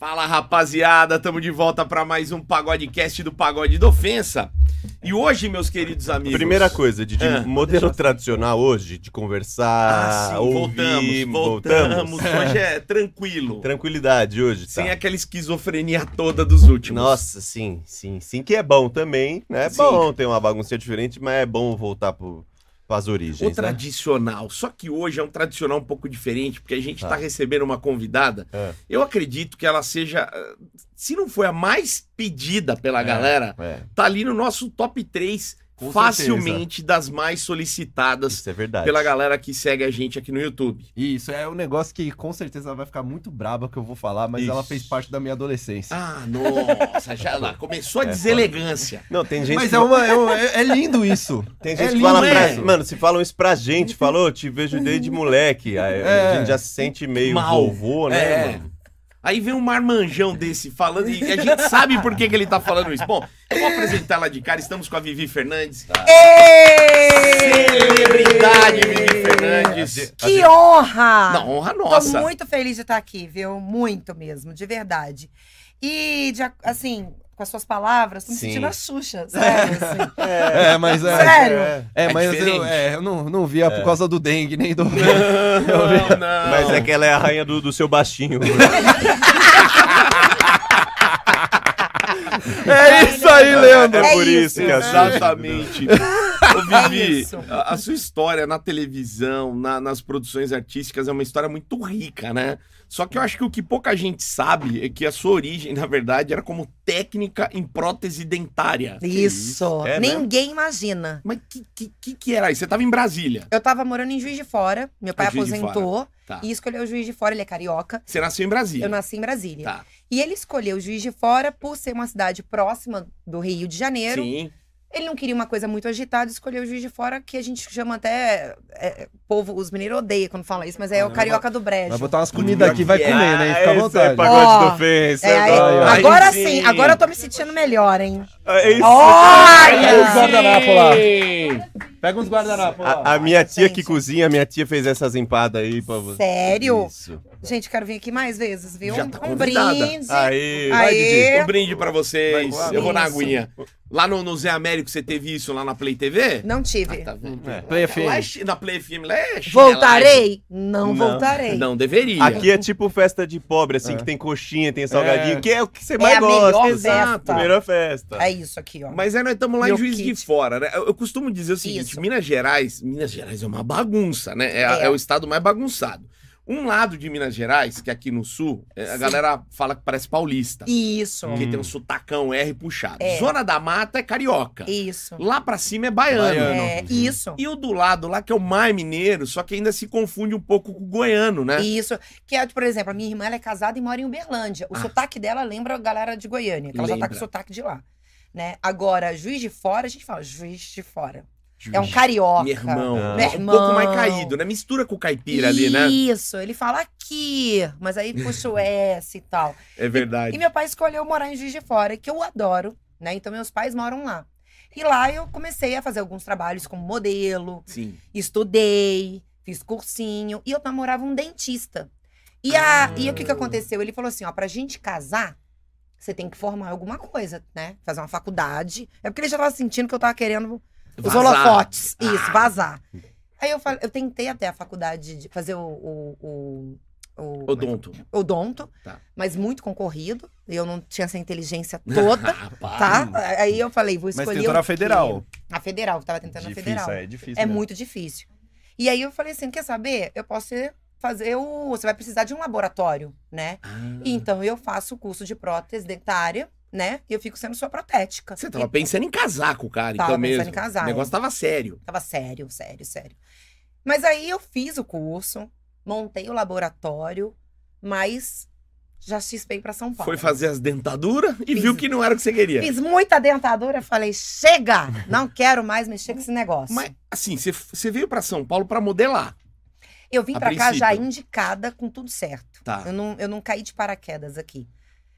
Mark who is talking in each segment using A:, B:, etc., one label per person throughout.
A: Fala rapaziada, tamo de volta para mais um Pagodecast do Pagode da Ofensa. E hoje, meus queridos amigos.
B: Primeira coisa, Didi,
A: Ah,
B: modelo tradicional hoje, de conversar,
A: Ah, sim,
B: ouvir,
A: voltamos, voltamos. Hoje é tranquilo.
B: Tranquilidade hoje, tá?
A: Sem aquela esquizofrenia toda dos últimos.
B: Nossa, sim, sim, sim, que é bom também, né? É
A: Sim.
B: bom ter uma baguncinha diferente, mas é bom voltar pro, pras
A: O
B: origens, né?
A: tradicional. Só que hoje é um tradicional um pouco diferente, porque a gente
B: Tá.
A: tá recebendo uma convidada.
B: É.
A: Eu acredito que ela seja. ah, Se não foi a mais pedida pela
C: É.
A: galera,
B: É,
A: tá ali no nosso top 3,
C: Com
A: facilmente das mais solicitadas
B: isso é verdade.
A: pela galera que segue a gente aqui no YouTube.
C: E Isso, é um negócio que com certeza ela vai ficar muito braba que eu vou falar, mas
B: Ixi.
C: ela fez parte da minha adolescência.
A: Ah, nossa, já lá. Começou a
B: É,
A: deselegância.
B: Não, tem gente
C: mas
B: que,
C: é, uma, é, um- é- é lindo isso.
B: tem
C: é
B: gente que
C: lindo
B: fala pra...
C: isso.
B: Mano, se falam isso pra gente,
A: Uhum.
B: falou, te vejo desde moleque, aí
C: É.
B: a gente já se sente meio
A: Mal.
B: vovô, né,
A: É.
B: mano?
A: Aí vem um marmanjão desse falando e a gente sabe por que, que ele tá falando isso. Bom, eu vou apresentar ela de cara. Estamos com a Vivi Fernandes. Celebridade, Vivi Fernandes.
D: Que honra!
A: Não, honra
D: Tô
A: nossa.
D: muito feliz de estar aqui, viu? Muito mesmo, de verdade. E, de a- assim, com as suas palavras, tô me
B: Sim.
D: sentindo a Xuxa, sério. assim.
C: É, mas é.
D: Sério?
B: É.
C: É,
A: É
C: mas eu,
A: diferente.
C: é, eu não, não via por causa do dengue, nem do.
A: Não, não.
B: Mas é que ela é a rainha do, do seu baixinho.
C: é isso aí, Leandro!
B: É
D: É
B: por isso,
D: isso,
B: que a
A: Exatamente. Ô, Vivi, Ah,
D: É isso.
A: a, a sua história na televisão, na- nas produções artísticas, é uma história muito rica, né? Só que eu acho que o que pouca gente sabe é que a sua origem, na verdade, era como técnica em prótese dentária.
D: Isso,
B: É, né?
D: ninguém imagina.
A: Mas que, que, que, que era isso? Você tava em Brasília.
D: Eu tava morando em Juiz de Fora, meu pai
A: É Juiz de Fora.
D: aposentou
A: Tá.
D: e escolheu Juiz de Fora, ele é carioca.
A: Você nasceu em Brasília.
D: Eu nasci em Brasília.
A: Tá.
D: E ele escolheu Juiz de Fora por ser uma cidade próxima do Rio de Janeiro.
A: Sim.
D: Ele não queria uma coisa muito agitada, escolheu o Juiz de Fora, que a gente chama até. é, é, povo, os mineiros odeiam quando fala isso, mas é
C: Ah,
D: o
C: não,
D: carioca do brejo.
C: Vai botar umas comidas aqui, vai comer, né? Fica à
B: Ah, esse É
C: vontade.
B: pagode
D: Ó,
B: do ofensa.
D: É, aí-
B: agora.
C: Aí
D: agora
A: sim.
D: sim. agora eu tô me sentindo melhor, hein?
B: Ah, é isso.
C: Pega uns
D: Olha!
C: guardanapos lá. Pega uns guardanapos lá.
B: A, a minha tia
D: Gente.
B: que cozinha, a minha tia fez essas empadas aí pra você.
D: Sério?
B: Isso.
D: Gente, quero vir aqui mais vezes, viu?
A: Já tá
D: um
A: convidada.
D: brinde.
B: Aí,
D: Aí.
A: Um brinde pra vocês.
B: Vai, vai.
A: eu vou na
D: Isso.
A: aguinha. Lá no, no Zé Américo, você teve isso lá na Play TV?
D: Não tive.
A: Tá vendo?
B: É.
C: Play
A: Lá é
C: FM.
A: chi- na Play FM, lá é chinelagem.
D: Voltarei? Não,
B: Não.
D: voltarei.
A: Não deveria.
B: Aqui é tipo festa de pobre, assim,
C: É.
B: que tem coxinha, tem salgadinho,
C: É.
B: que é o que você mais
D: a
B: gosta.
D: melhor
B: Exato,
D: festa.
B: melhor festa.
D: É isso aqui, ó.
A: Mas aí nós estamos lá
D: Meu
A: em Juiz de
D: kit.
A: Fora, né? Eu, eu costumo dizer o seguinte:
D: Isso.
A: Minas Gerais, Minas Gerais é uma bagunça, né? É, a-
D: É.
A: é o estado mais bagunçado. Um lado de Minas Gerais, que é aqui no sul, é, a
D: Sim.
A: galera fala que parece paulista.
D: Isso.
A: Porque tem um sotacão R puxado.
D: É.
A: Zona da Mata é carioca.
D: Isso.
A: Lá pra cima é baiano.
C: Baiano.
D: É, isso.
A: E o do lado lá, que é o mais mineiro, só que ainda se confunde um pouco com o goiano, né?
D: Isso. Que é, por exemplo, a minha irmã ela é casada e mora em Uberlândia. O
A: Ah.
D: sotaque dela lembra a galera de Goiânia, que ela já tá
A: Lembra.
D: com o sotaque de lá. Né? Agora, juiz de fora, a gente fala juiz de fora. É um
A: Juiz-
D: carioca.
A: Meu irmão.
B: Ah.
A: É Um
D: Meu
A: pouco mais
D: irmão.
A: caído, né? Mistura com o caipira ali, né?
D: Isso, ele fala aqui, mas aí puxa o S e tal.
A: É
D: E
A: verdade.
D: meu pai escolheu morar em Juiz de Fora, que eu adoro, né? Então meus pais moram lá. E lá eu comecei a fazer alguns trabalhos como modelo,
A: Sim.
D: estudei, fiz cursinho e eu namorava um dentista. E, a, e o que, que aconteceu? Ele falou assim: ó, pra gente casar, você tem que formar alguma coisa, né? Fazer uma faculdade. É porque ele já tava sentindo que eu tava querendo os
A: Vazar.
D: holofotes.
C: Ah.
D: Isso, vazar. Aí eu falei, eu tentei até a faculdade de fazer o. o, o, o é
A: Odonto.
D: odonto,
A: Tá.
D: mas muito concorrido. e Eu não tinha essa inteligência toda,
A: Rapaz.
D: tá? Aí eu falei, vou
C: Mas
D: escolher.
C: tentou na
D: o quê?
C: federal.
D: A federal, eu tava tentando a federal.
C: é difícil.
D: É
C: né?
D: muito difícil. E aí eu falei assim, quer saber? Eu posso ser- fazer o... Você vai precisar de um laboratório, né?
A: Ah. Uhum.
D: Então eu façso o curso de prótese dentária, né? E eu fico sendo sua protética.
A: Você tava pensando em casar com o cara,
D: assim, Tava
A: então
D: pensando
A: mesmo.
D: em casar,
A: O negócio tava sério.
D: Tava sério, sério, sério. Mas aí eu fiz o curso, montei o laboratório, mas já chispei pra São Paulo.
A: Foi fazer as dentaduras e
D: Fiz.
A: viu que não era o que você queria.
D: Fiz muita dentadura, falei, chega! Não quero mais mexer com esse negócio.
A: Mas, assim, você- você veio pra São Paulo pra modelar.
D: eu vim
A: a
D: pra cá já
A: princípio.
D: indicada com tudo certo.
A: Tá.
D: Eu não, eu não caí de paraquedas aqui.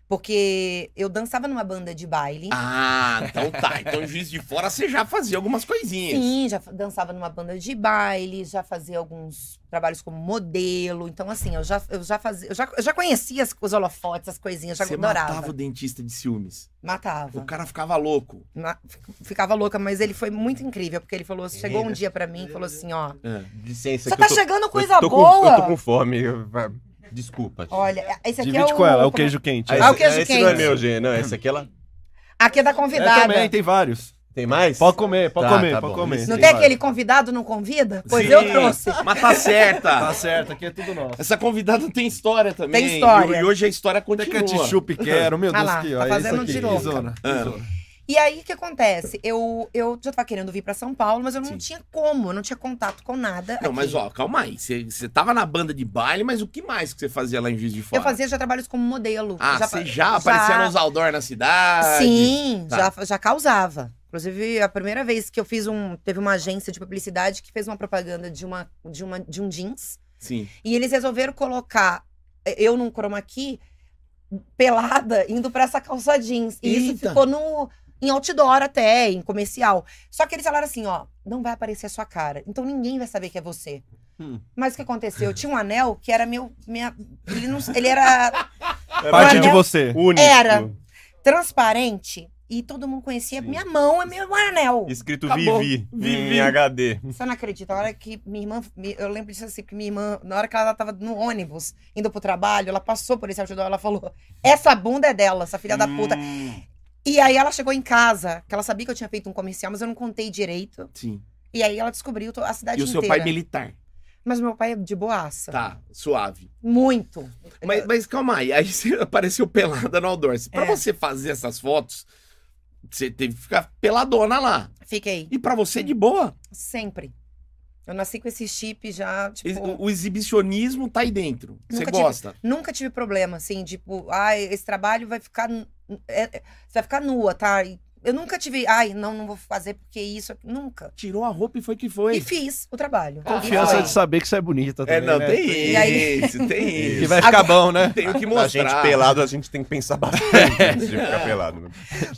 D: Porque eu dançava numa banda de baile.
A: Ah, então tá. Então, em Juiz de Fora, você já fazia algumas coisinhas.
D: Sim, já fa- dançava numa banda de baile, já fazia alguns trabalhos como modelo. Então, assim, eu já, eu já fazia. Eu já, eu já conhecia as- os holofotes, as coisinhas, já
A: Você
D: adorava.
A: matava o dentista de ciúmes.
D: Matava.
A: O cara ficava louco.
D: Ma- fic- Ficava louca, mas ele foi muito incrível, porque ele falou, chegou um dia pra mim e falou assim, ó.
A: É.
B: Licença,
D: Só
B: que eu
D: tá
B: tô,
D: chegando
B: eu
D: coisa
B: tô com-
D: boa!
B: eu tô com fome. eu- vai, Desculpa. gente.
D: Olha, esse aqui
C: Divide
D: é o.
C: com ela, é o
D: como é?
C: queijo quente.
B: Ah,
C: é.
B: esse,
D: Ah, o queijo
B: ah, esse não é
D: quente.
B: meu, Gê. Não, esse aqui ela...
D: Aqui é da
C: É,
D: convidada.
C: também, tem vários.
B: Tem mais?
C: Pode comer, pode
B: Tá,
C: comer,
B: tá
C: pode
B: bom.
C: comer.
D: Não
B: Sim,
D: tem
B: vai.
D: aquele convidado não convida? Pois
A: Sim.
D: eu trouxe.
A: Mas tá
C: Tá
A: certa.
C: certo, aqui é tudo nosso.
A: Essa convidada tem história também.
D: Tem história.
A: E, e hoje a história
C: Até
A: continua.
C: ketchup quero, meu
D: Ah
C: Deus,
D: lá,
C: que
D: tá
C: ó, é
D: fazendo
C: isso aqui,
D: de novo.
C: que zona, que
A: Ah.
C: zona.
D: E aí, o que acontece? Eu, eu já tava querendo vir pra São Paulo, mas eu não
A: Sim.
D: tinha como, eu não tinha contato com nada.
A: Não,
D: aqui.
A: mas ó, calma aí. Você, você tava na banda de baile, mas o que mais que você fazia lá em Juiz de Fora?
D: Eu fazia já trabalhos como modelo.
A: Ah,
D: já,
A: você já, aparecia nos outdoor na cidade?
D: Sim,
A: Tá.
D: já, já causava. Inclusive, a primeira vez que eu fiz um. Teve uma agência de publicidade que fez uma propaganda de, uma, de, uma, de um jeans.
A: Sim.
D: E eles resolveram colocar eh, eu num chroma key pelada indo pra essa calça jeans. E isso
A: Eita.
D: ficou no em outdoor até, em comercial. Só que eles falaram assim, ó, não vai aparecer a sua cara. Então ninguém vai saber que é você.
C: Hum.
D: Mas o que aconteceu? Eu tinha um anel que era meu minha ele não, ele era
C: Parte de
D: Era-
C: você.
B: É Único.
D: Era. transparente e todo mundo conhecia
B: Sim.
D: minha mão, é meu anel.
B: Escrito
A: Acabou.
B: Vivi,
A: Vivi.
B: em HD.
D: Você não acredita? A hora que minha irmã. mi- Eu lembro disso assim, porque minha irmã, na hora que ela tava no ônibus, indo pro trabalho, ela passou por esse outdoor, ela falou: Essa bunda é dela, essa filha da puta.
B: Hum.
D: E aí ela chegou em casa, que ela sabia que eu tinha feito um comercial, mas eu não contei direito.
A: Sim.
D: E aí ela descobriu to- a cidade
A: E o
D: inteira.
A: seu pai militar.
D: Mas meu pai é de boaça.
A: Tá, suave.
D: Muito.
A: Mas, mas calma aí, aí você apareceu pelada no outdoor. Pra
D: É.
A: você fazer essas fotos, você teve que ficar peladona lá.
D: Fiquei.
A: E pra você, de boa.
D: Sempre. Eu nasci com esse chip já,
A: Ex-
D: tipo.
A: O exibicionismo tá aí dentro. Você
D: tive-
A: gosta.
D: Nunca tive problema, assim, tipo, ai, esse trabalho vai ficar. nu- é- é- você vai ficar nua, tá? E Eu nunca tive, ai, não, não vou fazer porque isso. Nunca.
A: Tirou a roupa e foi que foi.
D: E fiz o trabalho.
A: Confiança
D: E
C: Confiança
D: foi.
C: de saber que você é bonita também,
A: É, não,
C: né?
A: tem
D: E aí-
A: isso, tem isso.
B: Que
C: Que vai ficar bom, né?
A: Tem o que
B: A
A: mostrar.
B: gente pelado, a gente tem que pensar bastante de ficar pelado. né?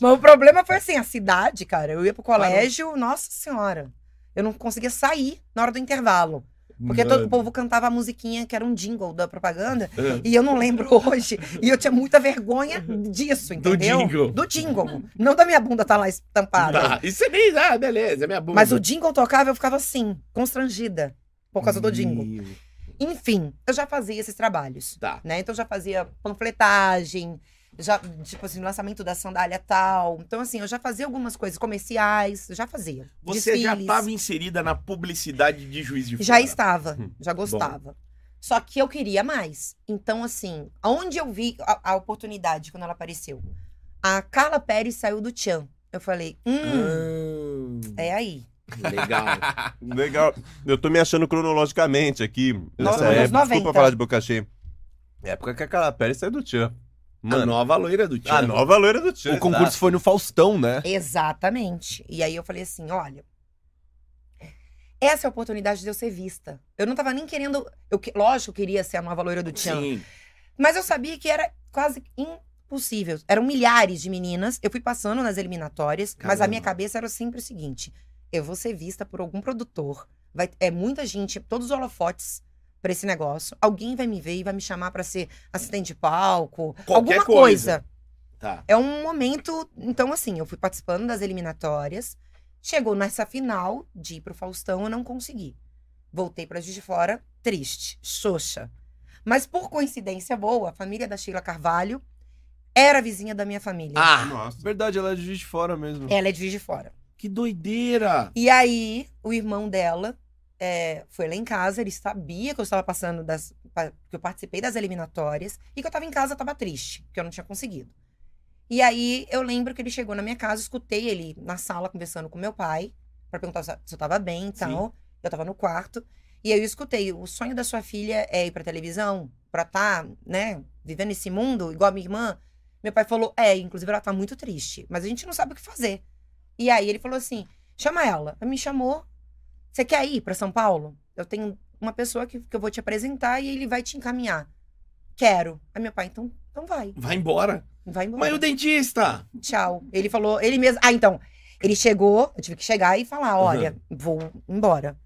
D: Mas o problema foi assim, a cidade, cara. Eu ia pro colégio, nossa senhora. Eu não conseguia sair na hora do intervalo. Porque é todo o povo cantava a musiquinha que era um jingle da propaganda.
A: Ah.
D: E eu não lembro hoje. E eu tinha muita vergonha disso,
A: Uhum. Do
D: entendeu?
A: jingle.
D: Do jingle. Não da minha bunda tá lá estampada.
A: Tá, isso é nem. Ah, beleza, é minha bunda.
D: Mas o jingle tocava, eu ficava assim, constrangida. Por causa do jingle.
A: Ih,
D: Enfim, eu já fazia esses trabalhos.
A: Tá.
D: Né? Então eu já fazia panfletagem, já, tipo assim, lançamento da sandália tal. Então, assim, eu já fazia algumas coisas comerciais, eu já fazia.
A: Você já
D: Desfiles.
A: estava inserida na publicidade de juiz de fora.
D: Já estava,
B: Hum,
D: já gostava. Só que eu queria mais. Então, assim, onde eu vi a, a oportunidade quando ela apareceu? A Carla Pérez saiu do Tchan. Eu falei, hum,
A: Ah,
D: é aí.
A: legal.
B: Legal. Eu tô me achando cronologicamente aqui. Nessa
D: anos
B: época.
D: 90.
B: Desculpa falar de boca cheia. Época que a Carla Pérez saiu do Tchan.
A: a
B: Mano,
A: nova loira do time.
B: a nova loira do Tchan.
C: Ah, O concurso foi no Faustão, né?
D: Exatamente. E aí eu falei assim, olha, essa é a oportunidade de eu ser vista. Eu não tava nem querendo, eu que- lógico, eu queria ser a nova loira do Tchan,
A: Sim.
D: mas eu sabia que era quase impossível. Eram milhares de meninas, eu fui passando nas eliminatórias, mas a
A: Caramba.
D: minha cabeça era sempre o seguinte, eu vou ser vista por algum produtor, vai é muita gente, todos os holofotes pra esse negócio. Alguém vai me ver e vai me chamar pra ser assistente de palco,
A: Qualquer
D: alguma
A: coisa.
D: coisa.
A: Tá.
D: É um momento. Então, assim, eu fui participando das eliminatórias. Chegou nessa final de ir pro Faustão, eu não consegui. Voltei pra Juiz de Fora, triste, xoxa. Mas por coincidência boa, a família da Sheila Carvalho era vizinha da minha família.
A: Ah,
B: Nossa.
C: Verdade, ela é de Juiz de Fora mesmo.
D: Ela é de Juiz de Fora.
A: que doideira.
D: E aí, o irmão dela é, foi lá em casa, ele sabia que eu estava passando das. pa- que eu participei das eliminatórias e que eu estava em casa, eu estava triste, que eu não tinha conseguido. E aí eu lembro que ele chegou na minha casa, escutei ele na sala conversando com meu pai, para perguntar se se eu estava bem e tal. Eu estava no quarto. E aí eu escutei: o sonho da sua filha é ir pra televisão, pra estar, né, vivendo esse mundo, igual a minha irmã. Meu pai falou: é, inclusive ela tá muito triste, mas a gente não sabe o que fazer. E aí ele falou assim: chama ela. Ela Me chamou. Você quer ir pra São Paulo? Eu tenho uma pessoa que, que eu vou te apresentar e ele vai te encaminhar. Quero. Aí meu pai, então, então vai.
A: Vai embora.
D: Vai embora.
A: Mas e o dentista?
D: Tchau. Ele falou, ele mesmo. Ah, então. Ele chegou, eu tive que chegar e falar: olha, vou embora.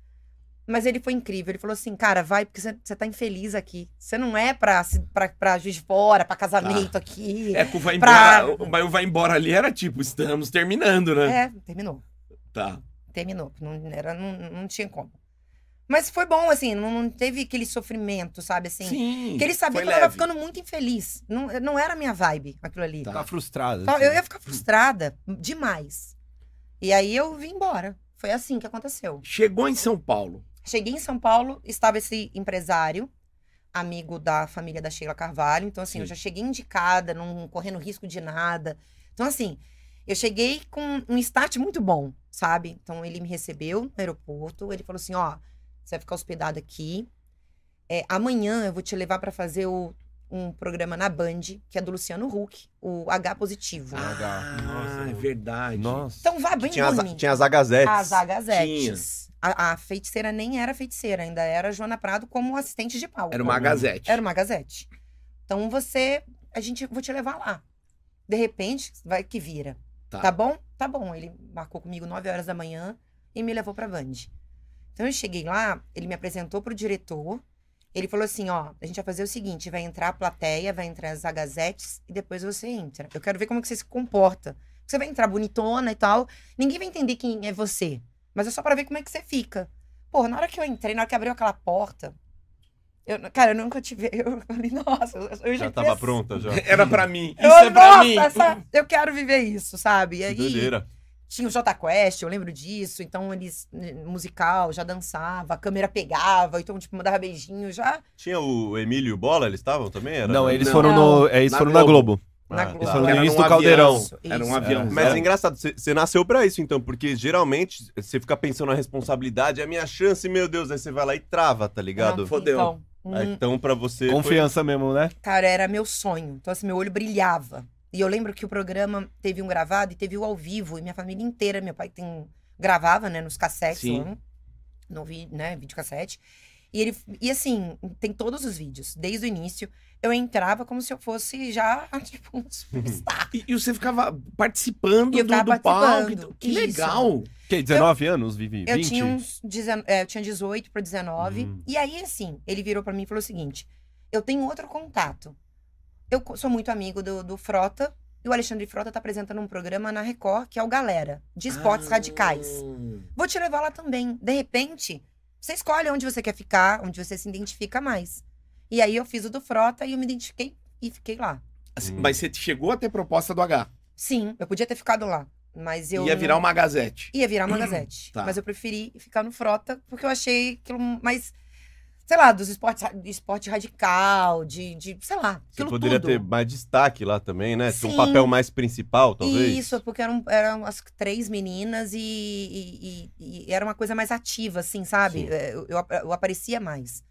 D: Mas ele foi incrível. Ele falou assim: cara, vai, porque você você tá infeliz aqui. Você não é pra, se- pra, pra juiz de fora, pra casamento aqui.
A: É, que o vai
D: Pra-
A: embora. o- Mas o vai embora ali era tipo, estamos terminando, né?
D: É, terminou.
A: Tá.
D: Terminou. Não, era, não, não tinha como. Mas foi bom, assim, não, não teve aquele sofrimento, sabe? Assim,
A: Sim.
D: Porque ele sabia
A: foi
D: que eu tava
A: leve.
D: ficando muito infeliz. Não, não era a minha vibe aquilo ali.
A: Tá.
C: Tá frustrado.
D: Então,
C: assim.
D: Eu ia ficar frustrada demais. E aí eu vim embora. Foi assim que aconteceu.
A: Chegou em São Paulo.
D: Cheguei em São Paulo, estava esse empresário, amigo da família da Sheila Carvalho. Então, assim, eu
A: Sim.
D: já cheguei indicada, não correndo risco de nada. Então, assim, eu cheguei com um start muito bom, sabe? Então, ele me recebeu no aeroporto. Ele falou assim: ó, você vai ficar hospedado aqui. É, amanhã eu vou te levar para fazer o- um programa na Band, que é do Luciano Huck, o H positivo.
A: Ah,
B: Nossa,
A: é verdade.
B: Nossa.
D: Então, vá bem
B: Tinha as,
D: dormir.
B: tinha as agazetes.
D: As agazetes. A, a feiticeira nem era feiticeira, ainda era a Joana Prado como assistente de palco.
A: Era uma gazete.
D: Era uma gazete. Então você, a gente, vou te levar lá. De repente, vai que vira.
A: Tá.
D: Tá, bom? Tá bom. Ele marcou comigo 9 horas da manhã e me levou pra Band. Então eu cheguei lá, ele me apresentou pro diretor. Ele falou assim, ó, a gente vai fazer o seguinte, vai entrar a plateia, vai entrar as agazetes e depois você entra. Eu quero ver como que você se comporta. Você vai entrar bonitona e tal, ninguém vai entender quem é você, mas é só pra ver como é que você fica. Pô, na hora que eu entrei, na hora que abriu aquela porta, eu, cara, eu nunca tive, eu falei, nossa, eu, eu
B: Já
D: já
B: tava pronta, já.
A: Era pra mim. Isso
D: Eu,
A: é pra
D: nossa,
A: mim.
D: essa- eu quero viver isso, sabe? E
B: Que
D: aí,
B: doideira.
D: tinha o Jota Quest, eu lembro disso. Então, eles, eh, musical, já dançava, a câmera pegava, então, tipo, mandava beijinho já
B: Tinha o Emílio e o Bola, eles estavam também? Era
C: Não, eles
A: Não.
C: foram no. é, Eles
A: Na
C: foram na Globo.
D: na
B: Ah,
D: Globo.
B: tá.
C: Eles né? foram no
A: Era
C: início
A: um
C: do Caldeirão.
D: Isso,
A: Era um
D: isso.
A: avião.
B: Mas
A: É.
B: é engraçado, você nasceu pra isso então, porque geralmente você fica pensando na responsabilidade, é a minha chance, meu Deus, aí você vai lá e trava, tá ligado?
A: Não, Fodeu.
D: Então,
B: Ah,
D: hum,
B: Então pra você
C: Confiança mesmo, né?
D: cara, era meu sonho. Então, assim, meu olho brilhava. E eu lembro que o programa teve um gravado e teve o ao vivo. E minha família inteira, meu pai tem, gravava, né, nos cassetes.
A: Sim.
D: lá, No vi, né, videocassete. E, ele, e assim, tem todos os vídeos. Desde o início, eu entrava como se eu fosse já, tipo, um superstar.
A: E, e você ficava participando
D: E eu
A: do,
D: ficava
A: do palco.
D: participando.
A: Que
D: Isso.
A: legal.
C: Que 19 anos, Vivi? 20?
D: Eu tinha uns dezen- é, eu tinha 18 para 19.
B: Hum.
D: E aí, assim, ele virou pra mim e falou o seguinte: eu tenho outro contato. Eu co- sou muito amigo do, do Frota. E o Alexandre Frota tá apresentando um programa na Record, que é o Galera, de esportes
A: Ah.
D: radicais. Vou te levar lá também. De repente, você escolhe onde você quer ficar, onde você se identifica mais. E aí eu fiz o do Frota e eu me identifiquei e fiquei lá.
A: Assim, Mas você chegou a ter proposta do H.
D: Sim, eu podia ter ficado lá. Mas eu.
A: Ia
D: não-
A: virar uma gazete.
D: ia virar
B: Hum,
D: uma gazete.
A: Tá.
D: Mas eu preferi ficar no Frota, porque eu achei aquilo mais, sei lá, dos esportes, ra- de esporte radical, de, de sei lá,
B: Você
D: aquilo
B: poderia
D: tudo.
B: ter mais destaque lá também, né? Tinha um
D: Sim.
B: papel mais principal, talvez.
D: E Isso, porque eram, eram as três meninas e, e- e- e era uma coisa mais ativa, assim, sabe?
B: Sim.
D: É, Eu, eu, eu aparecia mais.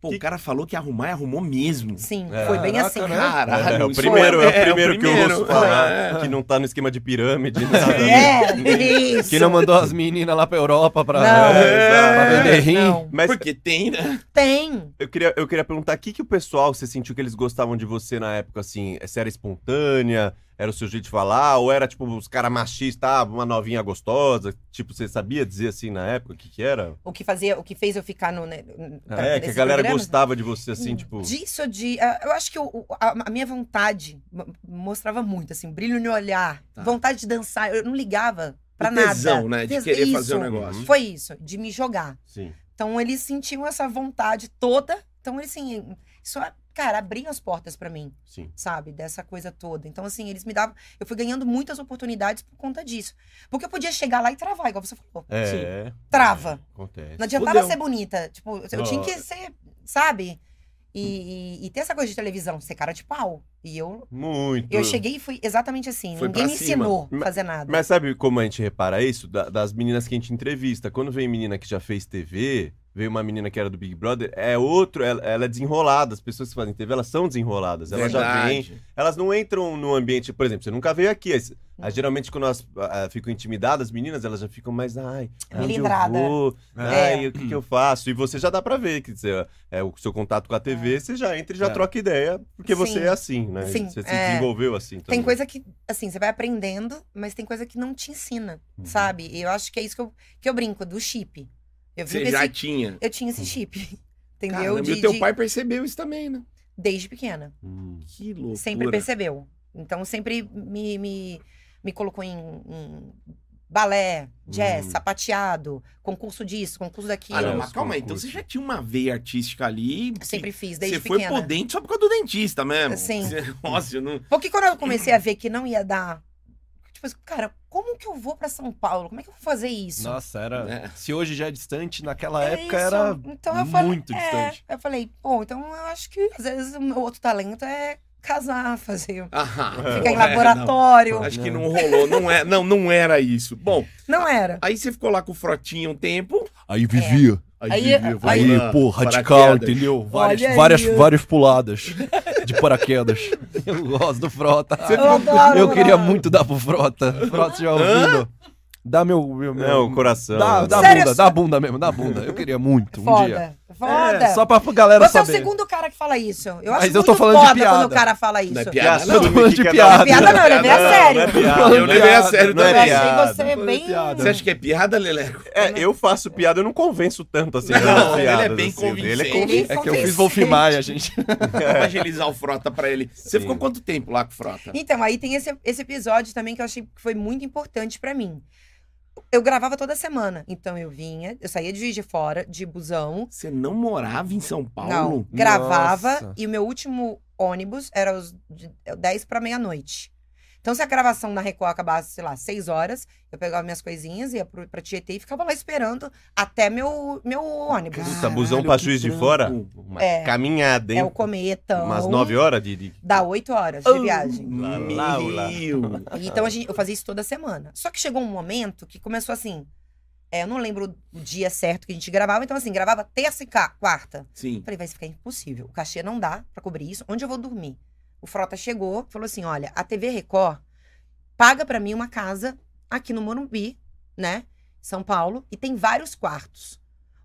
A: Pô, o cara falou que ia arrumar e arrumou mesmo.
D: Sim,
B: É.
D: foi bem
C: Caraca,
D: assim.
C: né?
A: Caralho.
B: É, o
A: isso
B: primeiro, é, o primeiro que eu ouço
A: primeiro.
B: falar,
A: É.
B: que não tá no esquema de pirâmide, nada.
D: É, isso.
C: Que não mandou as meninas lá pra Europa pra,
D: Não.
C: pra
A: É,
C: vender rim.
D: Não.
B: Mas
A: Porque tem, né?
D: Tem.
B: eu queria, eu queria perguntar, o que, que o pessoal, você sentiu que eles gostavam de você na época, assim? Você era espontânea? Era o seu jeito de falar? Ou era, tipo, os caras machistas, ah, uma novinha gostosa? Tipo, você sabia dizer, assim, na época, o que que era?
D: O que, fazia, o que fez eu ficar no. né, pra-
B: é, que a
D: nesse
B: galera
D: programa.
B: gostava de você, assim, tipo...
D: Hum. Disso de. ah, Eu acho que o- o- a, a minha vontade mo- mostrava muito, assim, brilho no olhar,
A: Tá.
D: vontade de dançar. Eu não ligava pra
A: O
D: nada.
A: tesão, né? De
D: Tes-
A: querer
D: isso,
A: fazer o negócio.
D: Foi isso, de me jogar.
B: Sim.
D: Então eles sentiam essa vontade toda. Então, eles, assim, isso, é- cara, abriam as portas pra mim,
B: Sim.
D: sabe? Dessa coisa toda. Então, assim, eles me davam. Eu fui ganhando muitas oportunidades por conta disso. Porque eu podia chegar lá e travar, igual você falou.
B: É.
D: Trava.
B: É, acontece.
D: Não adiantava
A: Fudeu. é.
D: ser bonita. Tipo, eu eu tinha que ser, sabe? E, e- e ter essa coisa de televisão, ser cara de pau. E eu,
B: Muito.
D: eu cheguei e fui exatamente assim.
A: Hum. Foi
D: Ninguém
A: pra
D: me
A: cima.
D: ensinou a
B: Ma-
D: fazer nada.
B: Mas sabe como a gente repara isso? Da- das meninas que a gente entrevista. Quando vem menina que já fez TV, veio uma menina que era do Big Brother, é outro, ela, ela é desenrolada. As pessoas que fazem TV, elas são desenroladas. Elas já vêm
A: Verdade.
B: elas não entram no ambiente, por exemplo, você nunca veio aqui. As,
D: Uhum.
B: ah, geralmente, quando elas ah, ficam intimidadas, as meninas, elas já ficam mais, ai, ah, onde eu
D: Melindrada.
B: vou?
D: É.
B: Ai, o que, que eu faço? E você já dá pra ver, que você, é, o seu contato com a TV, você já entra e já
C: É.
B: troca ideia, porque você
D: Sim.
B: é assim, né?
D: Sim,
B: Você se
D: é.
B: desenvolveu assim.
D: Tem
B: também.
D: coisa que, assim, você vai aprendendo, mas tem coisa que não te ensina,
A: Uhum.
D: sabe? E eu acho que é isso que eu, que eu brinco, do chip. Eu, vim
A: Você
D: com
A: já
D: esse-
A: tinha.
D: eu tinha esse chip, entendeu?
A: Caramba,
D: De-
A: e o teu
D: de-
A: pai percebeu isso também, né?
D: Desde pequena.
B: Hum.
A: Que loucura.
D: Sempre percebeu. Então, sempre me, me, me colocou em, em balé, jazz,
B: Hum.
D: sapateado, concurso disso, concurso daquilo.
A: Ah, não,
B: É,
A: mas
B: os
A: calma aí. Então
B: concursos.
A: você já tinha uma veia artística ali. que
D: Sempre fiz, desde
A: Você foi
D: pequena.
A: podente só por causa do dentista mesmo.
D: Sim.
A: Você, nossa, eu não...
D: Porque quando eu comecei
C: Uhum.
D: a ver que não ia dar, tipo assim, cara, como que eu vou pra São Paulo? Como é que eu vou fazer isso?
C: Nossa, era.
A: É.
C: Se hoje já é distante, naquela
D: É
C: época
D: isso.
C: era.
D: Então eu falei-
C: muito
D: é,
C: distante.
D: Eu falei, pô, então eu acho que às vezes o meu outro talento é casar, fazer.
A: Ah,
D: Ficar em
A: porra, é,
D: laboratório.
A: não. Acho que
C: Não.
A: não rolou. Não, é, não, não era isso. Bom,
D: Não era.
A: aí você ficou lá com o Frotinha um tempo.
C: É. Aí
D: vivia, Aí- vivia,
A: vou aí- lá,
C: pô,
A: radical, paraquedas.
C: entendeu?
D: Várias- Olha aí, várias- ó.
C: várias puladas de paraquedas. Eu gosto do Frota.
D: Eu adoro,
C: Eu queria
D: mano.
C: muito dar pro Frota. Frota já ouvindo. Dá meu. meu, meu-
B: Não, o coração.
C: Dá, dá
D: Sério,
C: bunda,
D: eu-
C: dá a bunda mesmo, dá a bunda. Eu queria muito um dia.
D: Foda. Foda.
C: É, só pra galera
D: Você é
C: saber.
D: o segundo cara que fala isso. Eu acho
C: Mas eu tô
D: muito
C: falando de
D: foda
C: piada.
D: quando o cara fala isso.
A: Não é
B: E
A: piada,
B: assume
C: Não, falando de
A: é
B: que
C: piada.
B: cada um-
D: Piada não, eu levei a
B: Não,
D: sério.
B: Não, é
C: Não,
B: piada.
A: Eu levei a sério
B: não é
D: eu
A: também.
B: piada.
D: achei você
C: não é
D: bem.
C: piada.
A: Você acha que é piada, Leleco?
B: É, eu faço piada, eu não convenço tanto assim.
A: Não,
B: nas
A: ele é
B: piadas,
A: bem
B: assim, o dele é
A: convincente.
B: convincente.
C: É que eu fiz Wolf Maia, gente.
A: Evangelizar o Frota pra ele. Você
B: Sim.
A: ficou quanto tempo lá com o Frota?
D: Então, aí tem esse, esse episódio também que eu achei que foi muito importante pra mim. Eu gravava toda semana. Então eu vinha, eu saía de Juiz de Fora, de busão.
A: Você não morava em São
D: Não,
A: Paulo?
D: gravava.
C: Nossa.
D: E o meu último ônibus era os de 10 pra meia-noite. Então, se a gravação na Record acabasse, sei lá, 6 horas, eu pegava minhas coisinhas, ia pro, pra Tietê e ficava lá esperando até meu, meu ônibus.
B: Puta, busão
A: Caralho,
B: pra
A: que
B: juiz de
A: trampo.
B: fora? Uma
D: É.
B: caminhada, hein?
D: É o cometa.
B: Umas 9 horas de. de-
D: Dá 8 horas de viagem.
B: Lá,
A: Meu.
B: lá, lá.
D: Então a gente, eu fazia isso toda semana. Só que chegou um momento que começou assim. é, eu não lembro o dia certo que a gente gravava, então assim, gravava terça e ca- quarta.
A: Sim.
D: Eu falei, vai ficar impossível. O cachê não dá pra cobrir isso. Onde eu vou dormir? O Frota chegou, falou assim: olha, a TV Record paga pra mim uma casa aqui no Morumbi, né? São Paulo, e tem vários quartos.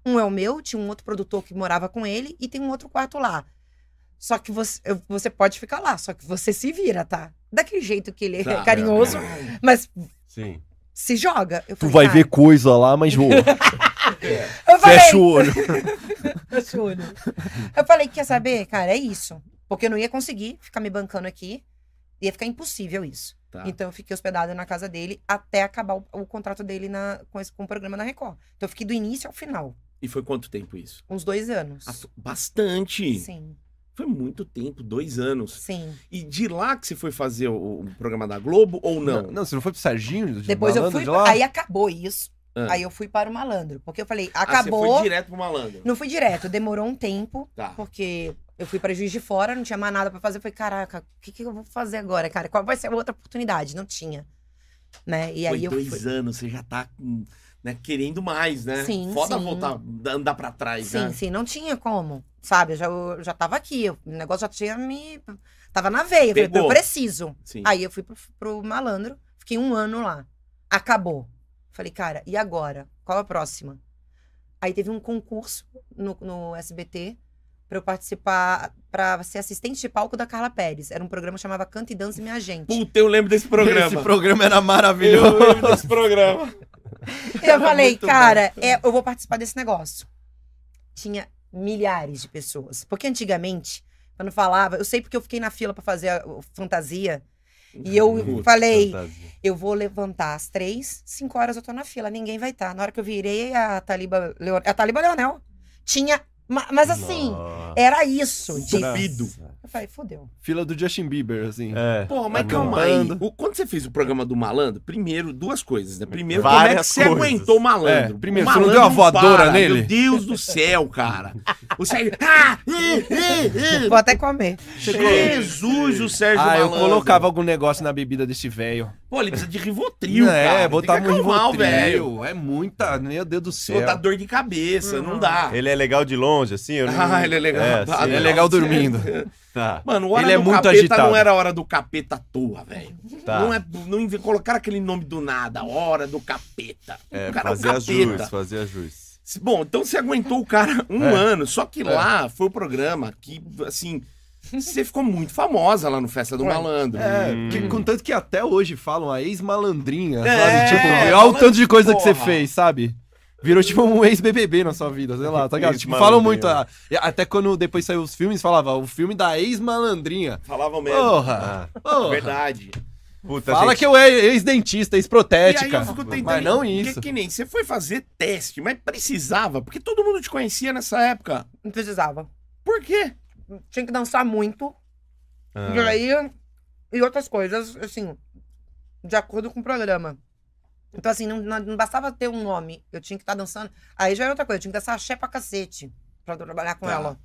D: Um é o meu, tinha um outro produtor que morava com ele, e tem um outro quarto lá. Só que você, eu- você pode ficar lá, só que você se vira, tá? Daquele jeito que ele é
A: Tá.
D: carinhoso, mas
B: Sim.
D: se joga. Eu
C: né? Tu
D: falei,
C: vai
D: "Cara,
C: ver coisa lá, mas vou.
D: Eu falei,
C: Fecha o olho.
D: Fecha o olho. Eu falei, quer saber, cara, é isso. Porque eu não ia conseguir ficar me bancando aqui. Ia ficar impossível isso.
A: Tá.
D: Então eu fiquei hospedada na casa dele até acabar o, o contrato dele na, com, esse, com o programa na Record. Então eu fiquei do início ao final.
A: E foi quanto tempo isso?
D: Uns dois anos.
A: Ah, foi Bastante.
D: Sim,
A: Foi muito tempo, dois anos.
D: sim.
A: E de lá que você foi fazer o, o programa da Globo ou não?
C: Não, você não foi pro Serginho?
A: um
C: de
D: Depois eu
C: malandro
D: fui.
C: de lá?
D: Aí acabou isso.
A: Ah.
D: Aí eu fui para o malandro. Porque eu falei,
A: Ah,
D: acabou.
A: você foi direto pro malandro.
D: Não fui direto, demorou um tempo.
A: Tá.
D: Porque eu fui pra Juiz de Fora, não tinha mais nada pra fazer. Eu falei, caraca, o que, que eu vou fazer agora, cara? Qual vai ser a outra oportunidade? Não tinha. Né? E aí
A: foi
D: eu
A: dois
D: fui.
A: anos, você já tá hum, né, querendo mais, né?
D: Sim,
A: Foda
D: sim.
A: voltar, da- andar pra trás,
D: Sim,
A: né?
D: sim, não tinha como. Sabe, eu já, eu já tava aqui, eu- o negócio já tinha me. Tava na veia. Eu falei,
A: Pegou.
D: eu preciso.
A: Sim.
D: Aí eu fui pro, pro malandro, fiquei um ano lá. Acabou. Falei, cara, e agora? Qual a próxima? Aí teve um concurso no, no SBT pra eu participar, pra ser assistente de palco da Carla Pérez. Era um programa que chamava Canta e Dança e Minha Gente.
A: Puta, eu lembro desse programa.
C: Esse programa era
A: Eu
C: maravilhoso.
A: lembro desse programa.
D: eu falei,
A: Muito
D: cara, é, eu vou participar desse negócio. Tinha milhares de pessoas. Porque antigamente, quando falava, eu sei porque eu fiquei na fila pra fazer a, o fantasia. E eu
B: Puta,
D: falei,
B: fantasia.
D: Eu vou levantar às três, cinco horas eu tô na fila, ninguém vai estar. Na hora que eu virei a Taliba Leonel. A Taliba Leonel tinha. ma- Mas assim, é Era isso. De...
A: Estupido.
D: Eu falei, fodeu.
C: Fila do Justin Bieber, assim.
B: É.
A: Pô, mas
B: Tá
A: calma aí.
C: bombando.
A: O- quando você fez o programa do malandro, primeiro, duas coisas, né? Primeiro, como é que
B: Várias
A: você
B: coisas.
A: aguentou o malandro?
C: É, primeiro,
A: O
C: você não
A: malandro
C: deu uma voadora nele?
A: Meu Deus do céu, cara. O Sérgio. Ah, ih, ih, ih.
D: Vou até comer.
A: Jesus, o Sérgio.
C: Ah, eu
A: Malandro.
C: colocava algum negócio na bebida desse velho.
A: Pô, ele precisa de Rivotril,
C: é,
A: cara.
C: botar
A: Tem que
C: muito
A: acalmar o velho.
C: velho. É muita, meu Deus do céu. Tá
A: Botar dor de cabeça, não dá.
B: Ele é legal de longe, assim? Eu não...
A: Ah, ele é legal.
B: É, assim,
C: ele é legal dormindo.
B: Tá,
A: Mano, hora
C: Ele é
A: do
C: muito
A: capeta
C: agitado.
A: não era hora do capeta à toa, velho.
B: tá.
A: Não, é, não inve- colocaram aquele nome do nada, hora do capeta.
B: É,
A: o cara é um
B: fazer a
A: capeta.
B: jus, fazer a jus.
A: Se- Bom, então você aguentou o cara um
B: É.
A: ano, só que
C: É.
A: lá foi o programa que, assim, você ficou muito famosa lá no Festa do
D: Foi.
A: Malandro.
C: É,
B: Hum.
C: que- contanto que até hoje falam a ex-malandrinha,
A: É,
C: sabe? Tipo,
A: é,
C: olha o tanto de coisa que você
A: porra.
C: fez, sabe? Virou tipo um ex-BBB na sua vida, sei lá, tá ligado? Tipo, falam muito.
B: Ex-malandrinha.
C: ah, e até quando depois saiu os filmes, falava o filme da ex-malandrinha.
A: Falavam mesmo.
C: Porra!
A: É
C: porra.
A: Verdade.
B: Puta,
C: Fala
B: gente,
C: que eu é ex-dentista,
A: e aí eu
C: ex-protética.
A: fico tentando.
C: Mas não
A: porque
C: isso.
A: Que, nem você foi fazer teste, mas precisava, porque todo mundo te conhecia nessa época.
D: Não precisava.
A: Por quê?
D: Tinha que dançar muito.
B: Ah.
A: é um
D: E aí. E outras coisas, assim. De acordo com o programa. Então, assim, não, não- não bastava ter um nome. Eu tinha que estar dançando. Aí já era outra coisa. Eu tinha que dançar axé pra cacete. Pra trabalhar com
A: Tá.
D: ela.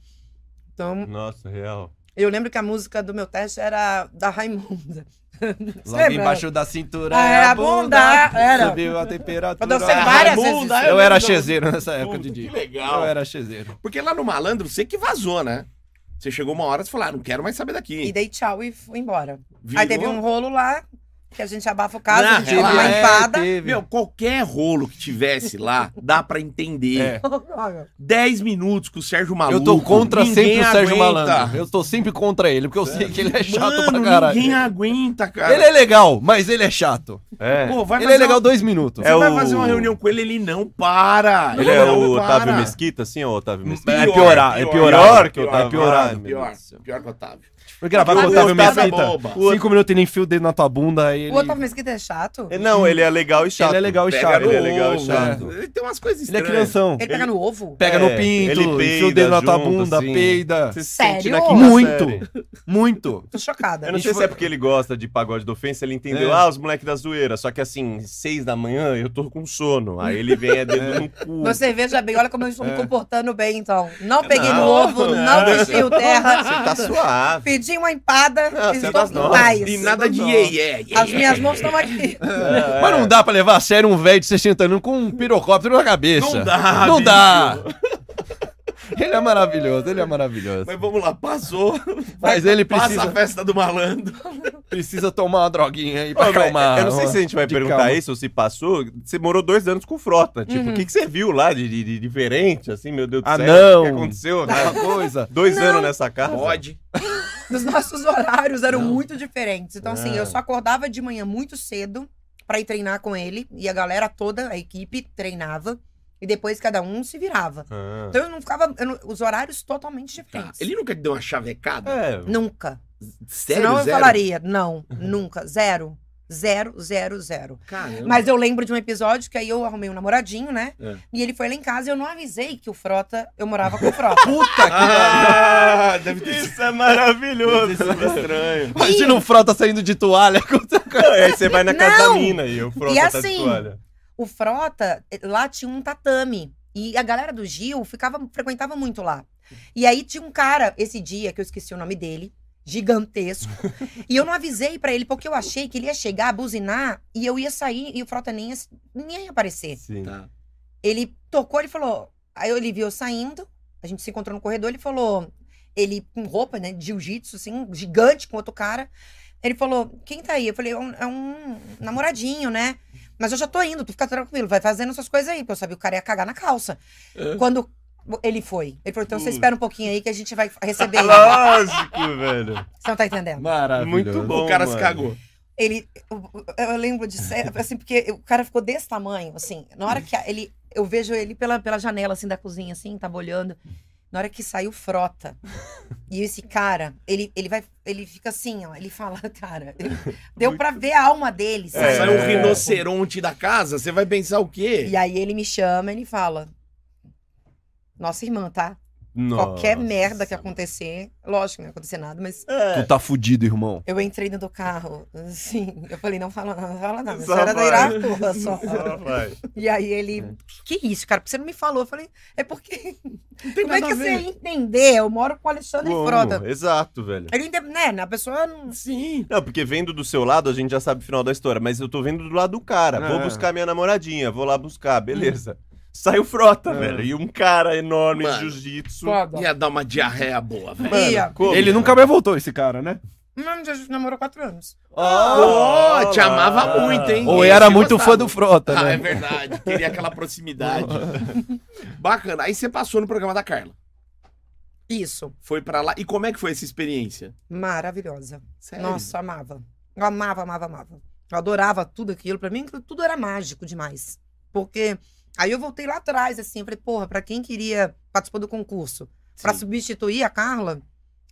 D: Então,
B: Nossa, real.
D: Eu lembro que a música do meu teste era da Raimunda. Você
C: Logo
D: lembra?
C: embaixo da cintura
D: Ah,
C: é
D: era
C: a
D: a
C: bunda,
D: bunda, era.
C: subiu a temperatura.
D: Eu dancei várias
A: Raimunda,
D: vezes.
A: eu
C: Ah, Eu era
A: lembro da-
C: chezeiro nessa época,
A: Puta,
C: Didi.
A: que legal.
C: Eu era chezeiro.
A: Porque lá no Malandro, você que vazou, né? Você chegou uma hora e falou, ah, não quero mais saber
D: E
A: daqui.
D: dei tchau e fui embora.
A: Virou-
D: Aí teve um rolo lá, que a gente abafa o caso,
B: Ah,
A: Não,
D: a gente dá uma
A: relaxa.
B: é
D: empada.
A: Meu, qualquer rolo que tivesse lá, dá pra entender.
C: É.
A: 10 minutos com o Sérgio Maluco.
C: eu tô contra
A: ninguém
C: sempre o Sérgio
A: aguenta.
C: Malandro. Eu tô sempre contra ele, porque eu sei que ele é chato pra
A: Mano,
C: caralho.
A: ninguém aguenta, cara.
C: Ele é legal, mas ele é chato.
B: É.
A: Pô, vai fazer
C: ele
A: um-
C: é legal
A: uma-
C: dois minutos.
A: Você
B: É
A: vai
B: o-
A: fazer uma reunião com ele, ele não para.
B: Ele é
A: não
B: o
A: para.
B: Otávio Mesquita, assim, ou Otávio Mesquita?
C: É piorar, é piorar.
B: Pior que o Otávio.
A: É pior,
B: Meu
A: pior,
B: Deus do céu.
A: pior que o Otávio.
C: Foi gravar com o
A: Otávio
C: Otávio
A: Mesquita
C: Mesquita.
A: boba.
C: Cinco minutos e nem fio o dedo na tua bunda. aí Ele,
D: O Otávio Mesquita é chato?
B: É, Não, ele é legal e chato.
C: ele é legal e
A: Pega
C: chato.
A: no
B: ele é legal e
A: ovo,
B: chato.
A: Ele tem umas coisas
C: Ele é
A: estranhas.
C: crianção.
D: Ele pega no ovo?
C: Pega
B: É,
C: no pinto,
B: ele
C: enfia o
B: peida
C: dedo na tua
B: junto,
C: bunda,
B: assim.
C: peida.
B: Você se
D: Sério?
B: sente na quinta
C: Muito.
B: série.
C: Muito.
D: Tô chocada.
B: Eu não sei se é porque ele gosta de pagode da ofensa, ele entendeu,
C: É.
B: ah, os moleques da zoeira. Só que assim, seis da manhã, eu tô com sono. Aí ele vem, é dedo no cu.
D: Meu cerveja é bem, olha como eu estou me comportando bem, então. Não peguei
B: É. Não,
D: no ovo, não,
B: não.
D: vesti o terra,
B: Você tá suave.
D: pedi uma empada,
B: Não, você é
D: estou
B: das
D: em
B: nossas.
D: paz.
A: E nada de
C: Não.
A: yeah, yeah, yeah.
D: As minhas mãos estão aqui.
B: É,
C: Mas não dá pra levar a sério um velho de 60 anos com um pirocóptero na cabeça.
A: Não dá,
C: Não
A: bicho.
C: dá. Ele é maravilhoso, ele é maravilhoso. Mas,
A: Mas vamos lá, passou.
C: ele
A: Passa
C: precisa,
A: a festa do malandro.
C: precisa tomar uma droguinha aí
B: Ô,
C: pra
B: mas
C: acalmar.
B: eu não sei se a gente vai
C: de
B: perguntar
C: calma.
B: isso ou se passou. Você morou dois anos com frota. Tipo, o
D: Uhum.
B: que, que você viu lá de, de- de diferente, assim, meu Deus do
C: Ah,
B: céu?
C: não.
B: O que aconteceu? né?
C: É Uma coisa.
B: Dois anos nessa casa?
A: Pode.
D: Os nossos horários eram muito diferentes. Então, assim,
A: É.
D: eu só acordava de manhã muito cedo pra ir treinar com ele. E a galera toda, a equipe, treinava. E depois cada um se virava.
B: Ah.
D: Então eu não ficava. eu não- os horários totalmente
A: Tá.
D: diferentes.
A: Ele nunca te deu uma chavecada?
B: É,
D: Nunca.
A: Sério,
D: Senão eu
A: zero?
D: falaria. Não, nunca. Zero. Zero, zero, zero.
A: Caramba.
D: Mas eu lembro de um episódio que aí eu arrumei um namoradinho, né?
A: É.
D: E ele foi lá em casa e eu não avisei que o Frota. Eu morava com o Frota.
C: Puta que
A: Ah, deve ter sido
B: Isso é maravilhoso.
A: estranho.
C: Imagina um frota saindo de toalha.
B: Aí você vai na casa
D: Não.
B: da mina e o Frota
D: E
B: tá de
D: assim,
B: toalha.
D: o Frota, eh, lá tinha um tatame. E a galera do Gil ficava, frequentava muito lá. E aí tinha um cara, esse dia, que eu esqueci o nome dele, gigantesco. e eu não avisei pra ele, porque eu achei que ele ia chegar, buzinar, e eu ia sair, e o Frota nem ia, nem ia aparecer.
B: Sim.
A: Tá.
D: Ele tocou, ele falou... Aí ele viu eu saindo, a gente se encontrou no corredor, ele falou... Ele com roupa, né, de jiu-jitsu, assim, gigante com outro cara. Ele falou, quem tá aí? Eu falei, é um, é um namoradinho, né? Mas eu já tô indo, tu fica tranquilo, vai fazendo suas coisas aí. Porque eu sabia que o cara ia cagar na calça.
A: É.
D: Quando ele foi, ele falou, então você
A: Putz.
D: espera um pouquinho aí que a gente vai receber ele.
B: Lógico, velho.
D: Você não tá entendendo?
C: Maravilhoso.
B: Muito bom.
A: o cara se
B: mano.
A: cagou.
D: Ele, eu, eu lembro de ser, assim, porque o cara ficou desse tamanho, assim. Na hora que a- ele, eu vejo ele pela, pela janela, assim, da cozinha, assim, tava olhando. Na hora que saiu frota. E esse cara, ele, ele vai, ele fica assim, ó, ele fala, cara, ele- deu pra ver a alma dele, assim, sabe?
B: É.
A: Sai um rinoceronte da casa, você vai pensar o quê?
D: E aí ele me chama e ele fala: Nossa irmã, tá? Qualquer
B: Nossa.
D: merda que acontecer, lógico que não ia acontecer nada, mas
C: Tu tá fudido, irmão.
D: eu entrei dentro do carro, assim, eu falei, não fala nada, não fala nada,
B: Só
D: isso era da
B: vai.
D: Irapuã só.
B: Só vai.
D: E aí ele, que isso, cara, porque você não me falou? Eu falei, é porque, como é
A: nada
D: que
A: a
D: você
A: ver.
D: ia entender? Eu moro com o Alexandre
B: Como?
D: Frota.
B: Exato, velho.
D: Ele, inte- né, na pessoa, não-
A: Sim.
B: Não, porque vendo do seu lado, a gente já sabe o final da história, mas eu tô vendo do lado do cara. Vou
A: É.
B: buscar minha namoradinha, vou lá buscar, beleza. Saiu frota,
A: É.
B: velho. E um cara enorme de
A: Mano.
B: jiu-jitsu.
A: Ia dar uma diarreia boa, velho.
D: Ia.
B: como?
C: Ele nunca mais voltou, esse cara, né?
D: não, já namorou quatro anos. Ah,
A: Oh,
B: Olá.
A: te
B: Ah.
A: amava muito, hein?
C: Ou
A: Esse
C: era
A: eu
C: muito
A: gostava.
C: fã do Frota,
A: Ah, é
C: né?
A: verdade. Queria aquela proximidade. Bacana. Aí você passou no programa da Carla.
D: Isso,
A: Foi pra lá. E como é que foi essa experiência?
D: maravilhosa.
A: Sério?
D: Nossa, amava. Eu amava, amava, amava. Eu adorava tudo aquilo. Pra mim, aquilo tudo era mágico demais. Porque aí eu voltei lá atrás, assim, eu falei, porra, pra quem queria participar do concurso, pra
A: Sim.
D: substituir a Carla,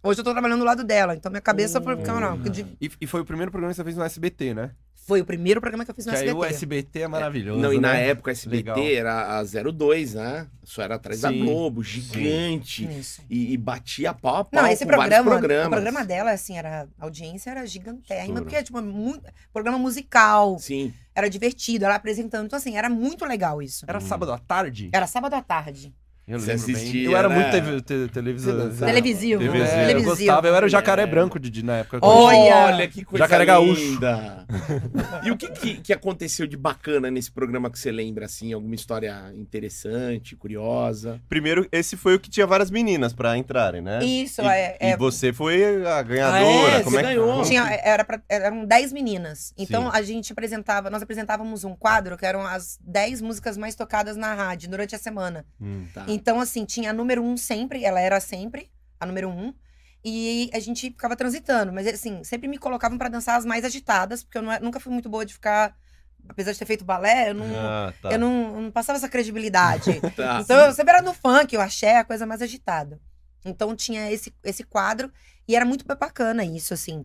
D: hoje eu tô trabalhando do lado dela. Então minha cabeça foi. Não, não, que de-
C: Ah, E, e foi o primeiro programa que você fez no SBT, né?
D: foi o primeiro programa que eu fiz no
C: que aí
D: SBT.
C: o SBT é maravilhoso.
A: Não, e na
C: né?
A: época o SBT
C: Legal.
A: era a 02, né? Só era atrás da
C: Sim.
A: Globo, gigante.
D: Isso.
A: E, e batia pau a pau
D: Não, esse
A: com vários
D: programa,
A: programas.
D: o programa dela, assim, era, a audiência era gigantérrima,
A: Estouro.
D: porque era, tipo, muito, programa musical,
A: Sim.
D: era divertido, ela apresentando, então, assim, era muito legal isso.
C: Era sábado à tarde?
D: Era sábado à tarde,
C: Eu
A: Você assistia,
C: Eu era
A: né?
C: muito teve- te- televisor.
A: Você dançava.
D: televisivo,
B: Televisivo.
C: É, Eu
D: televisivo.
C: gostava. Eu era o jacaré
A: É.
C: branco de, de- na época.
D: Olha!
A: que coisa
C: Jacaré gaúcho.
A: linda. E o que, que, que aconteceu de bacana nesse programa que você lembra, assim? Alguma história interessante, curiosa?
B: Primeiro, esse foi o que tinha várias meninas pra entrarem, né?
D: Isso,
B: E-
D: é.
B: E
D: é-
B: você foi a ganhadora.
A: Ah, é?
B: Como
A: Você
B: é que
A: ganhou.
B: como-
A: Sim.
D: tinha, era pra- eram 10 meninas. Então
B: Sim.
D: a gente apresentava, nós apresentávamos um quadro que eram as 10 músicas mais tocadas na rádio durante a semana.
B: Hum.
A: Tá.
D: Então, assim, tinha a número um sempre, ela era sempre a número um. E a gente ficava transitando, mas assim, sempre me colocavam pra dançar as mais agitadas, porque eu não é- nunca fui muito boa de ficar. Apesar de ter feito balé, eu não,
B: Ah, tá.
D: eu não, eu não passava essa credibilidade.
A: Tá.
D: Então eu sempre era no funk, eu achei a coisa mais agitada. Então tinha esse, esse quadro e era muito bacana isso, assim,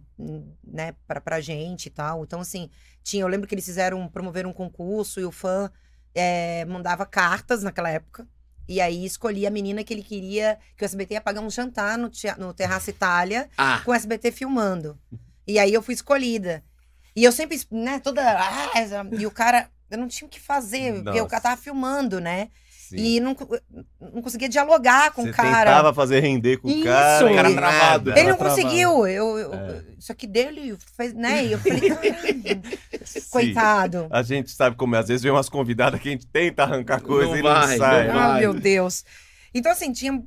D: né, pra, pra gente e tal. Então, assim, tinha, eu lembro que eles fizeram, promoveram um concurso e o fã eh, mandava cartas naquela época. E aí escolhia a menina que ele queria, que o SBT ia pagar um jantar no, tea- no Terraço Itália
A: Ah,
D: com o SBT filmando. E aí eu fui escolhida. E eu sempre, né, toda. ah, essa- e o cara, eu não tinha o que fazer, porque o
B: Nossa.
D: cara tava filmando, né?
B: Sim.
D: E não, co- não conseguia dialogar com
B: você
D: o cara.
B: tentava fazer render com o
D: Isso.
B: cara. e
A: Cara
B: nada.
A: travado.
D: Ele não
C: Ela travava.
D: conseguiu. Eu, eu-
B: É.
D: Isso aqui dele fez, né? E eu falei, "Ai,
B: Sim.
D: coitado.
B: A gente sabe como é. Às vezes vem umas convidadas que a gente tenta arrancar coisa
A: Não
B: e
A: vai,
B: não sai.
A: não
B: né?
A: vai.
D: Ah, meu Deus. Então, assim, tinha.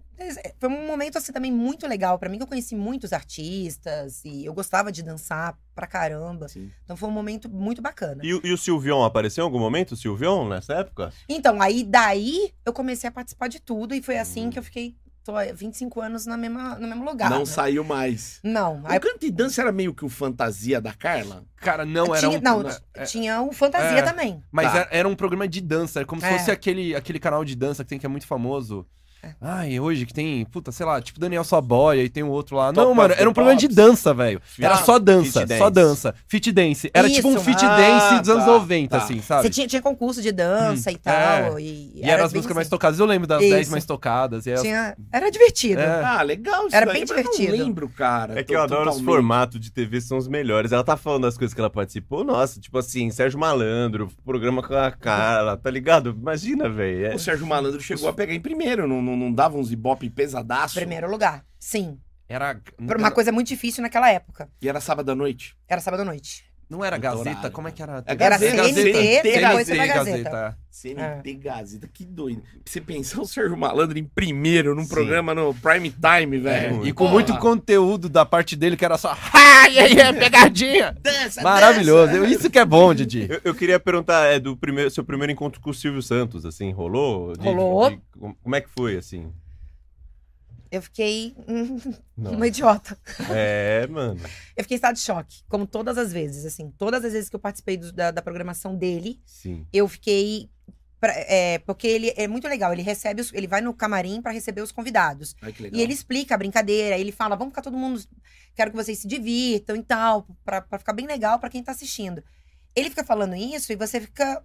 D: Foi um momento assim também muito legal pra mim, que eu conheci muitos artistas e eu gostava de dançar pra caramba.
A: Sim.
D: Então foi um momento muito bacana.
B: E, o- e o Silvion apareceu em algum momento? O Silvion, nessa época?
D: Então, aí daí eu comecei a participar de tudo e foi assim
B: Hum.
D: que eu fiquei tô há 25 anos na mesma, no mesmo lugar.
A: não
D: né?
A: saiu mais.
D: Não, aí
A: O canto e dança era meio que o fantasia da Carla?
C: Cara, não, era
D: tinha,
C: um...
D: não,
C: é,
D: tinha o fantasia
C: é.
D: também.
C: Mas
A: Tá.
C: era, era um programa de dança, era como se
D: É.
C: fosse aquele, aquele canal de dança que tem que é muito famoso.
D: É.
C: Ai, hoje que tem, puta, sei lá, tipo Daniel Saboia e tem o outro lá.
B: Top
C: não, mano,
B: of the
C: era um programa de
B: Pops.
C: dança, velho. Era
A: Ah,
B: Fit-
C: só dança,
B: Fit
C: só
B: dance.
C: dança. Fit dance. Era tipo um
D: Isso.
C: fit
B: Ah,
C: dance dos anos
B: tá,
C: 90,
A: tá.
C: assim,
D: Você
C: sabe? Hum, é.
D: tinha, tinha concurso de dança e tal. E,
C: E eram as
D: bem
C: músicas mais
D: assim.
C: tocadas. Eu lembro das
D: Isso.
C: 10 mais tocadas. E as...
D: Tinha, Era divertido.
C: É.
A: Ah, legal isso
D: Era
A: daí,
D: bem
A: mas eu
D: divertido.
A: não lembro, cara.
B: É que
A: to-
B: eu adoro os
A: totalmente.
B: formatos de TV, são os melhores. Ela tá falando das coisas que ela participou, nossa, tipo assim, Sérgio Malandro, programa com a Carla, tá ligado? Imagina, velho. é-
A: O Sérgio Malandro chegou a pegar em primeiro, não, não, não dava uns ibope pesadaço.
D: Primeiro lugar. Sim.
C: Era. Não
D: Por uma
C: era,
D: coisa muito difícil naquela época.
A: E era sábado à noite.
D: Era sábado à noite.
C: não era
A: Muito
C: Gazeta,
A: horário.
C: como é que era?
A: É
D: Era
A: Gazeta,
D: CNT,
A: Gazeta,
D: depois foi pra Gazeta.
A: CNT
D: É.
A: Gazeta, que doido. Você pensar o Sérgio Malandro em primeiro num
B: Sim.
A: programa no prime time,
D: É.
A: velho.
C: E com muito
A: Porra.
C: conteúdo da parte dele que era só. "Ah, e aí, é pegadinha!
A: Dança,
C: Maravilhoso. Eu- Isso que é bom, Didi.
B: Eu, eu queria perguntar, é do primeiro, seu primeiro encontro com o Silvio Santos, assim, rolou? De-
D: Rolou.
B: de- como é que foi, assim?
D: Eu fiquei hum,
B: Não.
D: uma idiota.
B: É, mano.
D: Eu fiquei em estado de choque, como todas as vezes, assim. Todas as vezes que eu participei do- da, da programação dele,
B: Sim.
D: eu fiquei. pra- é, porque ele é muito legal, ele recebe os- ele vai no camarim pra receber os convidados.
A: Ai, que legal.
D: E ele explica a brincadeira, ele fala, vamos ficar todo mundo, quero que vocês se divirtam e tal, pra, pra ficar bem legal pra quem tá assistindo. Ele fica falando isso e você fica.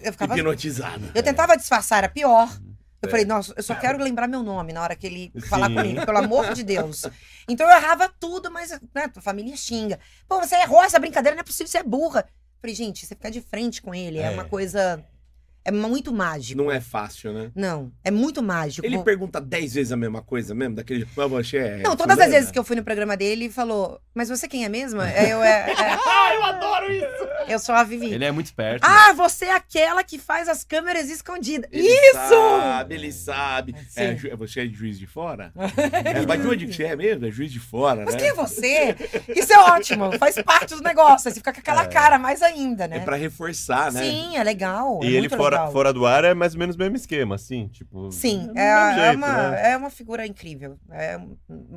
D: Eu ficava.
A: Hipnotizado.
D: Eu tentava disfarçar, era pior. Eu falei, nossa, eu só quero lembrar meu nome na hora que ele falar
B: Sim.
D: comigo, pelo amor de Deus. Então eu errava tudo, mas né, tua família xinga. Pô, você errou essa brincadeira, não é possível, você é burra. Eu falei, gente, você ficar de frente com ele é,
B: É.
D: uma coisa. É muito mágico.
A: Não é fácil, né?
D: Não, é muito mágico.
A: Ele pergunta dez vezes a mesma coisa mesmo, daquele. "Mas você é
D: Não, todas as
A: fulana?"
D: vezes que eu fui no programa dele, ele falou: Mas você quem é mesmo? Aí Eu, é, é,
A: Ah, eu adoro isso!
D: eu sou a Vivi.
C: Ele é muito esperto. né?
D: Ah, você é aquela que faz as câmeras escondidas.
A: Ele
D: Isso!
A: Sabe, ele sabe.
D: Sim.
A: É, ju- você é de juiz de fora? é, mas de onde você é mesmo? É juiz de fora,
D: Mas
A: né?
D: quem é você? Isso é ótimo, faz parte do negócio. Aí você fica com
B: É.
D: aquela cara mais ainda, né?
A: É pra reforçar, né?
D: Sim, é legal. é
B: E ele
D: muito
B: fora,
D: legal.
B: fora do ar é mais ou menos o mesmo esquema, assim, tipo...
D: Sim,
B: do
D: é, é
B: mesmo jeito,
D: uma,
B: né?
D: é uma figura incrível. É um-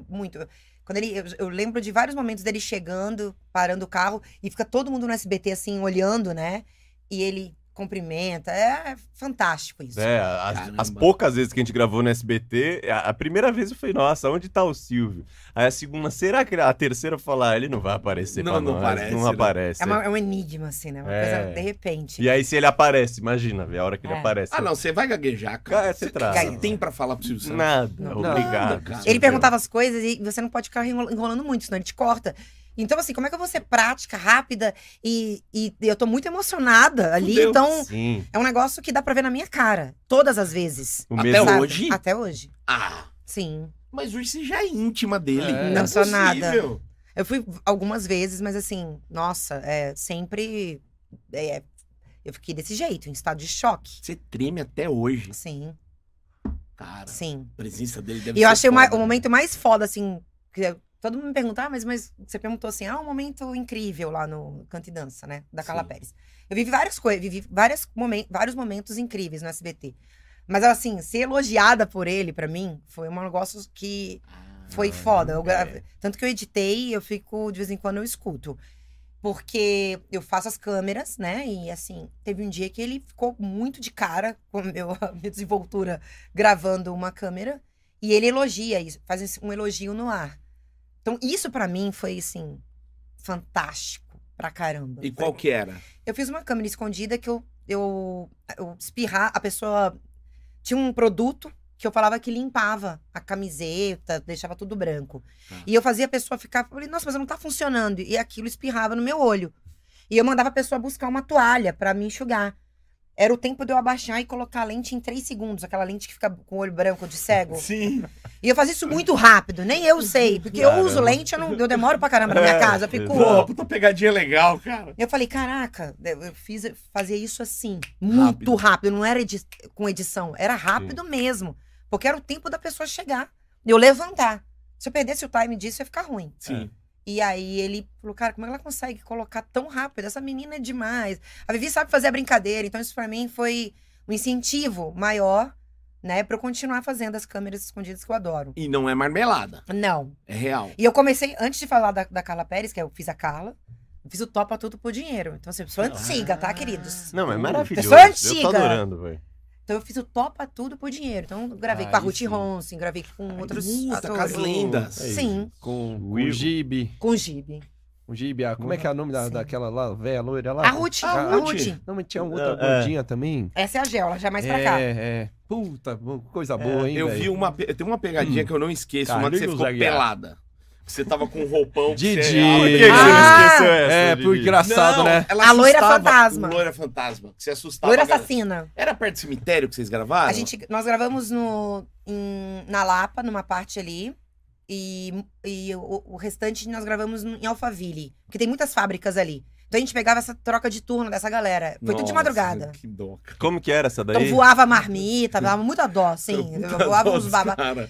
D: muito. Quando ele, eu, eu lembro de vários momentos dele chegando, parando o carro, e fica todo mundo no SBT assim, olhando, né? E ele cumprimenta. É, fantástico isso.
B: É, as,
A: Caramba.
B: as poucas vezes que a gente gravou no SBT, a, a primeira vez eu falei, nossa, onde tá o Silvio? Aí a segunda, será que ele- a terceira eu falei, ah, ele não vai aparecer
A: Não,
B: pra
A: não
B: nós,
A: aparece,
B: não
A: né?
B: aparece.
D: É, uma- é um enigma, assim, né? Uma
B: É.
D: coisa de repente.
B: E aí se ele aparece, imagina, velho, a hora que ele
D: É.
B: aparece.
A: Ah, não, você vai gaguejar, cara.
B: Ah,
A: Você
B: você
A: o que
B: trava.
A: você tem pra falar pro Silvio Santos?
B: Nada,
D: Não.
A: Nada,
B: obrigado.
A: cara.
B: Silvio.
D: Ele perguntava as coisas e você não pode ficar enrola- enrolando muito, senão ele te corta. Então, assim, como é que eu vou ser prática, rápida? E, e eu tô muito emocionada ali,
A: Fudeu.
D: então
B: Sim,
D: é um negócio que dá pra ver na minha cara, todas as vezes.
B: o
A: Até
B: mesmo...
A: hoje.
D: Até hoje,
A: Ah,
D: sim.
A: mas hoje você já é íntima dele.
C: É.
A: Não é
D: Não sou nada.
A: possível.
D: Eu fui algumas vezes, mas assim, nossa, é sempre. é, eu fiquei desse jeito, em estado de choque.
A: Você treme até hoje.
D: Sim,
A: Cara,
D: sim.
A: a presença dele deve
D: E eu
A: ser
D: achei um o ma-
A: foda.
D: o momento mais foda, assim. que eu- todo mundo me perguntava, mas, mas você perguntou assim: ah, um momento incrível lá no Canto e Dança, né? Da Carla
A: Sim.
D: Pérez. Eu vivi várias coisas, vivi várias momen- vários momentos incríveis no SBT. Mas, assim, ser elogiada por ele, pra mim, foi um negócio que
A: Ah,
D: foi foda. Eu gra-
A: é.
D: Tanto que eu editei, eu fico, de vez em quando eu escuto. Porque eu faço as câmeras, né? E assim, teve um dia que ele ficou muito de cara com a meu- a minha desenvoltura gravando uma câmera. E ele elogia isso, faz esse- um elogio no ar. Então, isso pra mim foi, assim, fantástico pra caramba.
A: E qual que era?
D: Eu fiz uma câmera escondida que eu, eu, eu espirrar, a pessoa tinha um produto que eu falava que limpava a camiseta, deixava tudo branco.
A: Tá.
D: E eu fazia a pessoa ficar, eu falei, nossa, mas não tá funcionando. E aquilo espirrava no meu olho. E eu mandava a pessoa buscar uma toalha pra me enxugar. Era o tempo de eu abaixar e colocar a lente em três segundos, aquela lente que fica com o olho branco de cego.
A: Sim.
D: E eu fazia isso muito rápido, nem eu sei, porque eu uso
B: Caramba.
D: lente, eu, não, eu demoro pra caramba na minha
B: É,
D: casa, eu fico.
B: exato.
A: Pô, puta pegadinha legal, cara.
D: Eu falei, caraca, eu eu fiz, eu fazia isso assim, muito rápido. Não era edi- com edição, era rápido mesmo. Porque era o tempo da pessoa chegar, de eu levantar. Se eu perdesse o time disso, ia ficar ruim.
A: Sim.
D: E aí ele falou, cara, como é que ela consegue colocar tão rápido? Essa menina é demais. A Vivi sabe fazer a brincadeira, então isso pra mim foi um incentivo maior, né, pra eu continuar fazendo as câmeras escondidas que eu adoro.
A: E não é marmelada.
D: Não,
A: É real.
D: e eu comecei, antes de falar da, da Carla Pérez, que é, eu fiz a Carla, eu fiz o Topa Tudo por Dinheiro. Então, assim, eu sou antiga, tá, queridos?
B: Não, é maravilhoso.
D: Pessoa
B: Eu
D: antiga.
B: tô adorando, velho.
D: Então, eu fiz o Topa Tudo por Dinheiro. Então, eu gravei
C: Aí
D: com a Ruth
C: sim.
D: Ronson, gravei com outros
A: Puta, com as
D: atores.
A: lendas.
B: É isso.
D: Sim,
C: Com, com
B: Will.
C: o Gibi.
D: com o Gibi.
C: O Gibi, ah, como é que é o nome da,
D: Sim.
C: daquela lá, velha loira lá? Ah,
D: A Ruth,
A: a
D: a
A: Ruth.
D: Ruth.
C: Não, mas tinha outra
B: Ah, é.
C: gordinha também.
D: Essa é a Gel, ela já é mais
C: é,
D: pra cá.
C: é. Puta, bom, coisa boa, hein,
A: Eu
C: velho? Hum.
A: vi um uma. pe- Tem uma pegadinha que eu não esqueço, uma que
C: Carlinhos
A: você ficou
C: Aguiar.
A: pelada. Que Você tava com um roupão. que
C: Didi.
A: você- Ah,
B: Por
A: que
B: que, que você
D: Ah!
B: não esqueceu essa?
C: É, por
B: Didi?
C: engraçado, né?
A: ela
D: A loira
A: assustava.
D: fantasma.
A: Loira fantasma. Que você assustava.
D: Loira
A: a galera.
D: Assassina.
A: Era perto do cemitério que vocês gravaram?
D: A gente, nós gravamos no, em- na Lapa, numa parte ali. E, e o, o restante nós gravamos no- em Alphaville, porque tem muitas fábricas ali. Então a gente pegava essa troca de turno dessa galera. Foi tudo de
A: Nossa,
D: madrugada.
A: Que dó. cara.
B: Como que era essa daí?
D: Então voava marmita, dava muita dó, sim.
A: Puta
D: voava
A: dó
D: uns
A: dos
D: baba.
A: cara.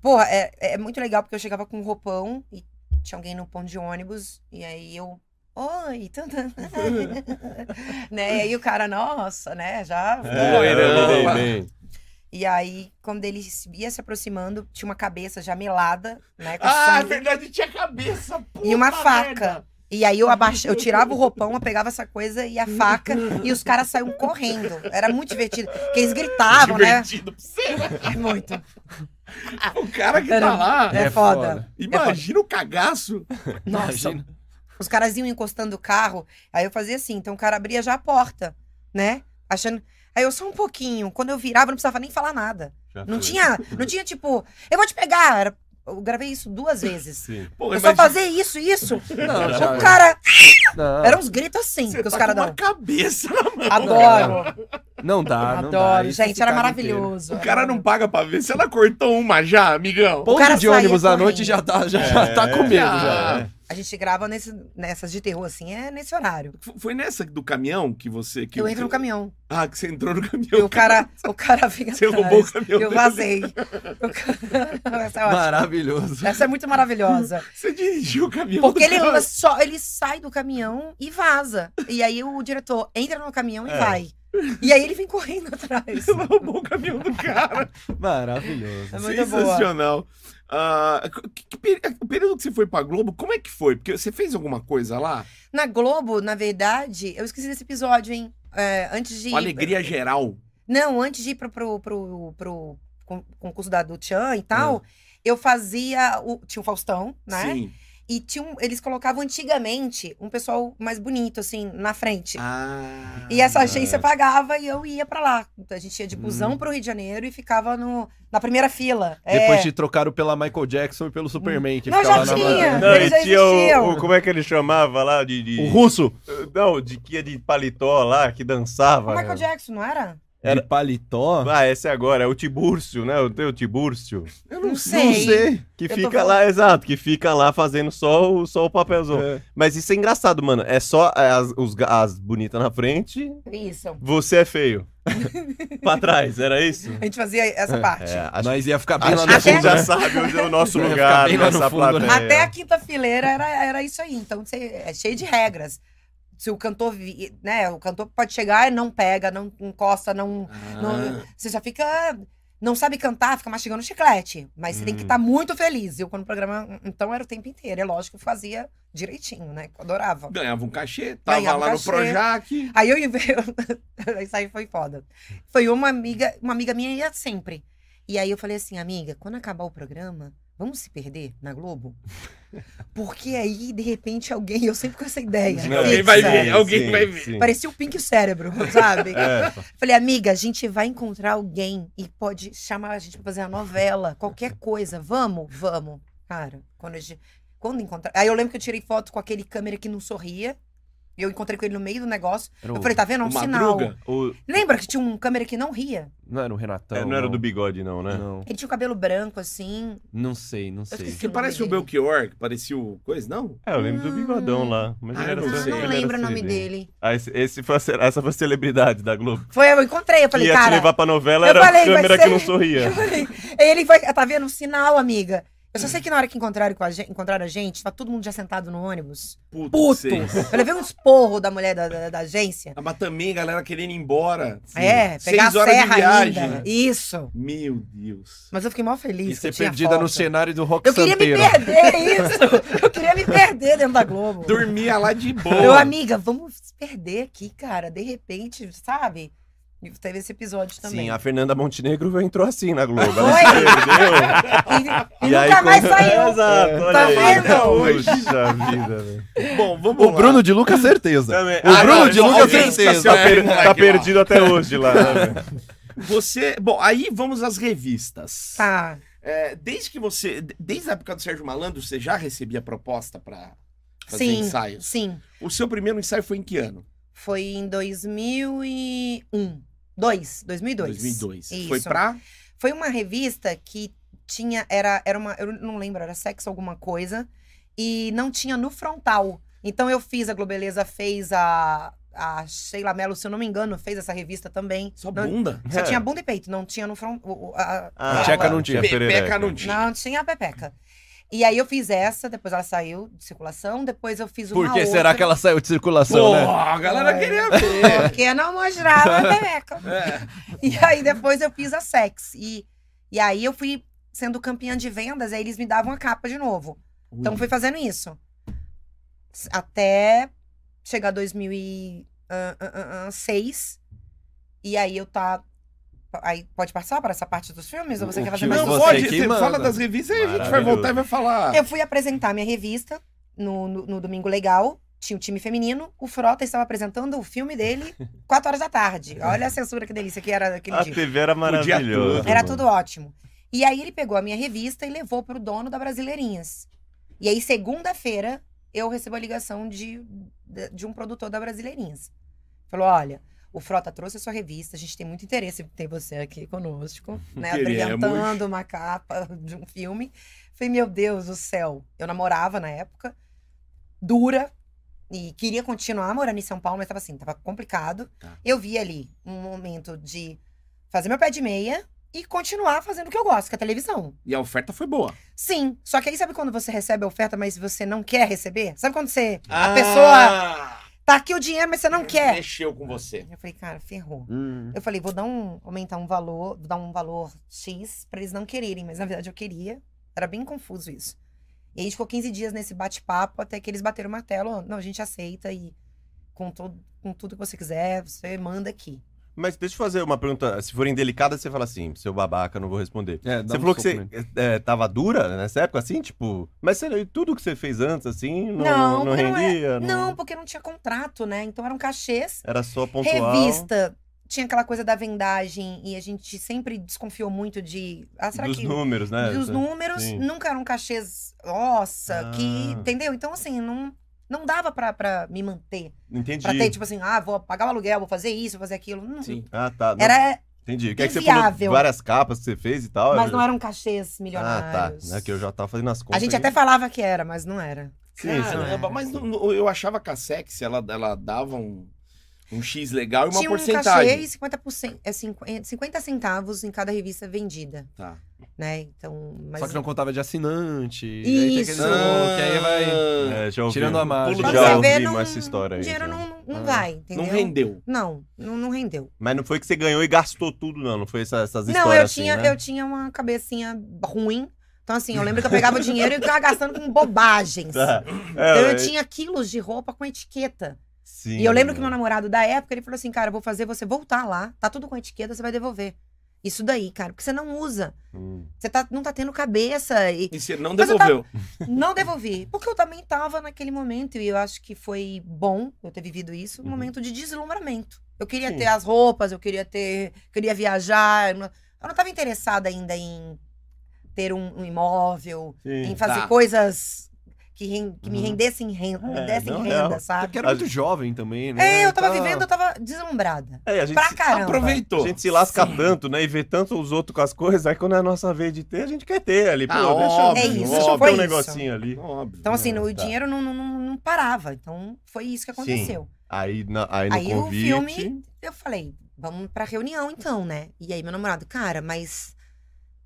D: Porra, é, é muito legal porque eu chegava com um roupão e tinha alguém no ponto de ônibus, e aí eu. Oi, tanta. né? E aí o cara, nossa, né? Já.
B: É,
A: Loira,
B: eu
A: loira.
B: bem, bem.
D: E aí, quando ele se- ia se aproximando, tinha uma cabeça já melada, né? com
A: Ah, é
D: sangue.
A: verdade, tinha cabeça. Puta
D: E uma faca.
A: merda.
D: E aí eu abaixava, eu tirava o roupão, eu pegava essa coisa e a faca, e os caras saíam correndo. Era muito divertido. Porque eles gritavam, né? É
A: Divertido pra você. né?
D: Muito.
A: O cara que tá
D: Era-
A: lá.
D: É foda.
A: Imagina o cagaço.
D: Nossa.
C: Imagina.
D: Os caras iam encostando o carro, aí eu fazia assim, então o cara abria já a porta, né? Achando. Aí eu só um pouquinho. Quando eu virava, eu não precisava nem falar nada.
B: Já
D: Não
B: foi.
D: tinha, não tinha tipo, eu vou te pegar. Era- Eu gravei isso duas vezes.
B: Sim.
A: Pô,
D: Eu só
A: imagina-
D: fazer isso, isso.
C: Não, já-
D: O cara.
C: não.
D: Eram uns gritos assim,
A: Você
D: porque os
A: tá
D: caras
A: com uma
D: dão.
A: cabeça na mão.
D: Adoro,
C: Não dá, Ah, não dá.
D: um adoro.
C: Isso
D: Gente,
C: fica
D: era
C: a vida inteira.
D: maravilhoso.
A: O cara não paga pra ver. Se ela cortou uma já, amigão.
C: Ponto
D: cara
C: de
D: saía
C: ônibus à
D: correndo.
C: noite já tá, já, já tá com medo. Já.
A: Ah,
D: A gente grava nesse, nessas de terror, assim, é nesse horário.
A: f- Foi nessa do caminhão que você. Que
D: eu
A: o-
D: entro no caminhão.
A: Ah, que você entrou no
D: E
A: caminhão.
D: o cara, o cara fica
A: Você
D: atrás.
A: roubou o caminhão.
D: Eu
A: dele.
D: vazei. O cara- Essa é ótima.
C: Maravilhoso.
D: Essa é muito maravilhosa.
A: Você dirigiu o caminhão.
D: Porque
A: do
D: ele
A: cara.
D: só ele sai do caminhão e vaza. E aí o diretor entra no caminhão e
B: É.
D: vai. E aí ele vem correndo atrás.
A: Ela roubou o caminhão do cara.
C: Maravilhoso.
D: É muito boa.
A: Sensacional. Ah, que- que peri- o período que você foi pra Globo, como é que foi? Porque você fez alguma coisa lá?
D: Na Globo, na verdade, eu esqueci desse episódio, hein? É, antes de.
A: Uma alegria geral.
D: Não, antes de ir pro, pro, pro, pro con- concurso da do Tchan e tal, eu fazia. O, tinha o Faustão, né?
A: Hum. Sim.
D: E tinha um- eles colocavam antigamente um pessoal mais bonito, assim, na frente.
A: Ah.
D: E essa agência pagava e eu ia pra lá. Então a gente ia de busão pro Rio de Janeiro e ficava no, na primeira fila. É.
C: Depois te trocaram pela Michael Jackson e pelo Superman. Que
D: Não,
C: ficava
D: já
C: na-
D: tinha.
B: Não,
D: Eles
B: e
D: já
B: tinha o,
D: existiam.
B: o- Como é que ele chamava lá? De, de-
C: O russo
B: Não, de que ia de paletó lá, que dançava.
D: é O Michael
B: né?
D: Jackson, não era?
B: Era-
C: de paletó.
B: Ah, esse agora, é o Tibúrcio, né? O teu Tibúrcio.
A: Eu
D: Não
C: Não
D: sei.
C: sei.
B: Que
D: Eu tô
B: fica
D: falando-
B: lá, exato, que fica lá fazendo só o, só o papelzão.
C: É.
B: Mas isso é engraçado, mano. É só as, os ga- as bonitas na frente,
D: Isso.
B: você é feio. pra trás, era isso?
D: A gente fazia essa parte.
B: É, acho,
C: Nós ia ficar bem
B: acho
C: lá
B: que
C: no
B: a
C: fundo.
B: gente já
C: né?
B: sabe onde é o nosso
C: Ia ficar
B: lugar
C: bem lá no
B: nessa
C: fundo, né?
B: plateia.
D: Até a quinta fileira era, era isso aí. Então você- é cheio de regras. Se o cantor, vi- né? O cantor pode chegar e não pega, não encosta, não.
A: Ah.
D: não- você só fica. Não sabe cantar, fica mastigando chiclete. Mas você tem que
B: Hum.
D: estar muito feliz. Eu, quando o programa. Então era o tempo inteiro. É lógico que eu fazia direitinho, né? que Eu adorava.
A: Ganhava um cachê, tava
D: Ganhava um
A: lá
D: cachê.
A: no Projac.
D: Aí eu inventei. Isso aí foi foda. Foi uma amiga, uma amiga minha ia sempre. E aí eu falei assim, amiga, quando acabar o programa, vamos se perder na Globo? Porque aí, de repente, alguém, eu sempre com essa ideia.
B: Não,
A: Alguém
D: fixa.
A: vai ver, alguém
B: Sim,
A: vai ver.
B: sim.
D: Parecia o Pink Cérebro, sabe?
B: É,
D: Falei, amiga, a gente vai encontrar alguém e pode chamar a gente pra fazer a novela, qualquer coisa. Vamos, vamos. Cara, quando a gente. Quando encontrar. Aí eu lembro que eu tirei foto com aquele câmera que não sorria. E eu encontrei com ele no meio do negócio.
C: Era o-
D: Eu falei, tá vendo? É um
A: O
D: sinal.
A: Madruga.
B: o-
D: Lembra que tinha um câmera que não ria?
C: Não era o Renatão.
B: é, não era do bigode, não, né?
C: Não,
D: Ele tinha o cabelo branco, assim.
C: não sei, não
D: Eu
C: sei.
D: esqueci.
A: Que parece o Belchior, que parecia o coisa, não?
B: É, eu lembro do bigodão lá. Mas
A: Ah,
B: ele
A: eu
B: era
D: Ah,
A: não
B: só-
A: sei,
D: não
B: ele era assim,
D: lembro o
B: só
D: nome
B: ele.
D: dele.
B: Ah, esse, esse foi a ce- essa foi a celebridade da Globo.
D: Foi, eu encontrei, eu
B: Que
D: falei,
B: ia te
D: cara.
B: levar pra novela
D: eu
B: era
D: falei,
B: a
D: vai
B: câmera
D: ser-
B: que não sorria.
D: Eu falei, ele vai. Tá vendo? Um sinal, amiga. Eu só sei que na hora que encontraram, com a gente, encontraram a gente, tá todo mundo já sentado no ônibus.
A: Puto.
D: Puto!
A: sei.
D: Eu levei um esporro da mulher da, da- da agência.
A: Ah, Mas também a galera querendo ir embora.
D: É,
A: Seis
D: pegar a
A: horas de
D: serra
A: viagem. né?
D: ainda. Isso.
A: Meu Deus.
D: Mas eu fiquei mal feliz.
C: E
D: que
C: ser
D: eu tinha
C: perdida
D: foto.
C: no cenário do rock
D: Eu queria me
C: santeiro.
D: perder, isso. Eu queria me perder dentro da Globo.
A: Dormia lá de
D: Meu
A: boa.
D: amiga, vamos se perder aqui, cara. De repente, sabe? E Teve esse episódio também.
B: Sim, a Fernanda Montenegro entrou assim na Globo.
D: Foi? é
B: Ela se perdeu.
D: E, e nunca mais
B: quando-
D: saiu.
B: Exato, olha
D: Tá
B: aí.
D: vendo?
B: Puxa vida, velho.
A: Bom, vamos
C: O
A: lá. Ah,
C: Bruno de Luca, certeza.
B: Também-
C: O Bruno
B: não,
C: de Luca
B: alguém
C: tem certeza,
B: Tá,
A: né,
B: per-
A: moleque,
B: tá
A: lá.
B: perdido até hoje lá. né, velho?
A: Você. Bom, aí vamos às revistas.
D: Tá.
A: É, desde que você. Desde a época do Sérgio Malandro, você já recebia proposta pra fazer
D: Sim,
A: ensaios?
D: sim.
A: O seu primeiro ensaio foi em que ano?
D: Foi em 2001. 2, 2002.
A: 2002.
D: Isso.
A: Foi pra.
D: Foi uma revista que tinha. Era, era uma. Eu não lembro, era sexo alguma coisa. E não tinha no frontal. Então eu fiz, a Globeleza fez, a, a Sheila Mello, se eu não me engano, fez essa revista também.
A: Só
D: não,
A: bunda?
D: Só
B: É.
D: tinha bunda e peito, não tinha no front. o- o- a-
B: Ah,
D: a-
C: tcheca
D: a-
C: não tinha.
A: Pepeca
B: perereca.
A: não tinha.
D: Não tinha a pepeca. E aí eu fiz essa, depois ela saiu de circulação, depois eu fiz uma
C: Por que
D: outra.
C: será que ela saiu de circulação,
A: Pô,
C: né?
A: a galera
D: Ai.
A: queria ver.
D: Porque não mostrava a pepeca.
A: É.
D: E aí depois eu fiz a sex. E, e aí eu fui sendo campeã de vendas, aí eles me davam a capa de novo. Então fui fazendo isso. S- Até chegar ah, 2006. E aí eu tá. Aí pode passar para essa parte dos filmes? Ou você
C: O
D: quer
C: que
D: fazer mais um
A: Não,
C: você
D: uma?
A: pode,
C: que
A: você
C: manda.
A: fala das revistas e a gente vai
B: Maravilhoso.
A: Ah. voltar e vai falar.
D: Eu fui apresentar minha revista no, no, no Domingo Legal. Tinha o time feminino, o Frota estava apresentando o filme dele 4 horas da tarde. Olha a censura que delícia que era aquele
B: A
D: dia.
B: TV era maravilhosa.
A: tudo.
D: Era tudo ótimo. E aí ele pegou a minha revista e levou pro dono da Brasileirinhas. E aí, segunda-feira, eu recebo a ligação de, de um produtor da Brasileirinhas. Falou: olha, o Frota trouxe a sua revista, a gente tem muito interesse em ter você aqui conosco, né?
A: Queremos.
D: Brilhantando uma capa de um filme. Falei, meu Deus do céu. Eu namorava na época, dura, e queria continuar morando em São Paulo, mas tava assim, tava complicado.
A: Tá.
D: Eu vi ali um momento de fazer meu pé de meia e continuar fazendo o que eu gosto, que é a televisão.
A: E a oferta foi boa.
D: Sim, só que aí sabe quando você recebe a oferta, mas você não quer receber? Sabe quando você.
A: A
D: pessoa- Tá aqui o dinheiro, mas você não quer.
A: Mexeu com você.
D: Eu falei, cara, ferrou.
B: Hum.
D: Eu falei, vou dar um, aumentar um valor, vou dar um valor X pra eles não quererem, mas na verdade eu queria. Era bem confuso isso. E aí a gente ficou 15 dias nesse bate-papo até que eles bateram o martelo. ó, Não, a gente aceita e com, todo, com tudo que você quiser, você manda aqui.
B: Mas deixa eu fazer uma pergunta. Se forem delicadas, você fala assim, seu babaca, não vou responder.
C: É, dá
B: Você
C: um
B: falou que
C: soco
B: você
C: nele.
B: é, tava dura nessa época, assim, tipo. Mas você- tudo que você fez antes, assim, não, não,
D: Não, não é-
B: rendia?
D: Não, porque não tinha contrato, né? Então eram cachês.
B: Era só pontual.
D: Revista. Tinha aquela coisa da vendagem e a gente sempre desconfiou muito de. Ah, será
B: dos
D: que.
B: números, né?
D: dos números,
B: Sim.
D: nunca eram cachês. Nossa,
B: Ah.
D: que. Entendeu? Então, assim, não, não dava pra, pra me manter.
B: Entendi.
D: Pra ter, tipo assim, ah, vou pagar o aluguel, vou fazer isso, vou fazer aquilo. Não,
A: Sim.
B: Ah, tá. Não,
D: Era,
B: Entendi. O que é que você
D: inviável.
B: falou? Várias capas que você fez e tal.
D: mas
B: eu
D: não
B: já-
D: eram cachês milionários.
B: Ah, tá. É que eu já tava fazendo as contas.
D: A gente até
B: aqui.
D: falava que era, mas não era.
B: Sim, sim.
A: Caramba, mas não- não- eu achava que a Sex, ela, ela dava um, um X legal e uma
D: Tinha um cachê e
A: porcentagem.
D: 50%, é 50, 50 centavos em cada revista vendida,
A: Tá.
D: né? Então, mas
C: Só que não contava de assinante.
A: Ah,
D: Isso. Ah.
C: Aí tem aquele... Que aí vai...
B: É, já ouvi.
C: Tirando a margem.
B: Pulo
A: Quando
B: já
A: você
B: ouvi
D: vê,
B: mais
D: não-
B: essa história
D: o
B: aí.
D: dinheiro
B: já.
D: não, não
C: Ah.
D: vai,
A: Não
D: entendeu?
A: rendeu.
D: Não, não, não rendeu.
B: Mas não foi que você ganhou e gastou tudo, não. Não foi essa- essas
D: Não,
B: histórias
D: eu tinha,
B: assim, né?
D: eu tinha uma cabecinha ruim. Então, assim, eu lembro que eu pegava o dinheiro e ficava gastando com bobagens.
B: Tá.
D: Então,
B: É,
D: eu
B: é-
D: tinha quilos de roupa com etiqueta.
B: Sim. né?
D: E eu lembro que meu namorado da época, ele falou assim, cara, eu vou fazer você voltar lá, tá tudo com etiqueta, você vai devolver. Isso daí, cara, porque você não usa.
B: Hum.
D: Você tá, não tá tendo cabeça e
A: E você não
D: Mas eu
A: devolveu.
D: não devolvi. Porque eu também tava naquele momento, e eu acho que foi bom eu ter vivido isso, um
B: Uhum.
D: momento de deslumbramento. Eu queria
B: Sim.
D: ter as roupas, eu queria ter. queria viajar. Eu não, eu não tava interessada ainda em ter um, um imóvel, em
B: Sim.
D: fazer
A: Tá.
D: coisas que, ren- que me
C: Uhum.
D: rendessem renda, me
B: É,
D: dessem
B: não, então
D: renda,
B: real.
D: sabe?
C: Porque era muito jovem também, né?
D: É, eu tava
C: Tá-
D: vivendo, eu tava deslumbrada.
B: É, a gente
D: Pra
B: se-
D: caramba.
B: A
A: Aproveitou.
B: gente se lasca
A: Sim.
B: tanto, né? E vê tanto os outros com as coisas, aí quando é a nossa vez de ter, a gente quer ter ali. Pô,
A: Ah,
B: deixa,
A: óbvio,
D: É isso,
B: deixa
A: foi
B: eu ter um
D: isso.
B: negocinho ali.
A: Óbvio.
D: Então, assim,
B: É,
D: o
B: tá.
D: dinheiro não, não- não- não parava. Então, foi isso que
B: Sim.
D: aconteceu.
B: Aí, na- aí no
D: Aí o
B: convite.
D: filme- Eu falei, vamos pra reunião então, né? E aí meu namorado, cara, mas.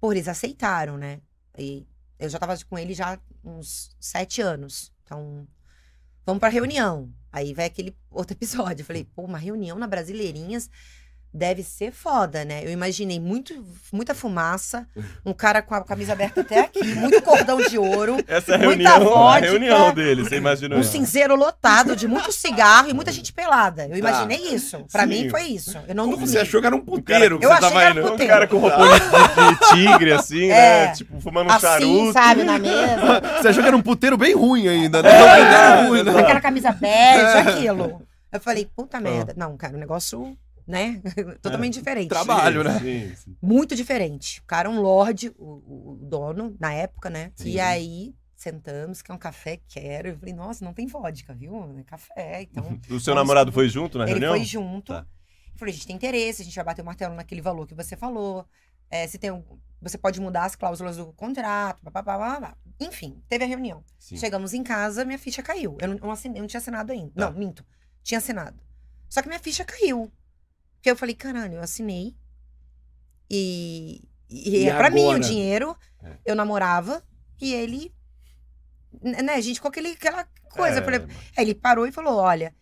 D: Pô, eles aceitaram, né? E eu já tava com ele já uns sete anos. Então, vamos pra reunião. Aí vai aquele outro episódio. Eu falei, pô, uma reunião na Brasileirinhas deve ser foda, né? Eu imaginei muito, muita fumaça, um cara com a camisa aberta até aqui, muito cordão de ouro.
B: Essa é a reunião,
D: Muita
B: a
D: vodka.
B: reunião dele, você imaginou?
D: Um cinzeiro lotado de muito cigarro e muita gente pelada. Eu imaginei isso. Pra
B: Hum. Tá. Sim. é
D: mim foi isso. Eu não
A: Pô,
D: dormi.
A: Você achou que era um puteiro? que
D: Eu
A: você
D: achei
A: tava
D: que era
A: indo.
D: puteiro.
B: Um cara com roupão de, de tigre, assim,
D: É.
B: né? Tipo, fumando um
D: assim,
B: charuto.
D: sabe, na mesa.
C: Você achou que era um puteiro bem ruim ainda, né?
B: É.
C: Bem ruim, né?
D: Aquela camisa bege, aquilo. Eu falei,
B: Ah.
D: puta merda. Não, cara, o negócio, né?
B: É,
D: Totalmente diferente.
C: Trabalho. né?
B: Sim, sim.
D: Muito diferente. O cara, um lorde, o- o, o dono, na época, né?
B: Sim.
D: E aí, sentamos, quer um café? Quero. Eu falei, nossa, não tem vodka, viu? É café, então...
B: O seu namorado foi junto na
D: Ele
B: reunião?
D: foi junto.
B: Tá.
D: Eu falei, a gente tem interesse, a gente vai bater o martelo naquele valor que você falou. É, se tem um- você pode mudar as cláusulas do contrato, blá, blá, blá, blá, blá. Enfim, teve a reunião.
B: Sim.
D: Chegamos em casa, minha ficha caiu. Eu não, eu não assinei- eu não tinha assinado ainda.
B: Tá.
D: Não, minto. Tinha assinado. Só que minha ficha caiu. Porque eu falei, caralho, eu assinei. E, e,
A: E
D: é pra mim o
A: agora?
D: dinheiro.
B: É.
D: Eu namorava e ele. n- Né, a gente ficou aquele, aquela coisa.
B: É,
D: Eu falei, Aí ele parou e falou: Olha,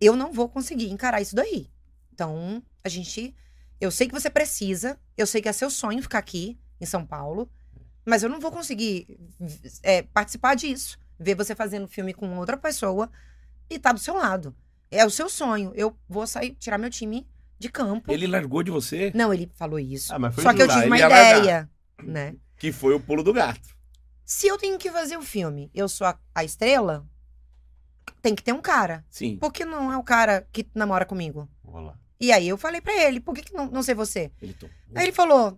D: eu não vou conseguir encarar isso daí. Então, a gente. Eu sei que você precisa, eu sei que é seu sonho ficar aqui em São Paulo, mas eu não vou conseguir é, participar disso. Ver você fazendo filme com outra pessoa e tá do seu lado. É o seu sonho. Eu vou sair, tirar meu time de campo.
A: Ele largou de você,
D: Não, ele falou isso.
B: Ah, mas foi
D: Só que eu
A: junto.
D: tive
A: Ah,
D: uma
A: ele ia largar. Uhum.
D: ideia, né?
A: que foi o pulo do gato.
D: Se eu tenho que fazer o filme, eu sou a, a estrela, tem que ter um cara.
A: Sim.
D: Por que não é o cara que namora comigo?
B: Olá.
D: E aí eu falei pra ele, por que, que não, não sei você?
A: Ele tomou.
D: Aí ele falou,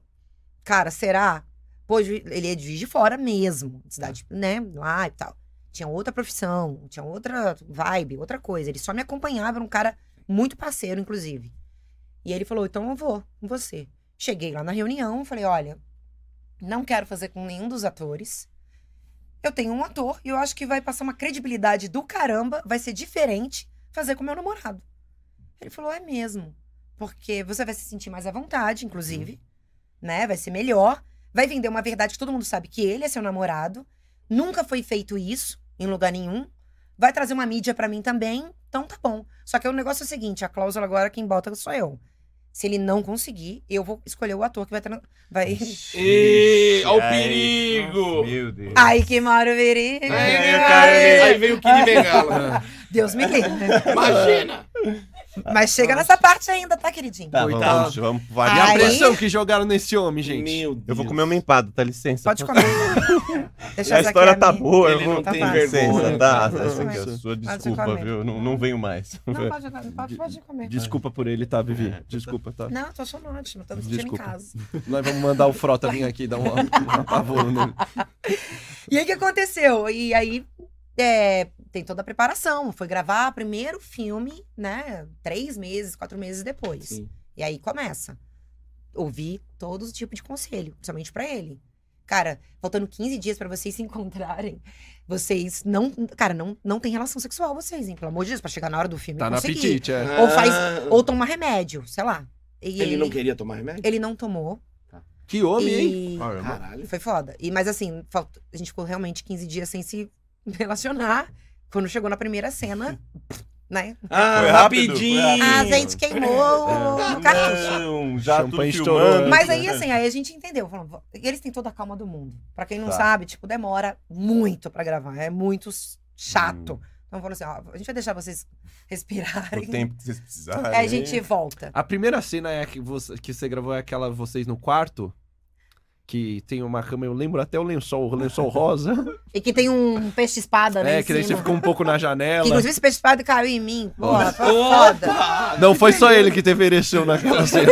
D: cara, será? Pô, Ju- ele é de Juiz de Fora mesmo, de cidade, né, lá e tal. Tinha outra profissão, tinha outra vibe, outra coisa. Ele só me acompanhava, era um cara muito parceiro, inclusive. E ele falou, então eu vou com você. Cheguei lá na reunião, falei, olha, não quero fazer com nenhum dos atores. Eu tenho um ator e eu acho que vai passar uma credibilidade do caramba, vai ser diferente fazer com meu namorado. Ele falou, é mesmo. Porque você vai se sentir mais à vontade, inclusive né? Vai ser melhor. Vai vender uma verdade que todo mundo sabe que ele é seu namorado. Nunca foi feito isso em lugar nenhum. Vai trazer uma mídia pra mim também. Então tá bom. Só que o negócio é o seguinte: a cláusula agora quem bota sou eu. Se ele não conseguir, eu vou escolher o ator que vai. tra-
B: É.
D: vai...
A: Ih, olha o
B: Ai,
A: perigo!
B: É Meu Deus.
D: Ai, que maravilha!
A: Aí, cara, aí veio o Kid Bengala.
D: Deus me livre.
A: Imagina!
D: Mas chega nessa parte ainda, tá, queridinho?
B: Tá,
A: Coitado.
B: vamos, vamos
C: E a
D: Aí-
B: variar.
C: pressão que jogaram nesse homem, gente.
A: Meu Deus.
B: Eu vou comer uma empada, tá licença.
D: Pode comer. Deixa
B: a
D: essa aqui,
B: história tá
D: minha.
B: boa,
A: Ele
B: eu
A: não
B: vou
A: tem
D: Tá
A: vergonha.
B: licença, tá?
C: Tá
B: Essa aqui é
D: bom.
B: a sua
D: Pode
B: desculpa,
D: comer.
B: viu? Não, não venho mais.
D: Não, pode, pode, pode comer.
C: Desculpa por ele, tá, Vivi? Desculpa, tá?
D: Não, tô achando ótimo, tô me sentindo
C: Desculpa.
D: em casa.
C: Nós vamos mandar o Frota vir aqui e dar um, um apavoro nele.
D: E aí o que aconteceu? E aí é, tem toda a preparação. Foi gravar o primeiro filme, né? Três meses, quatro meses depois.
A: Sim.
D: E aí começa. Ouvir todo tipo de conselho, principalmente pra ele. Cara, faltando 15 dias pra vocês se encontrarem, vocês não. Cara, não, não tem relação sexual vocês, hein? Pelo amor de Deus, pra chegar na hora do filme.
C: Tá
D: e
C: no
D: conseguir.
C: apetite, é.
D: Ou faz-
A: Ah,
D: Ou tomar remédio, sei lá. E
A: Ele não queria tomar remédio?
D: ele não tomou.
C: Que homem, hein?
D: e...
B: Caramba.
A: Caralho.
D: Foi foda. E, mas assim, falt- a gente ficou realmente 15 dias sem se relacionar. Quando chegou na primeira cena, né?
A: Ah,
B: Foi rápido,
A: rapidinho.
B: foi
D: A Ah, gente queimou
A: É.
D: o cartucho.
B: Não, já tudo
C: Champanhe
B: filmando.
C: estourando.
D: Mas aí, assim, aí a gente entendeu. Falando, eles têm toda a calma do mundo. Pra quem não
B: Tá.
D: sabe, tipo, demora muito pra gravar. É muito s- chato.
A: Hum.
D: Então falou assim: ó, a gente vai deixar vocês respirarem.
B: O tempo que vocês precisarem.
D: Aí a É, gente volta.
C: A primeira cena é a que você, que você gravou é aquela vocês no quarto. Que tem uma cama, eu lembro até o lençol, o lençol rosa.
D: E que tem um peixe-espada, né?
C: é,
D: em
C: que daí você
D: cima.
C: ficou um pouco na
D: Que,
C: janela.
D: inclusive esse peixe-espada caiu em mim. Pô,
C: Nossa.
D: foi foda.
C: Não foi só ele que te ereceu naquela cena.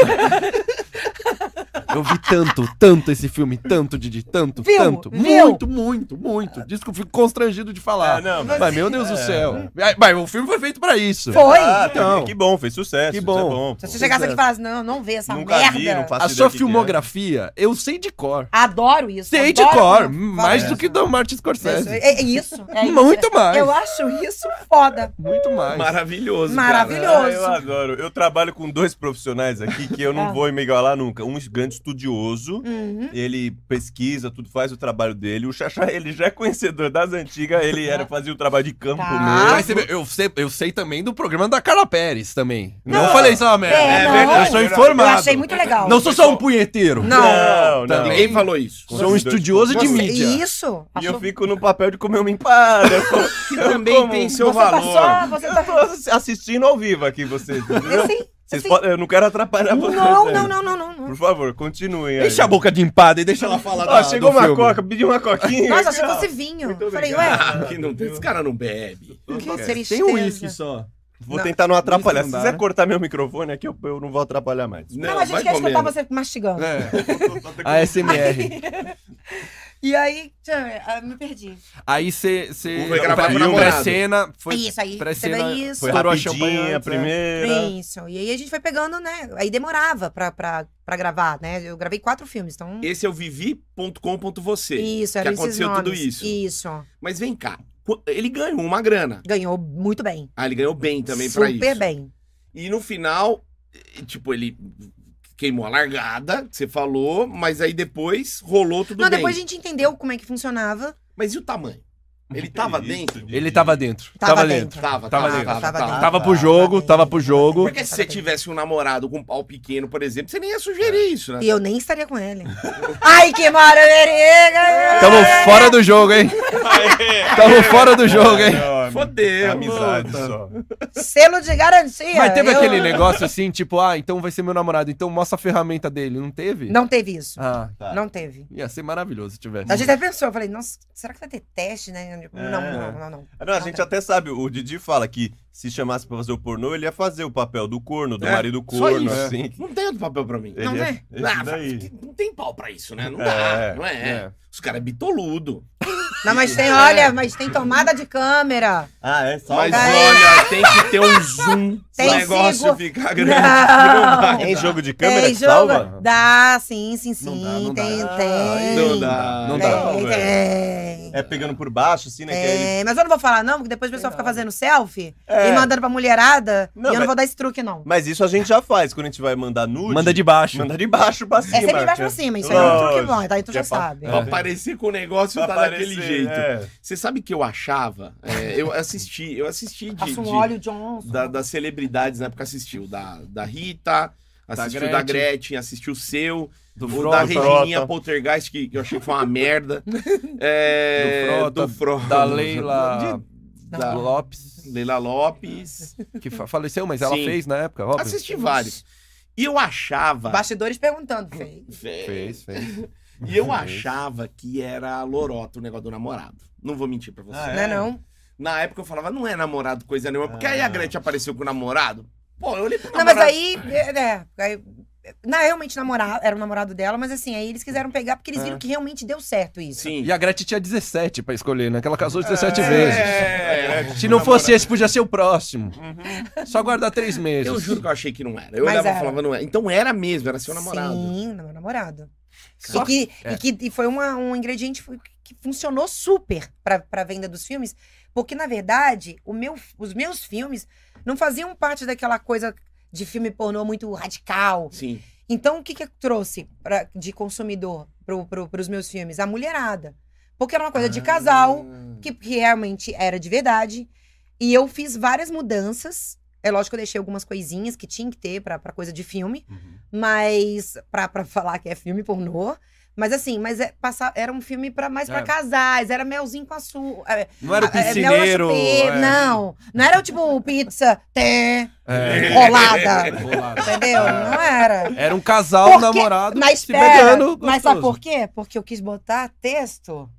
C: Eu vi tanto, tanto esse filme, tanto, Didi, tanto,
D: Viu?
C: tanto.
D: Viu?
C: Muito, muito, muito. Desculpa, fico constrangido de falar.
D: É,
B: Ah, não, mas...
C: Mas, meu Deus do céu. Ai, Mas o filme foi feito pra isso.
D: Foi!
B: Ah,
C: Então.
B: Que bom, fez sucesso.
C: Que
B: isso é
C: bom.
D: Se você
C: Pois
D: chegasse
C: é.
D: aqui e falasse, não, não vê essa
B: Nunca
D: merda.
B: vi, não faço
C: A
B: ideia
C: sua
B: do que que é.
C: filmografia, eu sei de cor.
D: Adoro isso.
C: Sei de
D: adoro
C: cor.
D: quando
C: Mais
D: fala
C: do que
D: isso.
C: do Martin
D: Isso,
C: Scorsese.
D: É, é isso. é isso.
C: Muito mais.
D: Eu acho isso foda.
C: Muito mais.
A: Maravilhoso.
D: Maravilhoso.
A: cara.
B: Ah, eu adoro. Eu trabalho com dois profissionais aqui que eu não
D: Ah.
B: vou me igualar nunca. Um grande estudioso,
D: Uhum.
B: ele pesquisa, tudo faz o trabalho dele. O Xaxá, ele já é conhecedor das antigas, ele era fazia o trabalho de campo
D: Tá.
B: mesmo.
C: Mas você vê, eu, sei, eu sei também do programa da Carla Pérez também. Não,
B: Não.
C: falei só uma merda.
D: É, não.
C: verdade, eu sou informado.
D: Eu achei muito legal.
C: Não sou só um punheteiro.
D: Não. Então
B: Não, não.
C: Também.
A: Ninguém falou isso.
C: Sou um estudioso de
D: Você-
C: mídia.
D: Isso.
B: E
D: Acho-
B: eu fico no papel de comer uma empada.
A: Que
B: Eu
A: também
B: como-
A: tem seu
D: você
A: valor.
D: Tá só, você
B: Eu
D: tá...
B: tô ass- assistindo ao vivo aqui vocês. entendeu?
D: Assim,
B: Vocês
D: assim.
B: podem- eu não quero atrapalhar vocês.
D: Não,
B: aí.
D: não, não, não, não, não.
B: Por favor, continuem aí.
C: Deixa a boca de empada e deixa ela falar
B: é Ó, chegou uma
C: coca.
B: coca, pedi uma coquinha.
D: Nossa, achei que
B: Tchau.
D: fosse vinho.
B: Muito
D: Falei, ué,
A: Ah, que não tem. Esse cara não bebe.
D: que
B: Nossa,
D: tristeza.
C: Tem um uísque
B: né?
C: só.
B: Vou
D: Não,
B: tentar não atrapalhar.
C: não
B: Se
C: dá,
B: quiser
C: né?
B: cortar meu microfone aqui, eu, eu não vou atrapalhar mais.
D: Não, a gente
A: vai
D: quer escutar
A: comendo.
D: você mastigando.
C: É. A SMR.
D: E aí, deixa eu ver, ah, me perdi. É
C: Aí você. Cê...
A: Foi gravar
C: o
A: pra namorado.
C: pré-cena foi.
D: isso aí, você
C: pré-cena
D: vê isso.
B: Foi
C: Estourou a champanhe
B: rapidinha a
C: antes, né?
B: primeira.
D: Isso. E aí a gente foi pegando, né? Aí demorava pra, pra, pra gravar, né? Eu gravei quatro filmes, então.
A: Esse é o vivi.com.você.
D: Isso,
A: que
D: era esses
A: aconteceu
D: nomes.
A: tudo isso.
D: Isso.
A: Mas vem cá. qu- Ele ganhou uma grana.
D: Ganhou muito bem.
A: Ah, ele ganhou bem também pra
D: Super
A: isso.
D: bem.
A: E no final, eh, tipo, ele queimou a largada, que você falou, mas aí depois rolou tudo
D: Não,
A: bem.
D: depois a gente entendeu como é que funcionava.
A: Mas e o tamanho? Ele tava dentro?
C: Ele tava dentro.
D: Tava
C: Tava,
D: dentro.
C: dentro.
A: Tava,
C: Tava
A: tava,
C: dentro.
A: tava,
D: Tava
A: tava.
D: dentro.
C: Tava pro jogo,
D: dentro.
C: tava pro jogo.
A: Porque se você tivesse um namorado com um pau pequeno, por exemplo, você nem ia
B: É.
A: sugerir isso, né?
D: E eu nem estaria com ele. Ai, que maravilha!
C: Tá
B: É,
C: Tamo fora do jogo, hein? Tamo fora do jogo, hein?
B: Não, sabe?
A: Fodeu.
B: é Amizade
C: Puta.
B: só.
D: Selo de garantia.
C: Mas teve
D: Eu-
C: aquele negócio assim, tipo, ah, então vai ser meu namorado, então mostra a ferramenta dele. Não teve?
D: Não teve isso.
C: Ah,
B: Tá.
D: Não teve.
C: ia ser maravilhoso se tivesse.
D: A gente até pensou, eu falei, nossa, será que vai ter teste, né? Eu- Não, não, não, não.
B: Ah, Não, a gente até sabe, o Didi fala que se chamasse pra fazer o pornô, ele ia fazer o papel do corno, do
A: É,
B: marido
A: só
B: corno,
A: isso.
B: assim.
A: Não tem outro papel pra mim.
B: Ele
D: Não
B: ia-
D: é?
B: esse
A: Ah,
B: daí.
A: não tem pau pra isso, né? Não
B: É,
A: dá, não é?
C: é.
A: Os caras é bitoludo.
D: Não, mas tem, olha, mas tem tomada de câmera.
B: Ah, é? Só
A: Mas
D: dá.
A: olha, tem que ter um zoom.
D: Tem
A: o negócio
D: sigo-
A: ficar grande.
D: Não.
A: vai
B: Tem
A: dar.
B: jogo de câmera
D: tem
B: que salva?
D: Dá, sim, sim, sim.
C: Não dá, não dá.
D: tem,
B: Ah,
D: tem.
A: Não dá.
C: Não
D: Tem,
C: dá.
B: Não, velho.
D: tem.
B: É pegando por baixo, assim, né? que aí ele-
D: Tem, mas eu não vou falar, não, porque depois o pessoal fica fazendo selfie
B: É.
D: e mandando pra mulherada.
B: Não,
D: e eu
B: mas-
D: não vou dar esse truque, não.
B: Mas isso a gente já faz, quando a gente vai mandar nude.
C: Manda de baixo.
B: Manda de baixo pra cima.
D: É sempre de baixo pra cima, isso aí é um
B: Lógico.
D: truque bom, tá? Aí tu
B: Que é
D: já
B: pra-
D: sabe.
A: Pra aparecer com o negócio,
B: Pra
A: tá
B: aparecer,
A: daquele jeito.
B: é.
A: Você sabe que eu achava? É, eu assisti, eu assisti de,
D: Passa um
A: de-
D: óleo Johnson.
A: da- das celebridades na época assistiu. Da, da Rita, assistiu
C: Gretchen.
A: da Gretchen, assistiu o seu,
C: Do
A: o
C: Frota,
A: da Regininha
B: Frota.
A: Poltergeist, que, que eu achei que foi uma merda. É,
C: Do Frota,
A: Frota,
C: da Leila
A: de- da
C: Lopes,
A: Leila Lopes.
C: que fa- faleceu, mas ela
A: Sim.
C: fez na época, óbvio.
A: Assisti vários. E eu achava.
D: Bastidores perguntando, fez.
C: Fez, fez.
A: E eu achava que era lorota o negócio do namorado. Não vou mentir pra você.
B: Ah,
D: Não
B: É.
D: é não?
A: Na época eu falava, não é namorado coisa nenhuma, porque
B: Ah.
A: aí a Gretchen apareceu com o namorado. Pô, eu olhei pro
D: Não,
A: namorado.
D: mas aí, é, é, aí- na realmente namorado, era o namorado dela, mas assim, aí eles quiseram pegar porque eles
C: É.
D: viram que realmente deu certo isso.
A: Sim.
C: E a Gretchen tinha 17 pra escolher, né? Que ela casou 17 vezes.
A: É,
C: Se
D: Uhum.
C: não fosse esse, podia ser o próximo. Só guardar três meses.
A: Eu juro que eu achei que não era. Eu
D: Mas
A: olhava e
D: era.
A: falava, não era. Então era mesmo, era seu namorado.
D: Sim, meu namorado.
C: Só
D: E que,
C: é.
D: e que e foi uma- um ingrediente fu- que funcionou super pra, pra venda dos filmes, porque, na verdade, o meu- os meus filmes não faziam parte daquela coisa de filme pornô muito radical.
A: Sim.
D: Então, o que que eu trouxe pra- de consumidor pro, pro, pros meus filmes? A mulherada. Porque era uma coisa
A: Ah.
D: de casal, que que realmente era de verdade. E eu fiz várias mudanças. É lógico que eu deixei algumas coisinhas que tinha que ter pra, pra coisa de filme,
C: Uhum.
D: mas. Pra, pra falar que é filme pornô. Mas assim, mas é, passar, era um filme pra, mais pra
C: É.
D: casais, era melzinho com açúcar. é,
C: Não era o
D: é, mel na
C: piscineiro.
D: chupeira,
C: é.
D: Não, não era o tipo pizza, té,
C: É.
D: rolada.
C: Bolado.
D: entendeu? Não era.
C: Era um casal
D: É. Porque-
C: namorado
D: Mas
C: se
D: espera,
C: pegando.
D: mas
C: tipo gostoso.
D: sabe por quê? Porque eu quis botar texto.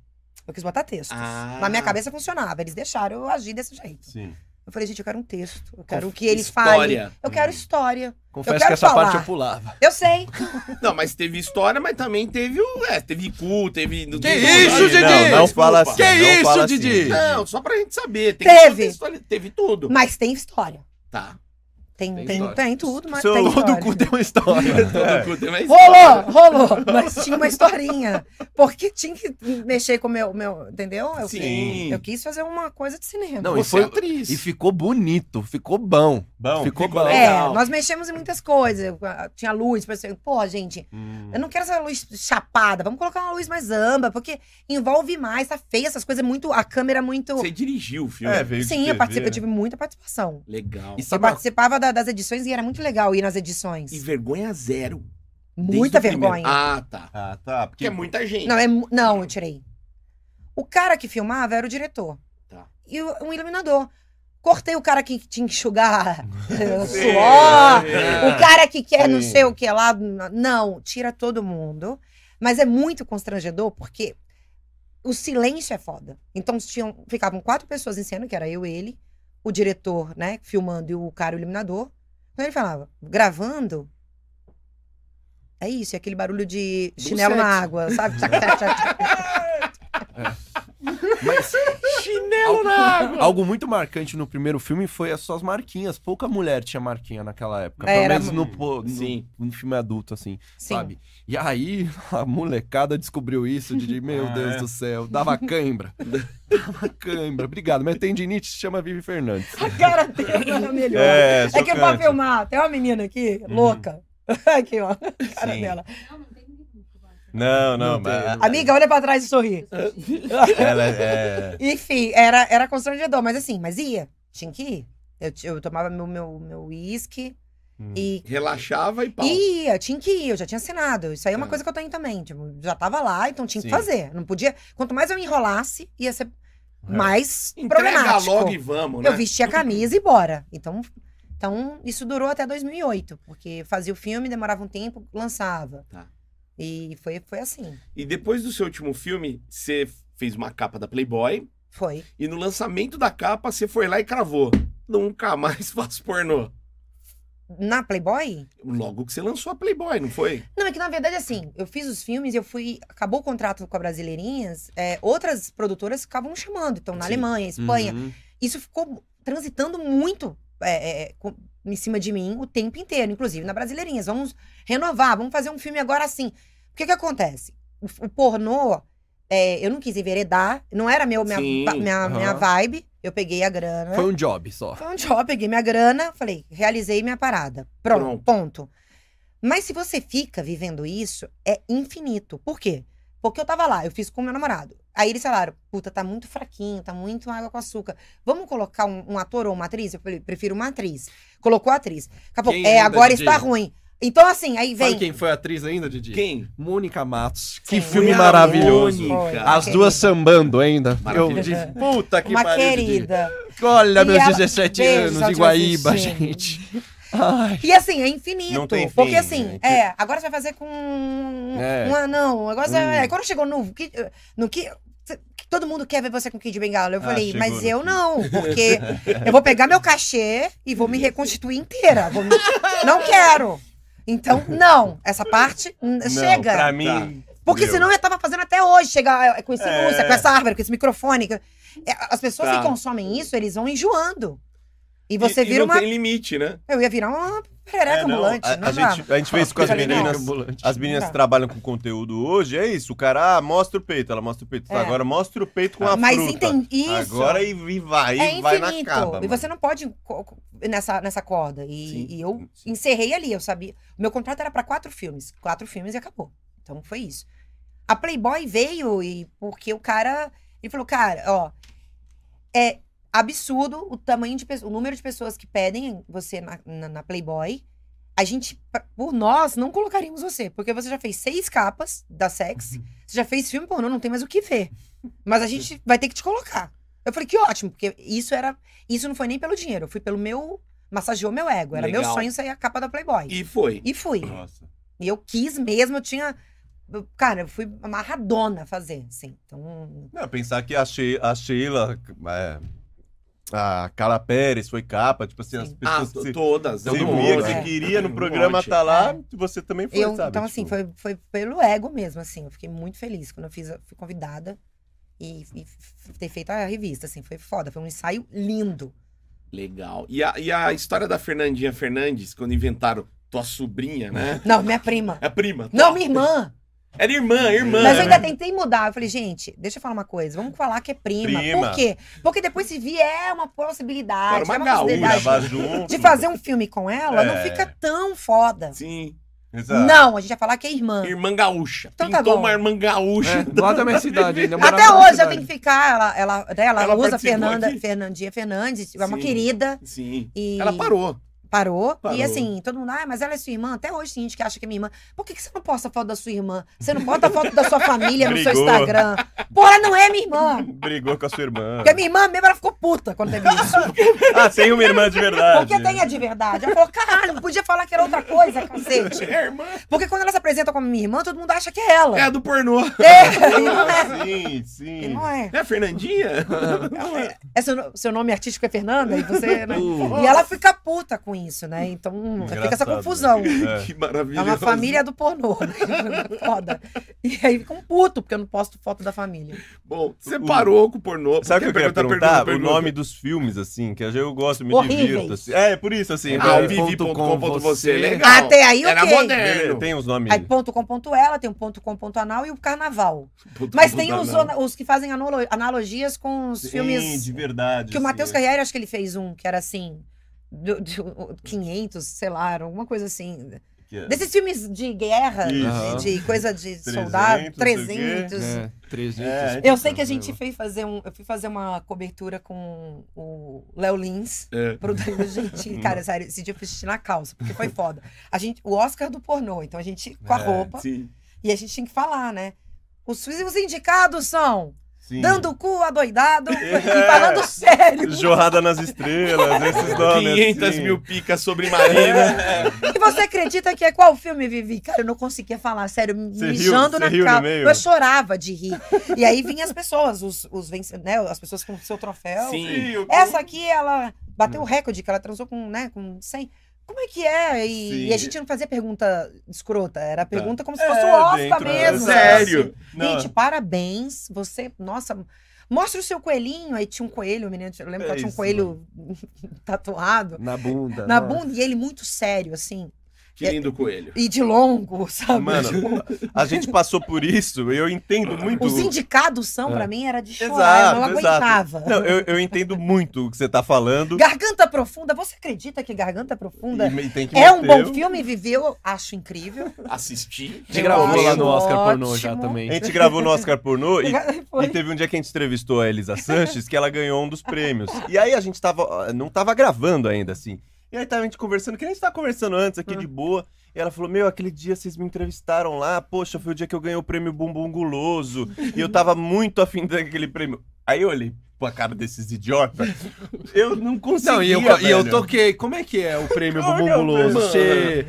D: Eu quis botar textos.
A: Ah.
D: Na minha cabeça funcionava. Eles deixaram eu agir desse jeito.
B: Sim.
D: Eu falei, gente, eu quero um texto. Eu quero
A: Conf-
D: que eles falem.
A: Ah. história.
D: Eu quero história. Eu
C: Confesso
D: quero
C: que essa
D: falar.
C: parte eu pulava.
D: Eu sei.
A: Não, mas teve história, mas também teve o. É, teve cu, teve.
C: Que isso,
A: Didi?
C: Didi?
B: Não, não fala assim.
C: Que
B: não
C: isso,
B: fala assim,
C: Didi?
A: Não, só pra gente saber. Tem
D: Teve.
A: contextuali- Teve tudo.
D: Mas tem história.
A: Tá.
D: Tem, tem,
C: Tem
D: tem,
C: história.
D: tudo, mas
B: Seu-
D: tem
C: Todo
D: história.
C: cu tem uma história.
B: É.
A: Todo cu tem uma
D: Rolou, rolou. Mas tinha uma historinha. Porque tinha que mexer com o meu, meu. Entendeu? Eu,
A: Sim.
D: eu quis fazer uma coisa de cinema.
C: Não,
A: Você
C: e foi-
A: é atriz.
C: E ficou bonito, ficou bom.
B: Bom.
C: ficou
A: ficou
C: bom.
A: legal.
D: É, nós mexemos em muitas coisas. Eu, ah, Tinha luz, por exemplo. Pô, gente,
B: Hum.
D: eu não quero essa luz chapada. Vamos colocar uma luz mais amba, porque envolve mais, tá feia essas coisas. é Muito, a câmera muito.
A: Você dirigiu o filme.
B: É, veio de
D: Sim, eu
B: TV,
D: participei, eu
B: né?
D: tive muita participação.
A: Legal. E,
C: E
D: Eu
C: sabe,
D: participava da- das edições e era muito legal ir nas edições.
A: vergonha zero. desde
D: Muita
A: o primeiro.
D: vergonha.
A: Ah, tá.
B: Ah, tá. Porque
A: Porque é muita gente.
D: Não, é, mu- não, eu tirei. O cara que filmava era o diretor.
A: Tá.
D: E o- um iluminador. Cortei o cara que tinha que enxugar eh,
A: Sim.
D: suor.
A: É.
D: O cara que quer não
B: Ah, Sim.
D: sei o que lá. n- Não, tira todo mundo. Mas é muito constrangedor porque o silêncio é foda. Então tinham, ficavam quatro pessoas em cena, que era eu, ele, o diretor, né, filmando e o cara, o iluminador. Então ele falava, gravando. É isso, é aquele barulho de
A: Do
D: chinelo na
A: sexo.
D: água, sabe? Tchac, tchac, tchac, tchac.
C: mas
D: É
A: Chinelo na água.
C: algo muito marcante no primeiro filme foi as suas marquinhas. Pouca mulher tinha marquinha naquela época.
D: É,
C: pelo
D: era-
C: menos no, po- no-
A: Sim.
C: no filme adulto, assim,
D: Sim.
C: sabe? E aí, a molecada descobriu isso, Didi, meu
B: Ah,
C: Deus
B: é?
C: do céu, dava cãibra. dava cãibra, obrigado. Mas tendinite se chama Vivi Fernandes.
D: A cara dele era melhor. É,
B: É,
D: que pra
B: chocante. Uhum.
D: filmar, tem uma menina aqui, louca. Aqui, ó, a cara
B: Sim.
D: dela.
B: Não, não,
C: Não tem,
B: mas-
C: não
D: Amiga, olha pra trás e sorri.
B: Ela é.
D: Enfim, era, era constrangedor, mas assim, mas ia. Tinha que ir. Eu, t- eu tomava meu meu meu uísque e
A: Relaxava e pau.
D: ia, tinha que ir, eu já tinha assinado. Isso aí é uma
A: Tá.
D: coisa que eu tenho também. Tipo, já tava lá, então tinha
B: Sim.
D: que fazer. Não podia. Quanto mais eu enrolasse, ia ser mais
A: Entrega
D: problemático.
A: logo e vamos, né?
D: Eu vesti a camisa e bora. Então, então, isso durou até 2008, porque fazia o filme, demorava um tempo, lançava.
A: Tá.
D: E foi, foi assim.
A: E depois do seu último filme, você fez uma capa da Playboy
D: Foi.
A: e no lançamento da capa você foi lá e cravou. Nunca mais faço pornô.
D: Na Playboy?
A: Logo que você lançou a Playboy, não foi?
D: Não, é que na verdade, assim, eu fiz os filmes, eu fui. Acabou o contrato com a Brasileirinhas, é, outras produtoras ficavam chamando. Então, na
A: Sim.
D: Alemanha, Espanha.
C: Uhum.
D: Isso ficou transitando muito é, é, com- em cima de mim o tempo inteiro, inclusive na Brasileirinhas. Vamos renovar, vamos fazer um filme agora assim. O que que acontece? O, f- o pornô, é, eu não quis enveredar, não era meu, minha,
A: Sim,
D: pa- minha,
C: aham.
D: minha vibe. Eu peguei a grana.
C: Foi um job só.
D: Foi um job, peguei minha grana, falei, realizei minha parada. Pronto,
A: Pronto.
D: ponto. Mas se você fica vivendo isso, é infinito. Por quê? Porque eu tava lá, eu fiz com meu namorado. Aí eles falaram, puta, tá muito fraquinho, tá muito água com açúcar. Vamos colocar um, um ator ou uma atriz? Eu falei, prefiro uma atriz. Colocou a atriz. Daqui a pouco,
C: Quem
D: é,
C: ainda,
D: agora
C: Didi?
D: está ruim. Então assim, aí
C: Sabe
D: vem...
C: quem foi atriz ainda, Didi?
A: Quem?
C: Mônica Matos.
D: Sim.
C: Que filme
A: Foi a
C: maravilhoso.
A: Mônica.
D: Foi.
C: As duas sambando ainda. Eu
A: Maravilhoso.
C: disse, puta que
D: uma
C: pariu, Didi.
D: querida.
C: Olha,
D: E
C: meus
D: ela-
C: 17
D: Beijo,
C: anos,
D: Saltinho
C: Iguaíba,
D: Assistindo.
C: gente. Ai.
D: E assim, é infinito.
B: Não tem fim,
D: porque assim,
B: né?
D: é, agora você vai fazer com um
C: É.
D: um anão. Agora você-
C: Hum.
D: é, quando chegou no que, no que todo mundo quer ver você com Kid Bengala. Eu
B: Ah,
D: falei,
B: chegou
D: mas
B: no
D: eu
B: Kid.
D: não, porque eu vou pegar meu cachê e vou me reconstituir inteira. Vou me- não quero. Então, não, essa parte hum,
B: Não,
D: chega.
B: Pra mim.
C: Tá.
D: Porque
B: Meu.
D: senão eu tava fazendo até hoje, chegar eh, com esse
B: É.
D: lúcia, com essa árvore, com esse microfone. que- É, As pessoas
A: Tá.
D: que consomem isso, eles vão enjoando. E você
A: E- e
D: vira
A: não
D: uma.
A: tem limite, né?
D: Eu ia virar uma perereca
B: É, não,
D: ambulante.
B: a,
D: não
B: a
D: dá.
B: gente, a gente fez isso com as
D: Falei, não. Tá.
B: meninas. As meninas que trabalham com conteúdo hoje, é isso. O cara, ah, mostra o peito. Ela mostra o peito. Tá,
D: É.
B: Agora mostra o peito com a
D: Mas
B: fruta.
D: entendi isso.
B: Agora e, e vai,
D: é
B: e
D: infinito.
B: vai na caba.
D: e
B: mano.
D: você não pode co- co- nessa, nessa corda.
A: Sim,
D: E, e eu
B: sim.
D: encerrei ali, eu sabia. Meu contrato era pra quatro filmes. Quatro filmes e acabou. Então foi isso. A Playboy veio e porque o cara. Ele falou, cara, ó. É absurdo o tamanho de pessoas, o número de pessoas que pedem você na, na- na Playboy. A gente, pra- por nós, não colocaríamos você, porque você já fez seis capas da Sex, você já fez filme pornô, não tem mais o que ver. Mas a gente vai ter que te colocar. Eu falei, que ótimo, porque isso era. Isso não foi nem pelo dinheiro, eu fui pelo meu. Massageou meu ego. Era meu
A: Legal.
D: sonho sair a capa da Playboy. E,
A: E foi.
D: fui.
B: Nossa.
D: E eu quis mesmo, eu tinha. eu- Cara, eu fui amarradona a fazer, assim. Então.
B: Não, pensar que a, She a Sheila, é, a Carla Pérez foi capa, tipo assim, as
D: Sim.
A: Ah,
B: pessoas que
A: to-
B: você,
A: todas.
B: você
A: todo
B: via que
A: mundo.
B: você
D: É.
B: queria no
A: Um
B: programa
A: monte.
B: tá lá, você também foi,
D: eu,
B: sabe?
D: então, assim,
B: Tipo,
D: foi, foi pelo ego mesmo, assim. Eu fiquei muito feliz quando eu fiz, eu fui convidada e, e f- ter feito a revista, assim. Foi foda, foi um ensaio lindo.
A: Legal. E a, e a história da Fernandinha Fernandes, quando inventaram tua sobrinha, né?
D: Não, minha prima.
A: É prima.
D: Não,
A: tua.
D: minha irmã.
A: Era irmã, irmã.
D: Mas eu ainda
A: né?
D: tentei mudar. Eu falei, gente, deixa eu falar uma coisa. Vamos falar que é prima.
B: Prima.
D: Por quê? Porque depois se vier é uma possibilidade,
A: Era uma
D: é uma
A: gaúcha,
D: possibilidade
B: Gravar junto.
D: de fazer um filme com ela, não
B: É.
D: fica tão foda.
A: Sim.
B: Exato.
D: Não, a gente vai falar que é irmã.
A: Irmã gaúcha.
D: Então tá
A: Pintou
D: bom.
A: uma irmã gaúcha.
C: É, né? lá da minha cidade ainda. eu morava
D: Até
C: na
D: hoje eu
C: cidade.
D: tenho que ficar. Ela, ela, né, ela,
A: Ela
D: usa
A: participou
D: Fernanda,
A: aqui?
D: Fernandinha Fernandes, é uma
A: Sim.
D: querida.
A: Sim.
D: E
A: Ela parou.
D: Parou. E
A: Parou.
D: assim, todo mundo, ah, mas ela é sua irmã. Até hoje tem gente que acha que é minha irmã. Por que, que você não posta a foto da sua irmã? Você não bota a foto da sua família no seu
B: Brigou.
D: Instagram. Pô, ela não é minha irmã.
B: Brigou com a sua irmã.
D: Porque a minha irmã mesmo, ela ficou puta quando teve isso.
B: Ah, tem uma irmã de verdade.
D: Porque tem a de verdade. Ela falou, caralho, não podia falar que era outra coisa, cacete.
A: É a irmã.
D: Porque quando ela se apresenta como minha irmã, todo mundo acha que é ela.
A: É a do pornô.
D: É, e não é.
B: Sim,
D: E
B: sim.
D: não é.
A: É a Fernandinha?
D: é seu, seu nome artístico é Fernanda e você. né?
C: Uh.
D: E ela fica puta com isso, né? Então fica essa
B: Engraçado, né?
D: confusão.
B: É.
A: Que maravilha.
D: É uma família do pornô. né? Foda. E aí fica um puto, porque eu não posto foto da família.
A: Bom, você parou com o pornô.
B: Sabe o que eu queria
A: Pergunta, pergunta,
B: perguntar?
A: pergunta.
B: O nome dos filmes, assim, que eu gosto, me
D: Horríveis.
B: divirto. Assim. É, por isso, assim.
A: Ah, o
B: porque-
A: vivi.com.br. Você. Legal.
D: Até aí,
A: Era
D: ok.
A: moderno.
B: tem os nomes.
D: Aí ponto com ponto ela, tem um ponto com ponto anal e o carnaval.
A: Puta,
D: Mas
A: não
D: tem um
A: dá,
D: os,
A: não.
D: ana- os que fazem analo- analogias com os
B: Sim,
D: filmes
B: de verdade.
D: Que o
B: assim,
D: Matheus
B: é.
D: Carriere, acho que ele fez um, que era assim. do- do- 500, sei lá, era alguma coisa assim.
B: Que é-
D: Desses filmes de guerra,
B: Isso.
D: de, de coisa de soldado,
B: 300,
D: 300.
C: É, 300.
B: É,
D: Eu sei que a gente foi fazer um. Eu fui fazer uma cobertura com o Léo Lins.
A: É.
D: Produzindo, gente, cara, sério, esse dia eu fiz xixi na calça, porque foi foda. A gente, o Oscar do pornô, então a gente, com a
B: É,
D: roupa,
A: Sim.
D: e a gente tinha que falar, né? Os, os indicados são
B: Sim. É.
D: Dando o cu adoidado e falando sério.
B: Jorrada nas estrelas, esses nomes.
A: 500
B: assim. É,
A: mil picas sobre
B: né?
A: Marina.
D: E você acredita que é qual filme, Vivi? Cara, eu não conseguia falar, sério,
B: Você riu- você
D: mijando na
B: riu no
D: cara.
B: meio?
D: Eu chorava de rir. E aí vinham as pessoas, os, os venc- né, as pessoas com seu troféu.
A: Sim.
D: Essa aqui, ela
B: Hum.
D: bateu o recorde, que ela transou com, né, com 100. Como é que é?
B: Sim.
D: E, e a gente não fazia pergunta escrota, era pergunta como se
B: É,
D: fosse o Oscar
B: dentro, né?
D: mesmo.
A: Sério.
B: Não.
D: Gente, parabéns. Você, nossa, mostra o seu coelhinho. Aí tinha um coelho, o menino, eu lembro que ela tinha um
B: Isso.
D: coelho tatuado
C: Na bunda.
D: na
C: nossa.
D: bunda e ele muito sério, assim,
A: Que lindo coelho.
D: e de longo, sabe?
B: Mano,
D: Tipo,
B: A gente passou por isso, eu entendo muito.
D: os indicados são,
C: É.
D: pra mim, era de chorar, eu
B: Exato,
D: não
B: exato.
D: aguentava.
B: Não, eu, eu entendo muito o que você tá falando.
D: Garganta Profunda, você acredita que Garganta Profunda
B: E tem que
D: é um
B: meter
D: bom
B: o-
D: filme, viveu? Eu acho incrível.
A: Assistir.
C: A gente gravou
D: Eu
C: lá
D: acho
C: no Oscar pornô
D: ótimo.
C: já também.
B: A gente gravou no Oscar pornô e
D: Foi.
B: E teve um dia que a gente entrevistou a Elisa Sanches, que ela ganhou um dos prêmios. E aí a gente tava. ah, Não tava gravando ainda, assim. E aí tava a gente conversando, que nem a gente tava conversando antes aqui de boa. E ela falou: Meu, aquele dia vocês me entrevistaram lá, poxa, foi o dia que eu ganhei o prêmio Bumbum Guloso. E eu tava muito afim daquele prêmio. Aí eu olhei pra cara desses idiotas. Eu não conseguia.
C: Não, e eu, e eu
B: velho.
C: toquei. Como é que é o prêmio
B: Como
C: Bumbum
B: que é o prêmio?
C: Guloso?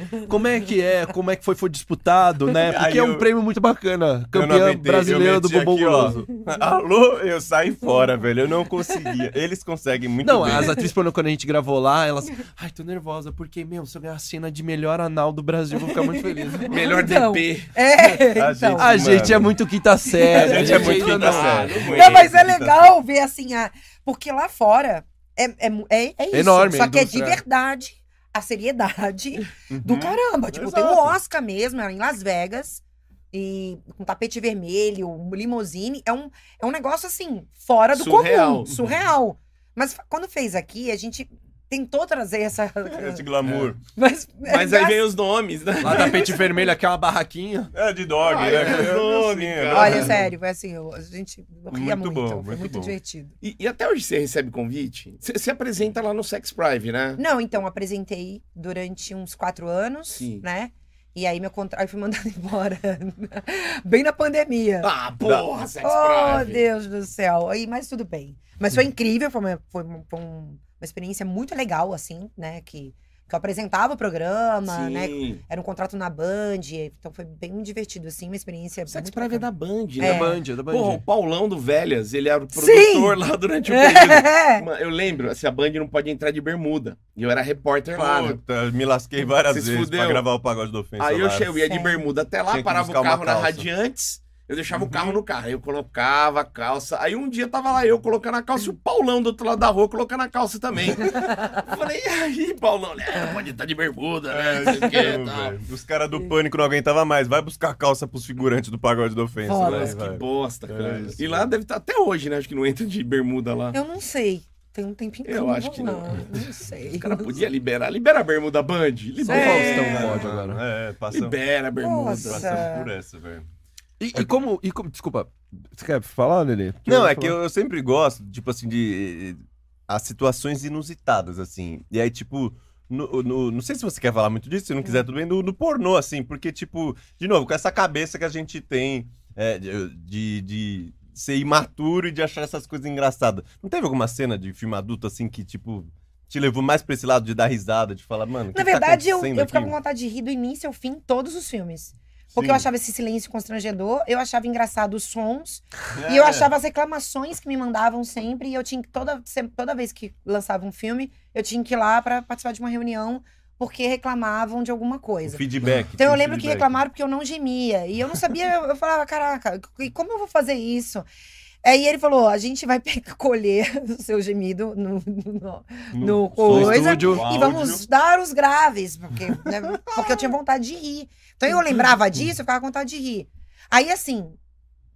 C: Você- Como é que é? Como é que foi, foi disputado, né? Porque
B: Aí
C: é um
B: eu-
C: prêmio muito bacana.
B: Eu não
C: Campeão
B: aguentei,
C: brasileiro
B: eu
C: do
B: meti
C: Bumbum
B: aqui, ó.
C: Guloso.
B: Alô, eu saí fora, velho. Eu não conseguia. Eles conseguem muito
C: Não,
B: bem.
C: as atrizes pornô, quando a gente gravou lá, elas. Ai, tô nervosa, porque, meu, se eu ganhar a cena de melhor anal do Brasil, eu vou ficar muito feliz.
A: Melhor
D: Então.
A: DP.
D: É,
B: A
D: então.
B: gente-
C: A gente é
B: Mano.
C: muito quinta série.
B: A gente é muito
C: ainda
B: quinta
C: não-
B: série.
D: Não, mas é legal ver assim, a... porque lá fora é, é, mu- é, é isso.
C: Enorme a
D: Só que é de
C: indústria.
D: verdade a seriedade do
B: Uhum.
D: caramba. Tipo, tem o
B: Exato.
D: Oscar mesmo, era em Las Vegas. E com tapete vermelho, um limousine. É um, é um negócio assim, fora do
A: Surreal.
D: comum. Surreal. Mas fa- quando fez aqui, a gente tentou trazer essa.
B: Esse É glamour.
D: Mas, é
A: Mas aí vem os nomes, né?
C: Lá tapete vermelho, aqui é uma barraquinha.
B: É de dog,
A: Ah, é,
B: né?
A: é nome, cara.
D: Olha, sério, foi assim, eu- a gente ria
B: Muito
D: muito.
B: bom,
D: foi
B: muito
D: muito
B: bom.
D: divertido.
A: E, e até hoje você recebe convite? Você se apresenta lá no Sex Prive, né?
D: Não, então, apresentei durante uns quatro anos,
A: Sim.
D: né? E aí meu contrato eu fui mandada embora. Bem na pandemia.
A: Ah, porra, Sex
D: oh,
A: Prive.
D: Deus do céu. Aí, mas tudo bem. Mas foi incrível, foi uma, foi um- foi um- uma experiência muito legal, assim, né? Que, que eu apresentava o programa, né?
A: Sim.
D: Era um contrato na Band, então foi bem divertido, assim, uma experiência.
A: O Sex
D: muito
A: Prive é da
D: bacana.
A: Band,
C: Da
A: né?
C: Band, da Band.
A: Porra, o Paulão do Velhas, ele era o
D: Sim!
A: produtor lá durante o período.
D: É.
A: Mano, Eu lembro, assim, a Band não pode entrar de bermuda. E eu era repórter lá, né?
B: Puta, me lasquei várias
A: Vocês
B: vezes pra
A: fudeu.
B: gravar o pagode da ofensa.
A: Aí eu,
B: lá.
A: che- eu ia de
D: Sério.
A: bermuda até lá,
B: Tinha que
A: parava
B: buscar
A: o
B: uma
A: carro na
B: calça. Uhum.
A: Radiantes, eu deixava o carro no carro. Aí eu colocava a calça. Aí um dia tava lá eu colocando a calça e o Paulão do outro lado da rua colocando a calça também. Eu Falei, e aí, Paulão? Ele, "É, pode estar de bermuda, né? não sei o quê,
B: Eu,
A: tal."
B: É, então, velho, Os caras do pânico não aguentavam mais. Vai buscar calça pros figurantes do pagode da ofensa.
D: Foda.
B: vai,
A: Nossa,
B: vai.
A: que bosta, cara.
B: É isso,
A: e lá
B: velho.
A: deve estar até hoje, né? Acho que não entra de bermuda lá.
D: Eu não sei. Tem um tempinho que
A: Eu
D: não
A: acho
D: vou
A: que
D: lá,
A: não.
D: Não sei.
A: O cara podia liberar. Libera a bermuda Band.
C: Só
A: Libera.
C: o
A: É,
C: Faustão pode agora.
B: É, passamos,
A: Libera a bermuda.
D: Nossa.
B: passamos por essa, velho.
C: E, e como, e como. Desculpa, você quer falar, Lelê? Porque
B: Não,
C: vou
B: é que
C: falar.
B: eu, eu sempre gosto, tipo assim, de. eh, As situações inusitadas, assim. E aí, tipo. No, no- não sei se você quer falar muito disso, se não
D: Hum.
B: quiser, tudo bem, no, no pornô, assim, porque, tipo, de novo, com essa cabeça que a gente tem é, de, de- de ser imaturo e de achar essas coisas engraçadas. Não teve alguma cena de filme adulto, assim, que, tipo, te levou mais pra esse lado de dar risada, de falar, mano. o que
D: Na
B: que tá
D: verdade, eu,
B: acontecendo
D: eu ficava um com
B: aqui?
D: vontade de rir do início ao fim, todos os filmes. Porque
B: Sim.
D: eu achava esse silêncio constrangedor, eu achava engraçado os sons,
B: É.
D: e eu achava as reclamações que me mandavam sempre, e eu tinha que, toda, sem- toda vez que lançava um filme, eu tinha que ir lá pra participar de uma reunião, porque reclamavam de alguma
B: O
D: coisa.
B: feedback.
D: Então eu
B: tinha um
D: lembro que
B: feedback.
D: reclamaram porque eu não gemia. E eu não sabia, eu eu falava, caraca, e como eu vou fazer isso? Aí ele falou, a gente vai pe- colher o seu gemido no- no, no coisa,
B: estúdio,
D: e
B: áudio.
D: vamos dar os graves, porque, né, porque eu tinha vontade de rir. Então eu lembrava disso, eu ficava com vontade de rir. Aí, assim,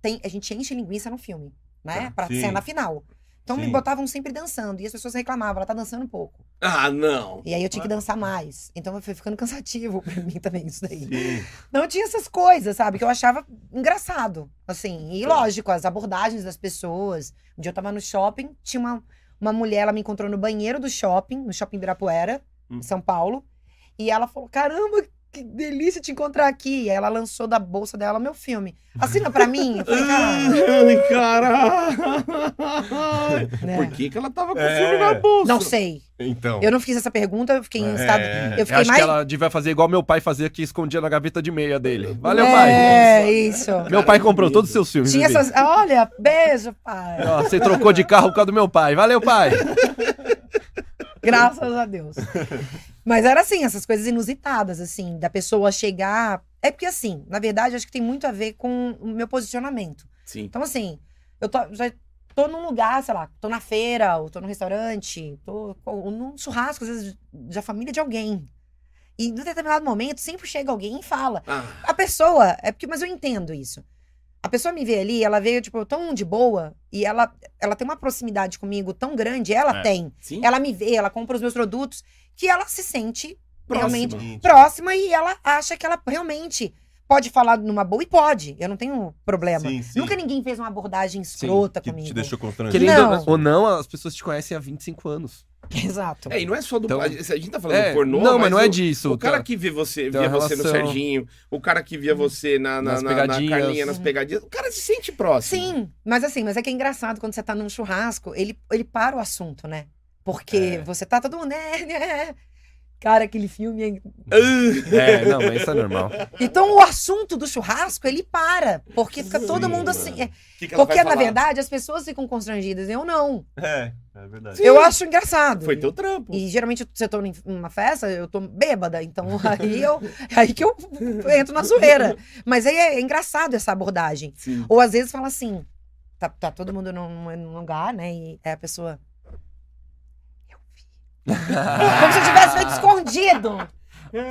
D: tem, a gente enche linguiça no filme, né? Pra
B: Tá. Sim.
D: cena final. Então me
B: Sim.
D: botavam sempre dançando, e as pessoas reclamavam, ela tá dançando pouco.
A: Ah, não.
D: E aí eu tinha que dançar mais. Então foi ficando cansativo pra mim também isso daí.
B: Sim.
D: Não tinha essas coisas, sabe? Que eu achava engraçado. Assim, e lógico, as abordagens das pessoas. Um dia eu tava no shopping, tinha uma, uma mulher, ela me encontrou no banheiro do shopping, no shopping Ibirapuera,
B: Hum.
D: em São Paulo. E ela falou: caramba, que delícia te encontrar aqui. E ela lançou da bolsa dela meu filme. Assina pra mim? Eu
A: Ah,
D: falei, cara,
A: Ai, caralho.
D: né?
A: Por que, que ela tava com o
B: É.
A: filme na bolsa?
D: Não sei.
B: Então.
D: Eu não fiz essa pergunta, eu fiquei em
B: É.
D: estado. Eu
C: Eu
D: fiquei
C: acho
D: mais.
C: que ela devia fazer igual meu pai fazia, que escondia na gaveta de meia dele. Valeu,
D: é,
C: pai.
D: isso.
C: Meu pai comprou todos os seus filmes.
D: Tinha
C: Bibi.
D: essas. Olha, beijo, pai.
C: Ó, Você trocou de carro por causa do meu pai. Valeu, pai.
D: Graças a Deus. Mas era assim, essas coisas inusitadas, assim, da pessoa chegar. É porque, assim, na verdade, acho que tem muito a ver com o meu posicionamento.
A: Sim.
D: Então, assim, eu tô, já tô num lugar, sei lá, tô na feira, ou tô num restaurante, tô com- num churrasco, às vezes, da família de alguém. E num determinado momento, sempre chega alguém e fala.
A: Ah,
D: A pessoa, é porque, mas eu entendo isso. A pessoa me vê ali, ela veio, tipo, tão de boa, e ela, ela tem uma proximidade comigo tão grande, ela
C: É.
D: tem.
A: sim.
D: Ela me vê, ela compra os meus produtos, que ela se sente realmente
A: Próxima.
D: próxima e ela acha que ela realmente pode falar numa boa e pode. Eu não tenho problema.
B: Sim, sim.
D: Nunca ninguém fez uma abordagem escrota
B: que
D: comigo.
B: te deixou constrangido.
C: Querendo
D: Não.
C: ou não, as pessoas te conhecem há 25 anos.
D: Exato.
A: É, e não é só do.
C: Então-
A: a gente a gente tá falando
C: É,
A: pornô.
C: não, mas não é
A: o-
C: disso.
A: O cara
C: tá?
A: que vê você,
C: Tem
A: via
C: uma
A: você no
C: relação.
A: Serginho, o cara que via você na, na,
C: Nas
A: na- na
C: pegadinhas.
A: Carlinha, nas
D: Uhum.
A: pegadinhas, o cara se sente próximo.
D: Sim, mas assim, mas é que é engraçado quando você tá num churrasco, ele, ele para o assunto, né? Porque
B: É.
D: você tá todo mundo, né, né. Cara, aquele filme. é hein?
A: Ah,
C: É, não, mas isso é normal.
D: Então o assunto do churrasco, ele para. Porque fica todo
A: Sim,
D: mundo
A: mano.
D: assim. é,
A: que que ela
D: porque,
A: vai
D: na
A: falar?
D: verdade, as pessoas ficam constrangidas. Eu não.
B: É, é verdade.
A: Sim.
D: Eu acho engraçado.
A: Foi teu trampo.
D: E geralmente, se eu tô em uma festa, eu tô bêbada, então aí eu aí que eu entro na zoeira. Mas aí é engraçado essa abordagem.
A: Sim.
D: Ou às vezes fala assim, tá, tá todo mundo num, num lugar, né? E é a pessoa. Como se eu tivesse feito escondido.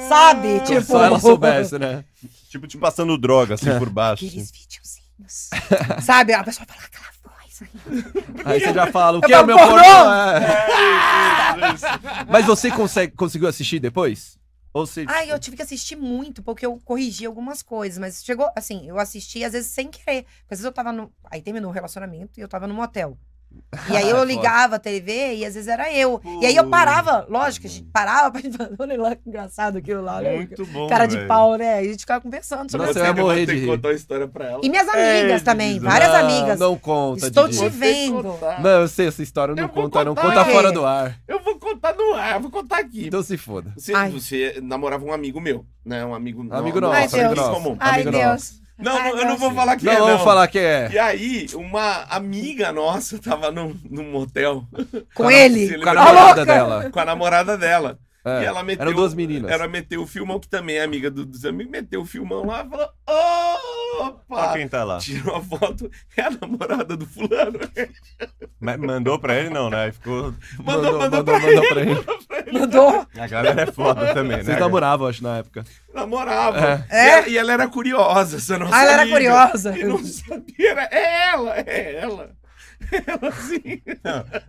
D: Sabe,
A: Ah,
C: Como
D: tipo-
C: se só ela soubesse, né?
B: Tipo, te passando droga, assim,
C: É.
B: por baixo.
D: Aqueles videozinhos. Sabe? A pessoa fala aquela voz aí.
C: Aí você já fala, o
D: Eu
C: que é o
D: falo,
C: meu
D: pornô?
C: pornô? É.
B: é Isso, isso, isso.
C: Mas você consegue, conseguiu assistir depois? Ou você...
D: Ai, eu tive que assistir muito, porque eu corrigi algumas coisas, mas chegou, assim, eu assisti às vezes sem querer. Porque às vezes eu tava no. Aí terminou o relacionamento e eu tava no motel. E aí eu
C: Foda.
D: ligava a TV e às vezes era eu. E aí eu parava, lógico, a gente parava pra gente falar, olha lá que engraçado aquilo lá, olha aí,
B: Muito bom.
D: Cara de
B: velho.
D: pau, né? E a gente ficava conversando sobre
C: Nossa,
D: isso.
C: eu ia
A: ainda vou
C: morrer
A: ter
C: de
A: que
C: rir.
A: contar uma história pra ela.
D: E minhas amigas também,
B: Elisa,
D: várias
C: Não,
D: amigas.
C: Não conta,
D: Estou
C: Didi.
D: te
A: Vou
D: vendo.
A: ter que contar.
C: Não, eu sei essa história, não
A: Eu vou
C: conta, não
A: contar,
C: conta
D: quê?
C: fora do ar.
A: Eu vou contar no ar, eu vou contar aqui.
C: Então se foda.
A: Você,
D: Ai.
A: você namorava um amigo meu, né? Um amigo,
C: Amigo
A: não,
C: nosso,
D: Ai,
C: amigo
D: Deus.
C: nosso.
A: comum.
D: Ai,
C: amigo
D: Deus.
A: Não,
D: Ai,
A: eu não
D: Deus.
A: vou falar que
C: Não,
A: é,
C: vamos falar que é.
A: E aí, uma amiga nossa tava num, num motel
D: Com
C: Cara,
D: ele.
A: se
C: Com
A: Tá
C: a namorada
D: louca?
C: dela.
A: com a namorada dela.
C: É,
A: E ela meteu,
C: Eram duas meninas.
A: Ela meteu o filmão, que também é amiga do- dos amigos, meteu o filmão lá e falou:
B: Olha
A: opa!
B: quem tá lá.
A: Tirou a foto, é a namorada do fulano.
B: Ma- Mandou pra ele, não, né? Ficou.
A: Mandou, mandou, pra
C: mandou pra ele.
D: Mandou.
B: A galera é foda também, né?
C: Vocês
A: tá
C: namoravam, acho, na época.
A: Namorava.
D: É.
A: E, ela, e ela era curiosa, essa nossa
D: Ah, ela era
A: amiga.
D: curiosa.
A: E não sabia, era, é ela, é ela. Ela assim.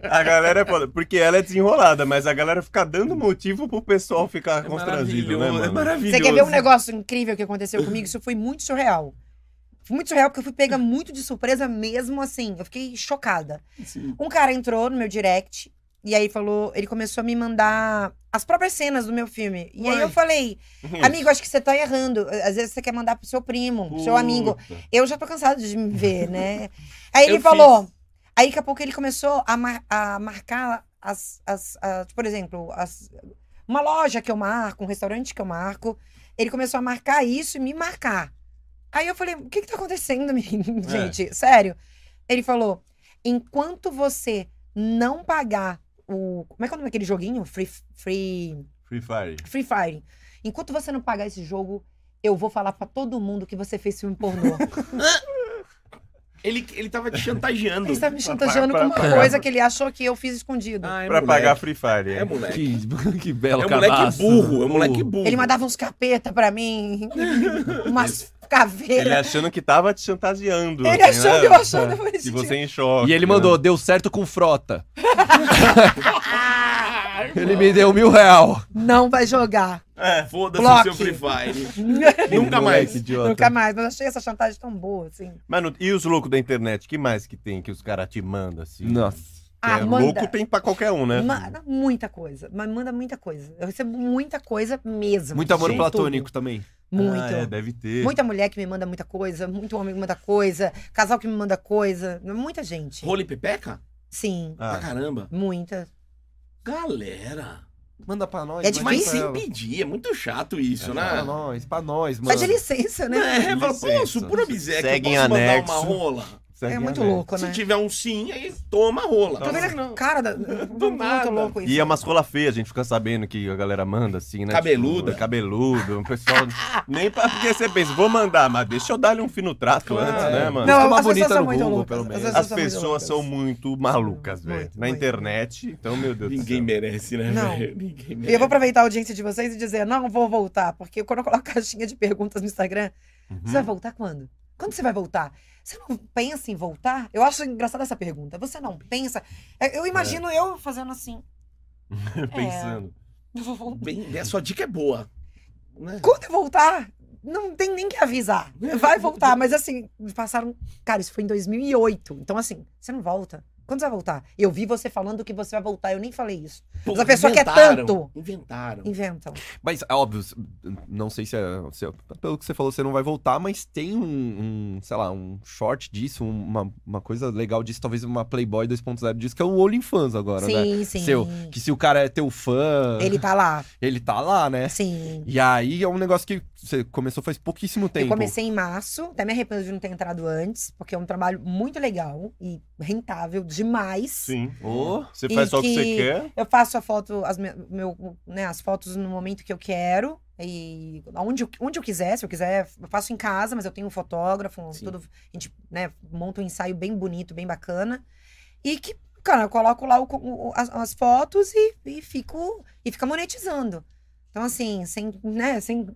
B: A galera é foda. Porque ela é desenrolada, mas a galera fica dando motivo pro pessoal ficar constrangido, né,
A: é
B: mano?
A: maravilhoso.
D: Você quer ver um negócio incrível que aconteceu comigo? Isso foi muito surreal. Foi muito surreal, porque eu fui pega muito de surpresa mesmo, assim. Eu fiquei chocada.
A: Sim.
D: Um cara entrou no meu direct e aí falou... Ele começou a me mandar as próprias cenas do meu filme. E aí
A: Uai.
D: eu falei... Amigo, acho que você tá errando. Às vezes você quer mandar pro seu primo, pro seu amigo.
B: Puta.
D: Eu já tô cansado de me ver, né? Aí ele
A: Eu
D: falou. Aí daqui a pouco ele começou a, mar- a marcar as, as, as- Por exemplo, as- uma loja que eu marco, um restaurante que eu marco. Ele começou a marcar isso e me marcar. Aí eu falei: o que que tá acontecendo, menino?
B: É.
D: gente? Sério? Ele falou: enquanto você não pagar o. Como é que é o nome daquele joguinho? Free. free...
B: Free Fire.
D: Free Fire. Enquanto você não pagar esse jogo, eu vou falar pra todo mundo que você fez filme pornô.
A: Ele, ele tava te chantageando.
D: Ele tá me chantageando com uma
B: Pra- pra-
D: coisa que ele achou que eu fiz escondido.
A: Ah, é
B: Pra
A: moleque.
B: pagar Free Fire.
A: É moleque.
C: Que, que
A: É
C: belo
A: um moleque
C: cabaço.
A: burro, é um moleque burro.
D: Ele mandava uns capeta pra mim, umas
B: Ele é
D: caveiras.
B: achando que tava te chantageando.
D: Ele,
B: assim, né?
D: achando, eu achando. eu falei,
B: E
D: gente,
B: você em choque.
C: E ele
B: né?
C: mandou, deu certo com frota.
A: Ah,
C: Ele me deu mil real.
D: Não vai jogar.
B: É.
A: Foda-se o
D: Bloque.
A: seu Free Fire.
C: Que
A: Nunca
C: moleque
A: mais.
C: Idiota.
B: Tá.
D: Nunca mais. Mas eu achei essa chantagem tão boa, assim.
B: Mano, e os loucos da internet? que mais que tem que os caras te mandam assim?
C: Nossa.
D: Ah,
B: é,
D: manda.
B: Louco tem pra qualquer um, né?
D: Manda muita coisa. Mas manda muita coisa. Eu recebo muita coisa mesmo.
C: Muito amor
D: de
C: platônico também.
D: tudo. Muito.
B: Ah, é, deve ter.
D: Muita mulher que me manda muita coisa, muito homem que me manda coisa, casal que me manda coisa, muita gente.
A: Role pepeca?
D: Sim,
A: Pra
B: Ah,
A: caramba.
D: muita.
A: Galera.
C: Manda pra nós.
D: É
C: manda
A: Mas
D: difícil?
C: pra
A: sem
C: ela.
A: pedir, é muito chato isso,
C: Pra
A: né?
C: nós, pra nós, mano.
D: Mas de licença, né?
A: É, fala, pô,
B: Licença.
A: supura biseca, eu
B: Segue em
A: posso mandar
B: anexo.
A: uma rola?
B: segue
D: É
B: a
D: muito
B: merda.
D: louco, né?
A: Se tiver um sim, aí toma a rola.
D: Tá vendo a cara da...
A: Do
D: muito
A: nada.
D: louco isso.
B: E é umas rola feia, a gente fica sabendo que a galera manda assim, né?
A: Cabeluda.
B: Tipo, cabeludo, o pessoal. Nem pra, porque você pensa, vou mandar, mas deixa eu dar-lhe um fino trato
A: Claro.
B: antes, né, mano?
C: Não,
D: as
C: uma
D: pessoas
C: tá bonita
D: são
C: no
D: é muito
C: Google,
D: loucas,
C: pelo
D: as
C: menos.
D: pessoas
B: As
D: são muito
B: pessoas
D: loucas.
B: são muito malucas,
D: Muito,
B: velho. Na
D: muito.
B: internet, então, meu Deus
A: Ninguém
B: do céu.
A: merece, né,
D: Não.
A: velho? Ninguém
D: E eu vou aproveitar a audiência de vocês e dizer, não vou voltar, porque quando eu coloco caixinha de perguntas no Instagram,
B: Uhum.
D: você
C: Hum.
D: vai voltar quando? Quando você vai voltar? Você não pensa em voltar? Eu acho engraçada essa pergunta. Você não pensa? É, Eu imagino eu fazendo assim.
B: Pensando.
D: "Não vou voltar."
A: Bem, a sua dica é boa. Né?
D: Quando eu voltar, não tem nem que avisar. Vai voltar, mas assim, passaram. Cara, isso foi em 2008. Então, assim, você não volta. Quando você vai voltar? Eu vi você falando que você vai voltar, eu nem falei isso.
A: Pô,
D: Mas a pessoa quer
A: inventaram,
D: tanto.
A: Inventaram.
D: Inventam.
C: Mas, é óbvio, s- não sei se é. se é- pelo que você falou, você não vai voltar, mas tem um, um, sei lá, um short disso, uma, uma coisa legal disso, talvez uma Playboy 2.0 disso, que é o OnlyFans agora, né?
D: Sim, sim.
C: Seu, que se o cara é teu fã, ele,
D: Ele tá lá.
C: tá lá, né?
D: Sim.
C: E aí é um negócio que você começou faz pouquíssimo tempo.
D: Eu comecei em março, até me arrependo de não ter entrado antes, porque é um trabalho muito legal e rentável demais.
B: Sim.
C: Ô,
B: Você
D: E
B: faz só o que
D: que-
B: você quer.
D: Eu faço a foto, as, me- meu, né, as fotos no momento que eu quero. E onde eu, onde eu quiser, se eu quiser, eu faço em casa, mas eu tenho um fotógrafo, um-
A: Sim.
D: tudo. A gente né, monta um ensaio bem bonito, bem bacana. E que, cara, eu coloco lá o co- o- as, as fotos e, e fico. E fica monetizando. Então, assim, sem, né, sem.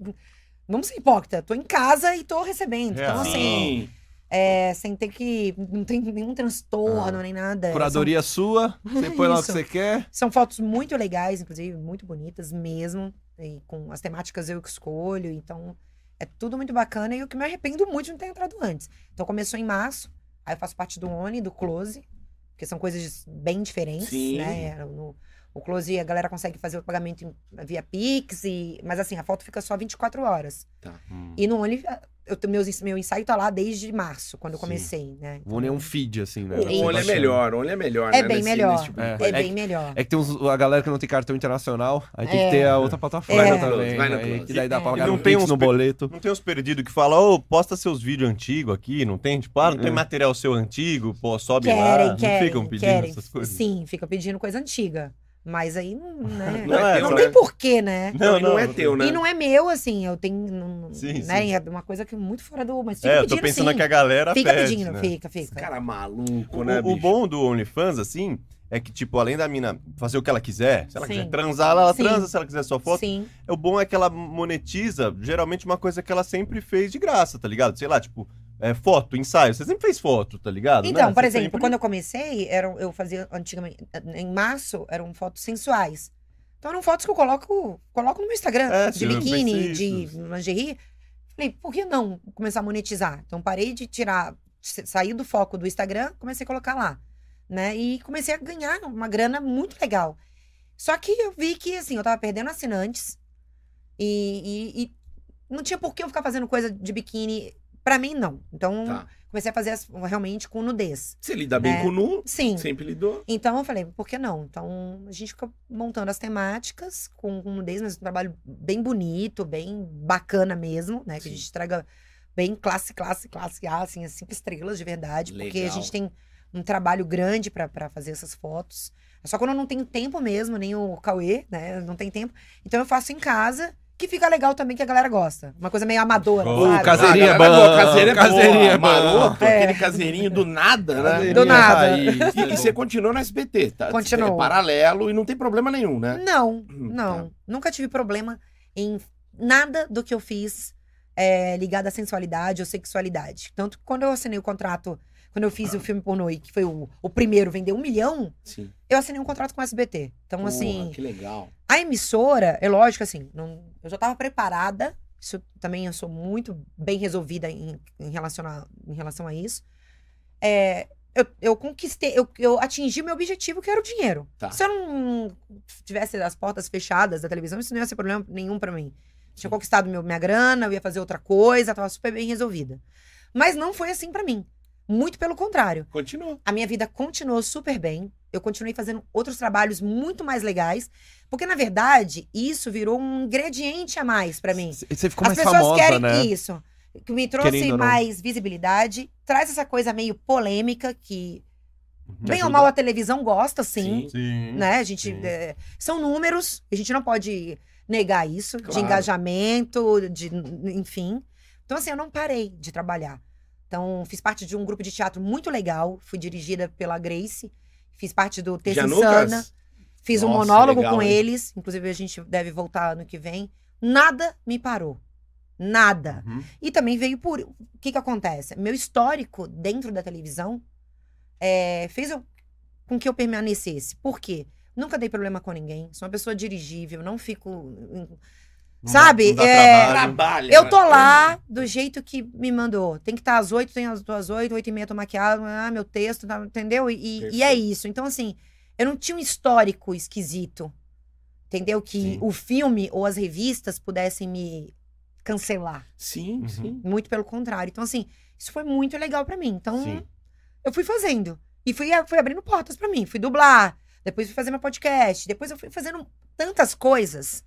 D: Não ser hipócrita, tô em casa e tô recebendo.
B: Real.
D: Então, assim,
A: Sim.
D: é, sem ter que. Não tem nenhum transtorno,
A: Ah.
D: nem nada. é São
C: Curadoria sua, você põe lá o que
D: Isso.
C: você quer.
D: são fotos muito legais, inclusive, muito bonitas mesmo. E com as temáticas eu que escolho. Então, é tudo muito bacana. E o que me arrependo muito de não ter entrado antes. Então, começou em março. Aí eu faço parte do ONI, do Close. Porque são coisas bem diferentes,
A: Sim.
D: né? No- o Close, a galera consegue fazer o pagamento em- via Pix. E, mas assim, a foto fica só 24 horas.
B: Hum.
D: E no ONI, eu, tenho- meus, meu ensaio tá lá desde março, quando eu
B: Sim.
D: comecei, né?
C: O One é um feed, assim, né?
A: O
C: Você
A: olho é
C: baixando.
A: melhor, o olho é melhor.
D: É
A: né,
D: bem
A: nesse-
D: melhor.
A: nesse tipo de
C: É.
A: coisa.
D: É bem melhor.
C: É que tem uns- a galera que não tem cartão internacional, aí tem que
D: É.
C: ter a outra plataforma
D: Vai no
A: Plus,
C: também.
A: vai no
C: né?
A: Plus.
C: Que daí dá pra
D: É.
C: pagar
B: Não
C: no
B: tem
C: Pix,
B: uns
C: no
B: pe-
C: boleto.
B: Não tem uns perdidos que falam, ô, posta seus vídeos antigos aqui, não tem? Tipo, ah, não tem material seu antigo, pô, sobe lá.
D: Querem,
B: Não
D: querem,
B: ficam pedindo
D: querem.
B: essas coisas.
D: Sim, fica pedindo coisa antiga. Mas aí, não, né?
A: Não é
D: não
A: teu,
D: tem
A: né?
D: porquê, né?
A: Não, e não, é teu, né?
D: E não é meu, assim, eu tenho. não-
B: Sim,
D: né?
B: sim.
D: É uma coisa que é muito fora do. Mas fica
B: É, eu
D: pedindo,
B: tô pensando
D: sim.
B: que a galera
D: Fica
B: pede,
D: pedindo,
B: né?
D: fica,
A: Esse
D: fica.
A: cara maluco,
B: O,
A: né,
B: o
A: bicho?
B: bom do OnlyFans, assim, é que, tipo, além da mina fazer o que ela quiser, se ela
D: Sim.
B: quiser transar, ela
D: Sim.
B: transa, se ela quiser sua foto.
D: Sim,
B: O bom é que ela monetiza, geralmente, uma coisa que ela sempre fez de graça, tá ligado? Sei lá, tipo, é, foto, ensaio. Você sempre fez foto, tá ligado?
D: Então,
B: Né?
D: por
B: Você
D: exemplo,
B: sempre-
D: quando eu comecei, eram, eu fazia antigamente, em março, eram fotos sensuais. Então eram fotos que eu coloco, coloco no meu Instagram,
B: É,
D: de
B: sim, eu pensei
D: biquíni, de
B: isso.
D: lingerie. Falei, por que não começar a monetizar? Então parei de tirar, sa- saí do foco do Instagram, comecei a colocar lá, né? E comecei a ganhar uma grana muito legal. Só que eu vi que, assim, eu tava perdendo assinantes e, e- e não tinha por que eu ficar fazendo coisa de biquíni. Pra mim, não. Então,
A: Tá.
D: comecei a fazer as- realmente com nudez.
A: Você lida bem
D: É.
A: com o nu,
D: Sim.
A: sempre lidou.
D: Então eu falei, por que não? Então a gente fica montando as temáticas com, com nudez, mas um trabalho bem bonito, bem bacana mesmo, né? Que a gente traga bem classe, classe, classe A, assim, as cinco estrelas de verdade, porque a
A: Legal.
D: gente tem um trabalho grande pra- pra fazer essas fotos. É Só quando eu não tenho tempo mesmo, nem o Cauê, né? Não tem tempo. Então eu faço em casa, que fica legal também, que a galera gosta. Uma coisa meio amadora.
B: Ô,
D: sabe?
C: casa- Caseirinha
A: Ah, galera,
C: boa,
A: boa, Caseirinha é
C: caseirinha
A: boa.
C: boa.
A: Maroto,
D: É.
A: aquele caseirinho do nada, né?
D: Do nada.
A: E, e você continuou no SBT, tá?
D: Continuou.
A: É paralelo e não tem problema nenhum, né?
D: Não,
A: Hum,
D: não. Nunca tive problema em nada do que eu fiz é, ligado à sensualidade ou sexualidade. Tanto que quando eu assinei o contrato, quando eu fiz o filme pornô, e que foi o, o primeiro, vendeu um milhão,
A: Sim.
D: eu assinei um contrato com o SBT. Então, assim,
A: que legal.
D: a emissora, é lógico, assim, não- eu já estava preparada. Isso também eu sou muito bem resolvida em, em relaciona- em relação a isso. É, eu, eu conquistei, eu, eu atingi meu objetivo, que era o dinheiro.
A: Tá.
D: Se eu não tivesse as portas fechadas da televisão, isso não ia ser problema nenhum pra mim. Tinha conquistado meu, minha grana, eu ia fazer outra coisa, tava super bem resolvida. Mas não foi assim pra mim. Muito pelo contrário.
A: Continua.
D: A minha vida continuou super bem. Eu continuei fazendo outros trabalhos muito mais legais, porque na verdade isso virou um ingrediente a mais pra mim.
C: C- Você ficou
D: As
C: mais
D: pessoas
C: famosa,
D: querem
C: né?
D: isso. Que me trouxe
C: Querendo ou não.
D: mais visibilidade, traz essa coisa meio polêmica que,
C: Que
D: bem ou
C: Uhum. ajuda.
D: mal, a televisão gosta, sim.
B: Sim.
A: Uhum.
D: Né? A gente.
B: Sim.
D: é, são números, a gente não pode negar isso, de
A: Claro.
D: engajamento, de, enfim. Então, assim, eu não parei de trabalhar. Então, fiz parte de um grupo de teatro muito legal, fui dirigida pela Grace, fiz parte do Terça Insana.
A: Janucas?
D: Fiz um
A: Nossa,
D: monólogo
A: legal,
D: com
A: hein?
D: eles, inclusive a gente deve voltar ano que vem. Nada me parou. Nada.
B: Uhum.
D: E também veio por. O que, que acontece? Meu histórico dentro da televisão é, fez eu- com que eu permanecesse. Por quê? Nunca dei problema com ninguém. Sou uma pessoa dirigível, não fico. hum,
B: Não
D: Sabe?
B: dá- não dá
D: É,
B: trabalho. né?
A: Trabalha.
D: Eu tô lá do jeito que me mandou. Tem que estar às oito, tem às duas oito, oito e meia tô maquiada, ah, meu texto, tá, entendeu? E- E, e é
A: Perfeito.
D: isso. Então, assim, eu não tinha um histórico esquisito, entendeu? Que
B: Sim.
D: o filme ou as revistas pudessem me cancelar.
A: Sim,
B: Uhum.
A: sim.
D: Muito pelo contrário. Então, assim, isso foi muito legal pra mim. Então,
B: Sim.
D: eu fui fazendo. E fui, ah, fui abrindo portas pra mim. Fui dublar, depois fui fazer meu podcast, depois eu fui fazendo tantas coisas.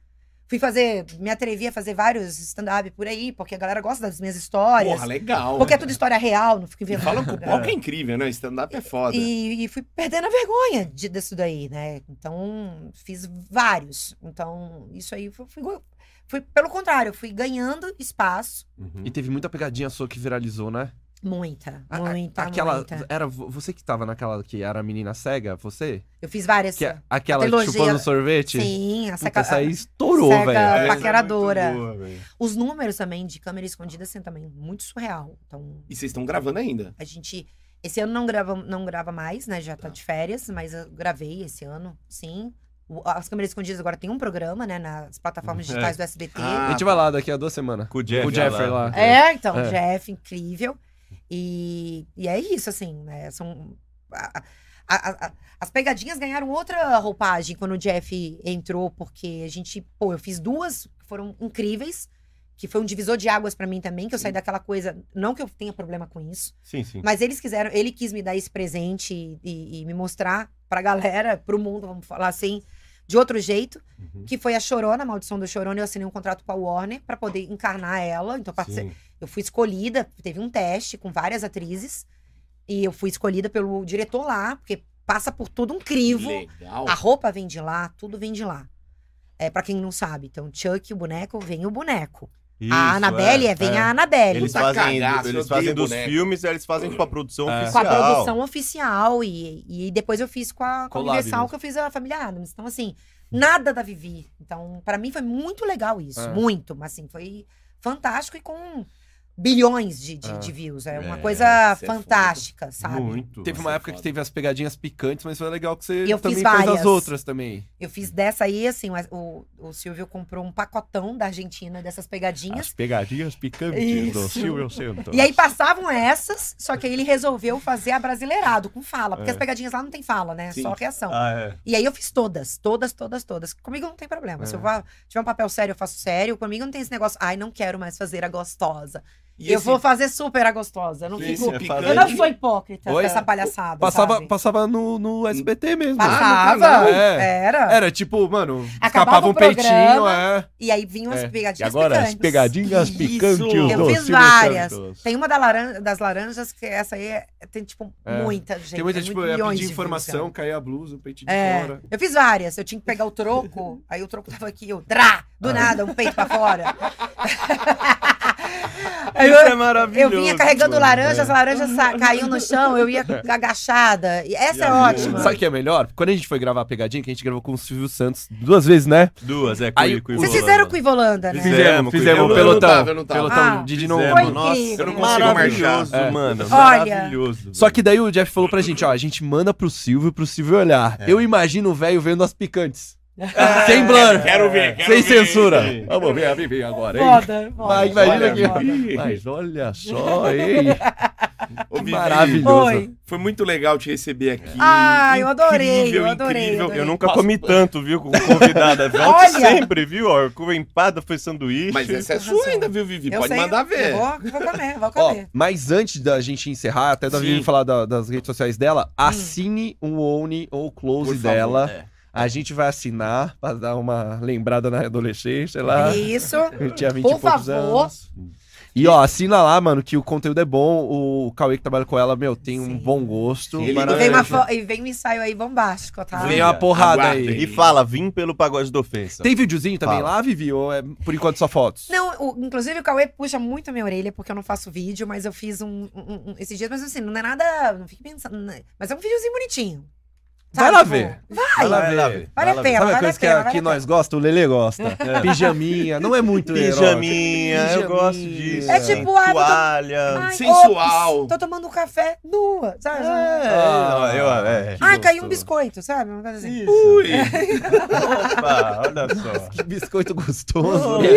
D: Fui fazer, me atrevi a fazer vários stand-up por aí, porque a galera gosta das minhas histórias.
A: Porra, legal. né?
D: porque é tudo história real, não fico
A: E
D: inventando.
A: Falam que o palco é incrível, né? Stand-up é foda.
D: E, e fui perdendo a vergonha de, disso daí, né? Então, fiz vários. Então, isso aí foi, foi- foi pelo contrário, fui ganhando espaço.
B: Uhum.
C: E teve muita pegadinha sua que viralizou, né?
D: Muita,
C: A- a-
D: muita,
C: aquela.
D: muita.
C: Era vo- você que tava naquela que era a menina cega, você?
D: Eu fiz várias.
C: Que, é- aquela que
D: trilogia-
C: chupando sorvete?
D: Sim, a
C: Puta,
D: saca...
C: essa aí estourou,
D: Cega- Ah.
C: velho.
B: Essa é
D: paqueradora.
B: muito boa, velho.
D: Os números também de câmera escondida são também muito surreal. Então,
A: E vocês estão gravando ainda?
D: a gente. Esse ano não grava, não grava mais, né? Já tá de férias, mas eu gravei esse ano, sim. O- As câmeras escondidas agora tem um programa, né? Nas plataformas
B: É.
D: digitais do SBT.
A: Ah,
C: A gente vai lá daqui a duas semanas.
B: Com o Jeff,
C: Com o Jeffrey lá.
D: É, então,
C: É.
D: Jeff, incrível. E, e é isso, assim, né? São. a- a- a- a- as pegadinhas ganharam outra roupagem quando o Jeff entrou, porque a gente. Pô, eu fiz duas que foram incríveis, que foi um divisor de águas pra mim também, que eu saí daquela coisa. Não que eu tenha problema com isso,
B: Sim, sim.
D: mas eles quiseram. Ele quis me dar esse presente e, e- e me mostrar pra galera, pro mundo, vamos falar assim, de outro jeito
B: Uhum.
D: que foi a Chorona, a Maldição do Chorona. Eu assinei um contrato com a Warner pra poder encarnar ela. Então, eu participei-
B: Sim.
D: eu fui escolhida, teve um teste com várias atrizes. E eu fui escolhida pelo diretor lá, porque passa por todo um crivo.
A: Legal.
D: A roupa vem de lá, tudo vem de lá. É, para quem não sabe, então Chuck, o boneco, vem o boneco.
B: Isso,
D: a Annabelle é, vem a Annabelle.
B: Eles
A: Puta
B: fazem,
A: cagaço, eu
B: eles
A: odeio
B: fazem dos
A: boneco.
B: filmes, eles fazem com a produção
C: É.
D: com a
B: oficial.
D: produção oficial e, e depois eu fiz com a, com a
C: Collab
D: Universal
C: mesmo.
D: que eu fiz a família Adams. Então assim, nada da Vivi. Então pra mim foi muito legal isso,
C: É.
D: muito, mas assim, foi fantástico e com bilhões de, de,
C: É.
D: de views, é uma
A: É,
D: coisa
A: isso é
D: fantástica, sabe?
B: Muito.
C: Teve
A: Nossa,
C: uma época
A: foda.
C: que teve as pegadinhas picantes, mas foi legal que você
D: E eu fiz
C: também fez
D: várias.
C: as outras também.
D: Eu fiz dessa aí, assim, o, o o Silvio comprou um pacotão da Argentina dessas pegadinhas.
C: pegadinhas picantes
D: do Isso. Silvio
C: Santos.
D: E aí passavam essas, só que aí ele resolveu fazer a brasileirado com fala, porque as pegadinhas lá não tem fala, né?
A: Sim.
D: Só reação.
B: Ah, é.
D: E aí eu fiz todas, todas, todas, todas. Comigo não tem problema. Se eu vá- tiver um papel sério, eu faço sério. Comigo não tem esse negócio, ai, não quero mais fazer a gostosa.
A: E
D: eu
A: esse-
D: vou fazer super a gostosa. Eu não,
A: esse
D: fico-
B: é
A: picante-
D: eu não sou hipócrita
C: Oi?
D: com essa palhaçada.
C: Passava,
D: sabe?
C: passava no, no SBT mesmo.
A: Ah, no canal.
D: Passava.
C: É.
D: Era.
C: Era tipo, mano,
D: Acabava
C: escapava
D: o
C: um peitinho,
D: programa.
C: é.
D: E aí vinham as
C: É.
D: pegadinhas picantes.
A: Isso. picantes
D: Eu do fiz Silvio várias. Tem uma da laran- das laranjas, que essa aí é- tem, tipo,
C: É.
D: muita gente.
C: Tem muita,
D: é
C: tipo,
D: muito
C: ia
D: milhões
C: pedir
D: de views,
C: informação,
D: cara.
C: caía a blusa, o peitinho
D: É,
C: de fora.
D: eu fiz várias. Eu tinha que pegar o troco, aí o troco tava aqui, eu, drá, do
C: Ah.
D: nada, um peito pra fora.
B: Isso
D: aí eu,
B: é
D: Eu
B: maravilhoso.
D: vinha carregando
B: mano. É.
D: laranja, as laranjas sa- caíam no chão, eu ia agachada. E essa
B: E
D: é
B: a
D: ótima.
B: Mano.
C: Sabe o que é melhor? Quando a gente foi gravar a pegadinha, que a gente gravou com o Silvio Santos duas vezes, né?
B: Duas, é.
C: Aí,
B: cu- cu-
D: Vocês
B: rolando.
D: fizeram com o Ivolanda, né?
B: Fizemos, fizemos.
C: o
A: Eu não
C: pelotão.
A: tava, eu não tava.
C: Pelotão
D: Ah,
C: de Dino
B: fizemos.
D: Foi incrível. É.
A: Eu não consigo marchar.
B: Maravilhoso, mano.
D: Olha.
B: Maravilhoso.
C: Só que daí o Jeff falou pra gente, ó, a gente manda pro Silvio, pro Silvio olhar. Eu imagino o velho vendo as picantes.
D: Ah.
C: Sem blur.
A: Quero ver, quero
C: Sem
A: ver.
C: censura. Vamos ver a Vivi agora, hein?
E: Foda, foda.
C: Vai,
A: Olha,
C: imagina que.
E: mano.
C: Mas olha só, hein?
A: Ô, Vivi,
C: Maravilhoso.
E: Oi.
A: Foi muito legal te receber aqui.
D: Ah, eu adorei,
A: Incrível,
D: eu adorei,
A: incrível.
D: eu adorei.
B: Eu nunca comi tanto, viu, com convidada. Volte
D: Olha!
B: sempre, viu? Ó, com empada foi sanduíche.
A: Mas essa é
D: Com
A: sua
D: razão.
A: ainda, viu, Vivi?
D: Eu
A: Pode
D: sei,
A: mandar
D: eu
A: ver.
D: Vou, vou comer, vou
C: Ó,
D: comer.
C: mas antes da gente encerrar, até da
A: Sim.
C: Vivi falar da- das redes sociais dela,
D: Hum.
C: assine o One ou o Close
A: Por favor,
C: dela.
A: é.
C: A gente vai assinar pra dar uma lembrada na adolescência, sei lá.
D: Isso.
C: Eu tinha 20 e
D: Por
C: poucos
D: favor.
C: anos. E ó, assina lá, mano, que o conteúdo é bom. O Cauê que trabalha com ela, meu, tem um
D: Sim.
C: bom
A: Ele-
C: gosto.
D: E vem, uma
C: maravilhoso.
D: fo- e vem um ensaio aí bombástico, tá?
C: Vem um- uma porrada
A: Aguardem.
C: aí.
B: E fala, vim pelo pagode da ofensa.
C: Tem videozinho também
B: Fala.
C: lá, Vivi? Ou é por enquanto só fotos?
D: Não, o- inclusive o Cauê puxa muito a minha orelha, porque eu não faço vídeo, mas eu fiz um, um- um- esses dias, mas assim, não é nada. Não fique pensando. né? Mas é um videozinho bonitinho.
C: Vai
D: Sabe,
C: lá
D: tipo,
C: ver.
B: Vai lá, vai
C: Vai lá
B: lá
C: ver.
B: ver.
D: Vale a
B: Vai lá
D: pena,
C: Sabe
D: vale
C: a
D: a
C: coisa que,
D: pena,
C: a-
D: vale
C: que
D: a pena.
C: nós gosta? O Lelê gosta. Pijaminha, não é muito erótico.
B: Pijaminha, eu gosto disso.
D: É tipo, ah, eu tô-
B: toalha.
D: Ai,
A: sensual.
D: ops, tô tomando um café nua, sabe?
B: Ah, eu, é.
D: Ai, caiu um biscoito, sabe? Uma coisa assim.
A: Ui,
B: Opa, olha só.
C: Que biscoito gostoso.
B: Oh,
C: né?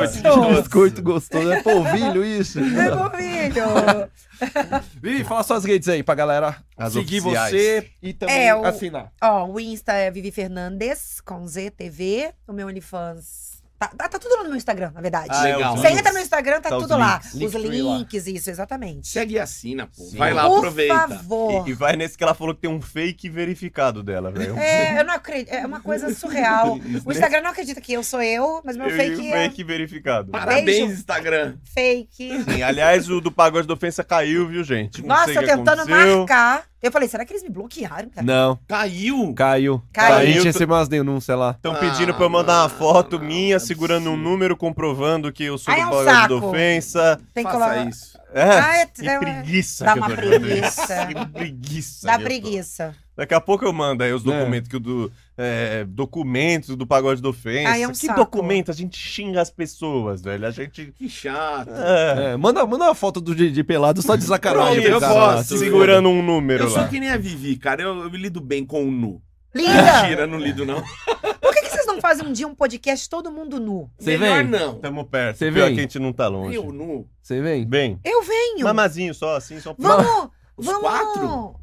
A: biscoito.
C: Que biscoito gostoso. É polvilho isso.
D: É, meu filho.
C: Vivi, fala suas redes aí pra galera
B: As
C: seguir
B: oficiais.
C: você e também
D: É, o-
C: assinar.
D: Ó, o Insta é Vivi Fernandes, com ZTV. O meu OnlyFans. Tá, tá, tá tudo lá no meu Instagram, na verdade.
A: Ah, legal.
D: Você entra no Instagram, tá,
B: Tá os
D: tudo lá.
B: links.
D: Os
C: Linktree lá.
D: links, isso, exatamente.
A: Segue e assina, pô.
B: Sim.
A: Vai lá,
D: Por
A: aproveita.
D: favor.
B: E, e vai nesse que ela falou que tem um fake verificado dela, velho.
D: É, eu não acredito. É uma coisa surreal. O Instagram não acredita que eu sou eu, mas meu
B: Eu- um
D: fake é
B: fake verificado.
A: Parabéns,
D: Beijo.
A: Instagram.
D: fake.
B: Sim, aliás, o do pagode da ofensa caiu, viu, gente? Não
D: Nossa,
B: sei
D: eu
B: o que
D: tentando
B: aconteceu.
D: marcar. Eu falei, será que eles me bloquearam, cara?
C: Não, tá
A: Caiu.
C: caiu.
D: Caiu.
C: A gente
B: Caiu.
C: recebeu umas denúncias lá.
B: Estão
A: Ah,
B: pedindo pra eu mandar uma foto
A: não,
B: minha
A: não é
B: segurando um
A: possível.
B: número comprovando que eu sou
D: Ai,
B: do
D: é um
B: pagode da
D: saco.
B: ofensa.
D: Tem que
A: Faça
D: colocar.
A: isso.
B: É,
D: Ah, é-
B: que
D: é-
B: preguiça
D: dá
B: que eu
D: uma
B: tô de fazer
D: preguiça.
B: isso. Que preguiça.
D: Dá
B: que eu tô.
D: preguiça.
B: Daqui a pouco eu mando aí os
C: É.
B: documentos que o do, é, documentos do pagode da ofensa.
D: Ai, é um
B: que
D: saco.
B: documento? A gente xinga as pessoas, velho. A gente.
A: Que chato.
B: É.
C: É, manda, manda uma foto do Didi pelado só de sacanagem.
A: Pronto, eu
C: pra galera.
A: posso.
B: Segurando um número
A: Eu
B: lá.
A: sou que nem a Vivi, cara. Eu, eu me lido bem com o nu.
D: Linda!
A: Mentira, não lido, não.
D: Por que, que vocês não fazem um dia um podcast todo mundo nu?
C: Você
A: Melhor
C: vem?
A: não.
B: Tamo perto.
C: Você
B: Pior
C: vem?
B: que a Tá gente não tá longe.
A: Eu nu.
C: Você vem?
B: Bem.
D: Eu venho.
B: Mamazinho só, assim, só pra.
D: Vamos!
A: Os
D: vamos!
A: quatro?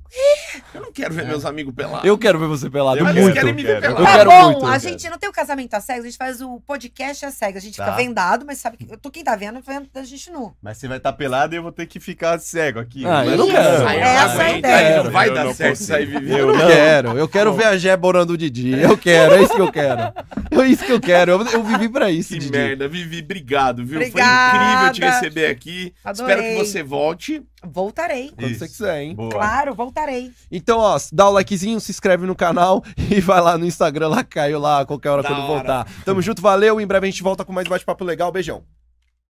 A: Eu não quero ver meus amigos pelados.
C: Eu quero ver você pelado
B: Eu
A: Mas
C: muito.
A: eles querem me ver
B: eu quero.
A: pelado.
C: Eu
D: tá
C: quero
D: bom,
C: muito, eu
D: a
C: quero.
D: gente não tem o casamento a cegas, a gente faz o podcast a cegas. A gente
B: Tá.
D: fica vendado, mas sabe que. Tu quem tá vendo, vendo a gente nu.
B: Mas você vai estar pelado e eu vou ter que ficar cego aqui.
C: Ah,
B: Mas
C: eu não quero.
A: Aí eu não
D: Essa é a
A: aguento,
D: ideia.
A: aí Não vai
B: Eu
A: dar
B: não
A: certo
B: consigo.
A: isso aí, Vivi.
B: Eu
C: Eu
B: não.
C: quero, eu quero ver a Jé borando o Didi. Eu quero, é isso que eu quero. É isso que eu quero. Eu, eu vivi pra isso,
A: Que
C: Didi.
A: merda, Vivi, obrigado, viu? Foi incrível
D: Obrigada.
A: te receber aqui.
D: Adorei.
A: Espero que você volte.
D: Voltarei.
C: Quando
B: Isso.
C: você quiser, hein?
B: Boa.
D: Claro, voltarei.
C: Então, ó, dá o likezinho, se inscreve no canal e vai lá no Instagram, lá caiu lá, a qualquer hora
A: Da
C: quando
A: hora.
C: voltar. Tamo junto, valeu. Em breve a gente volta com mais bate-papo legal. Beijão.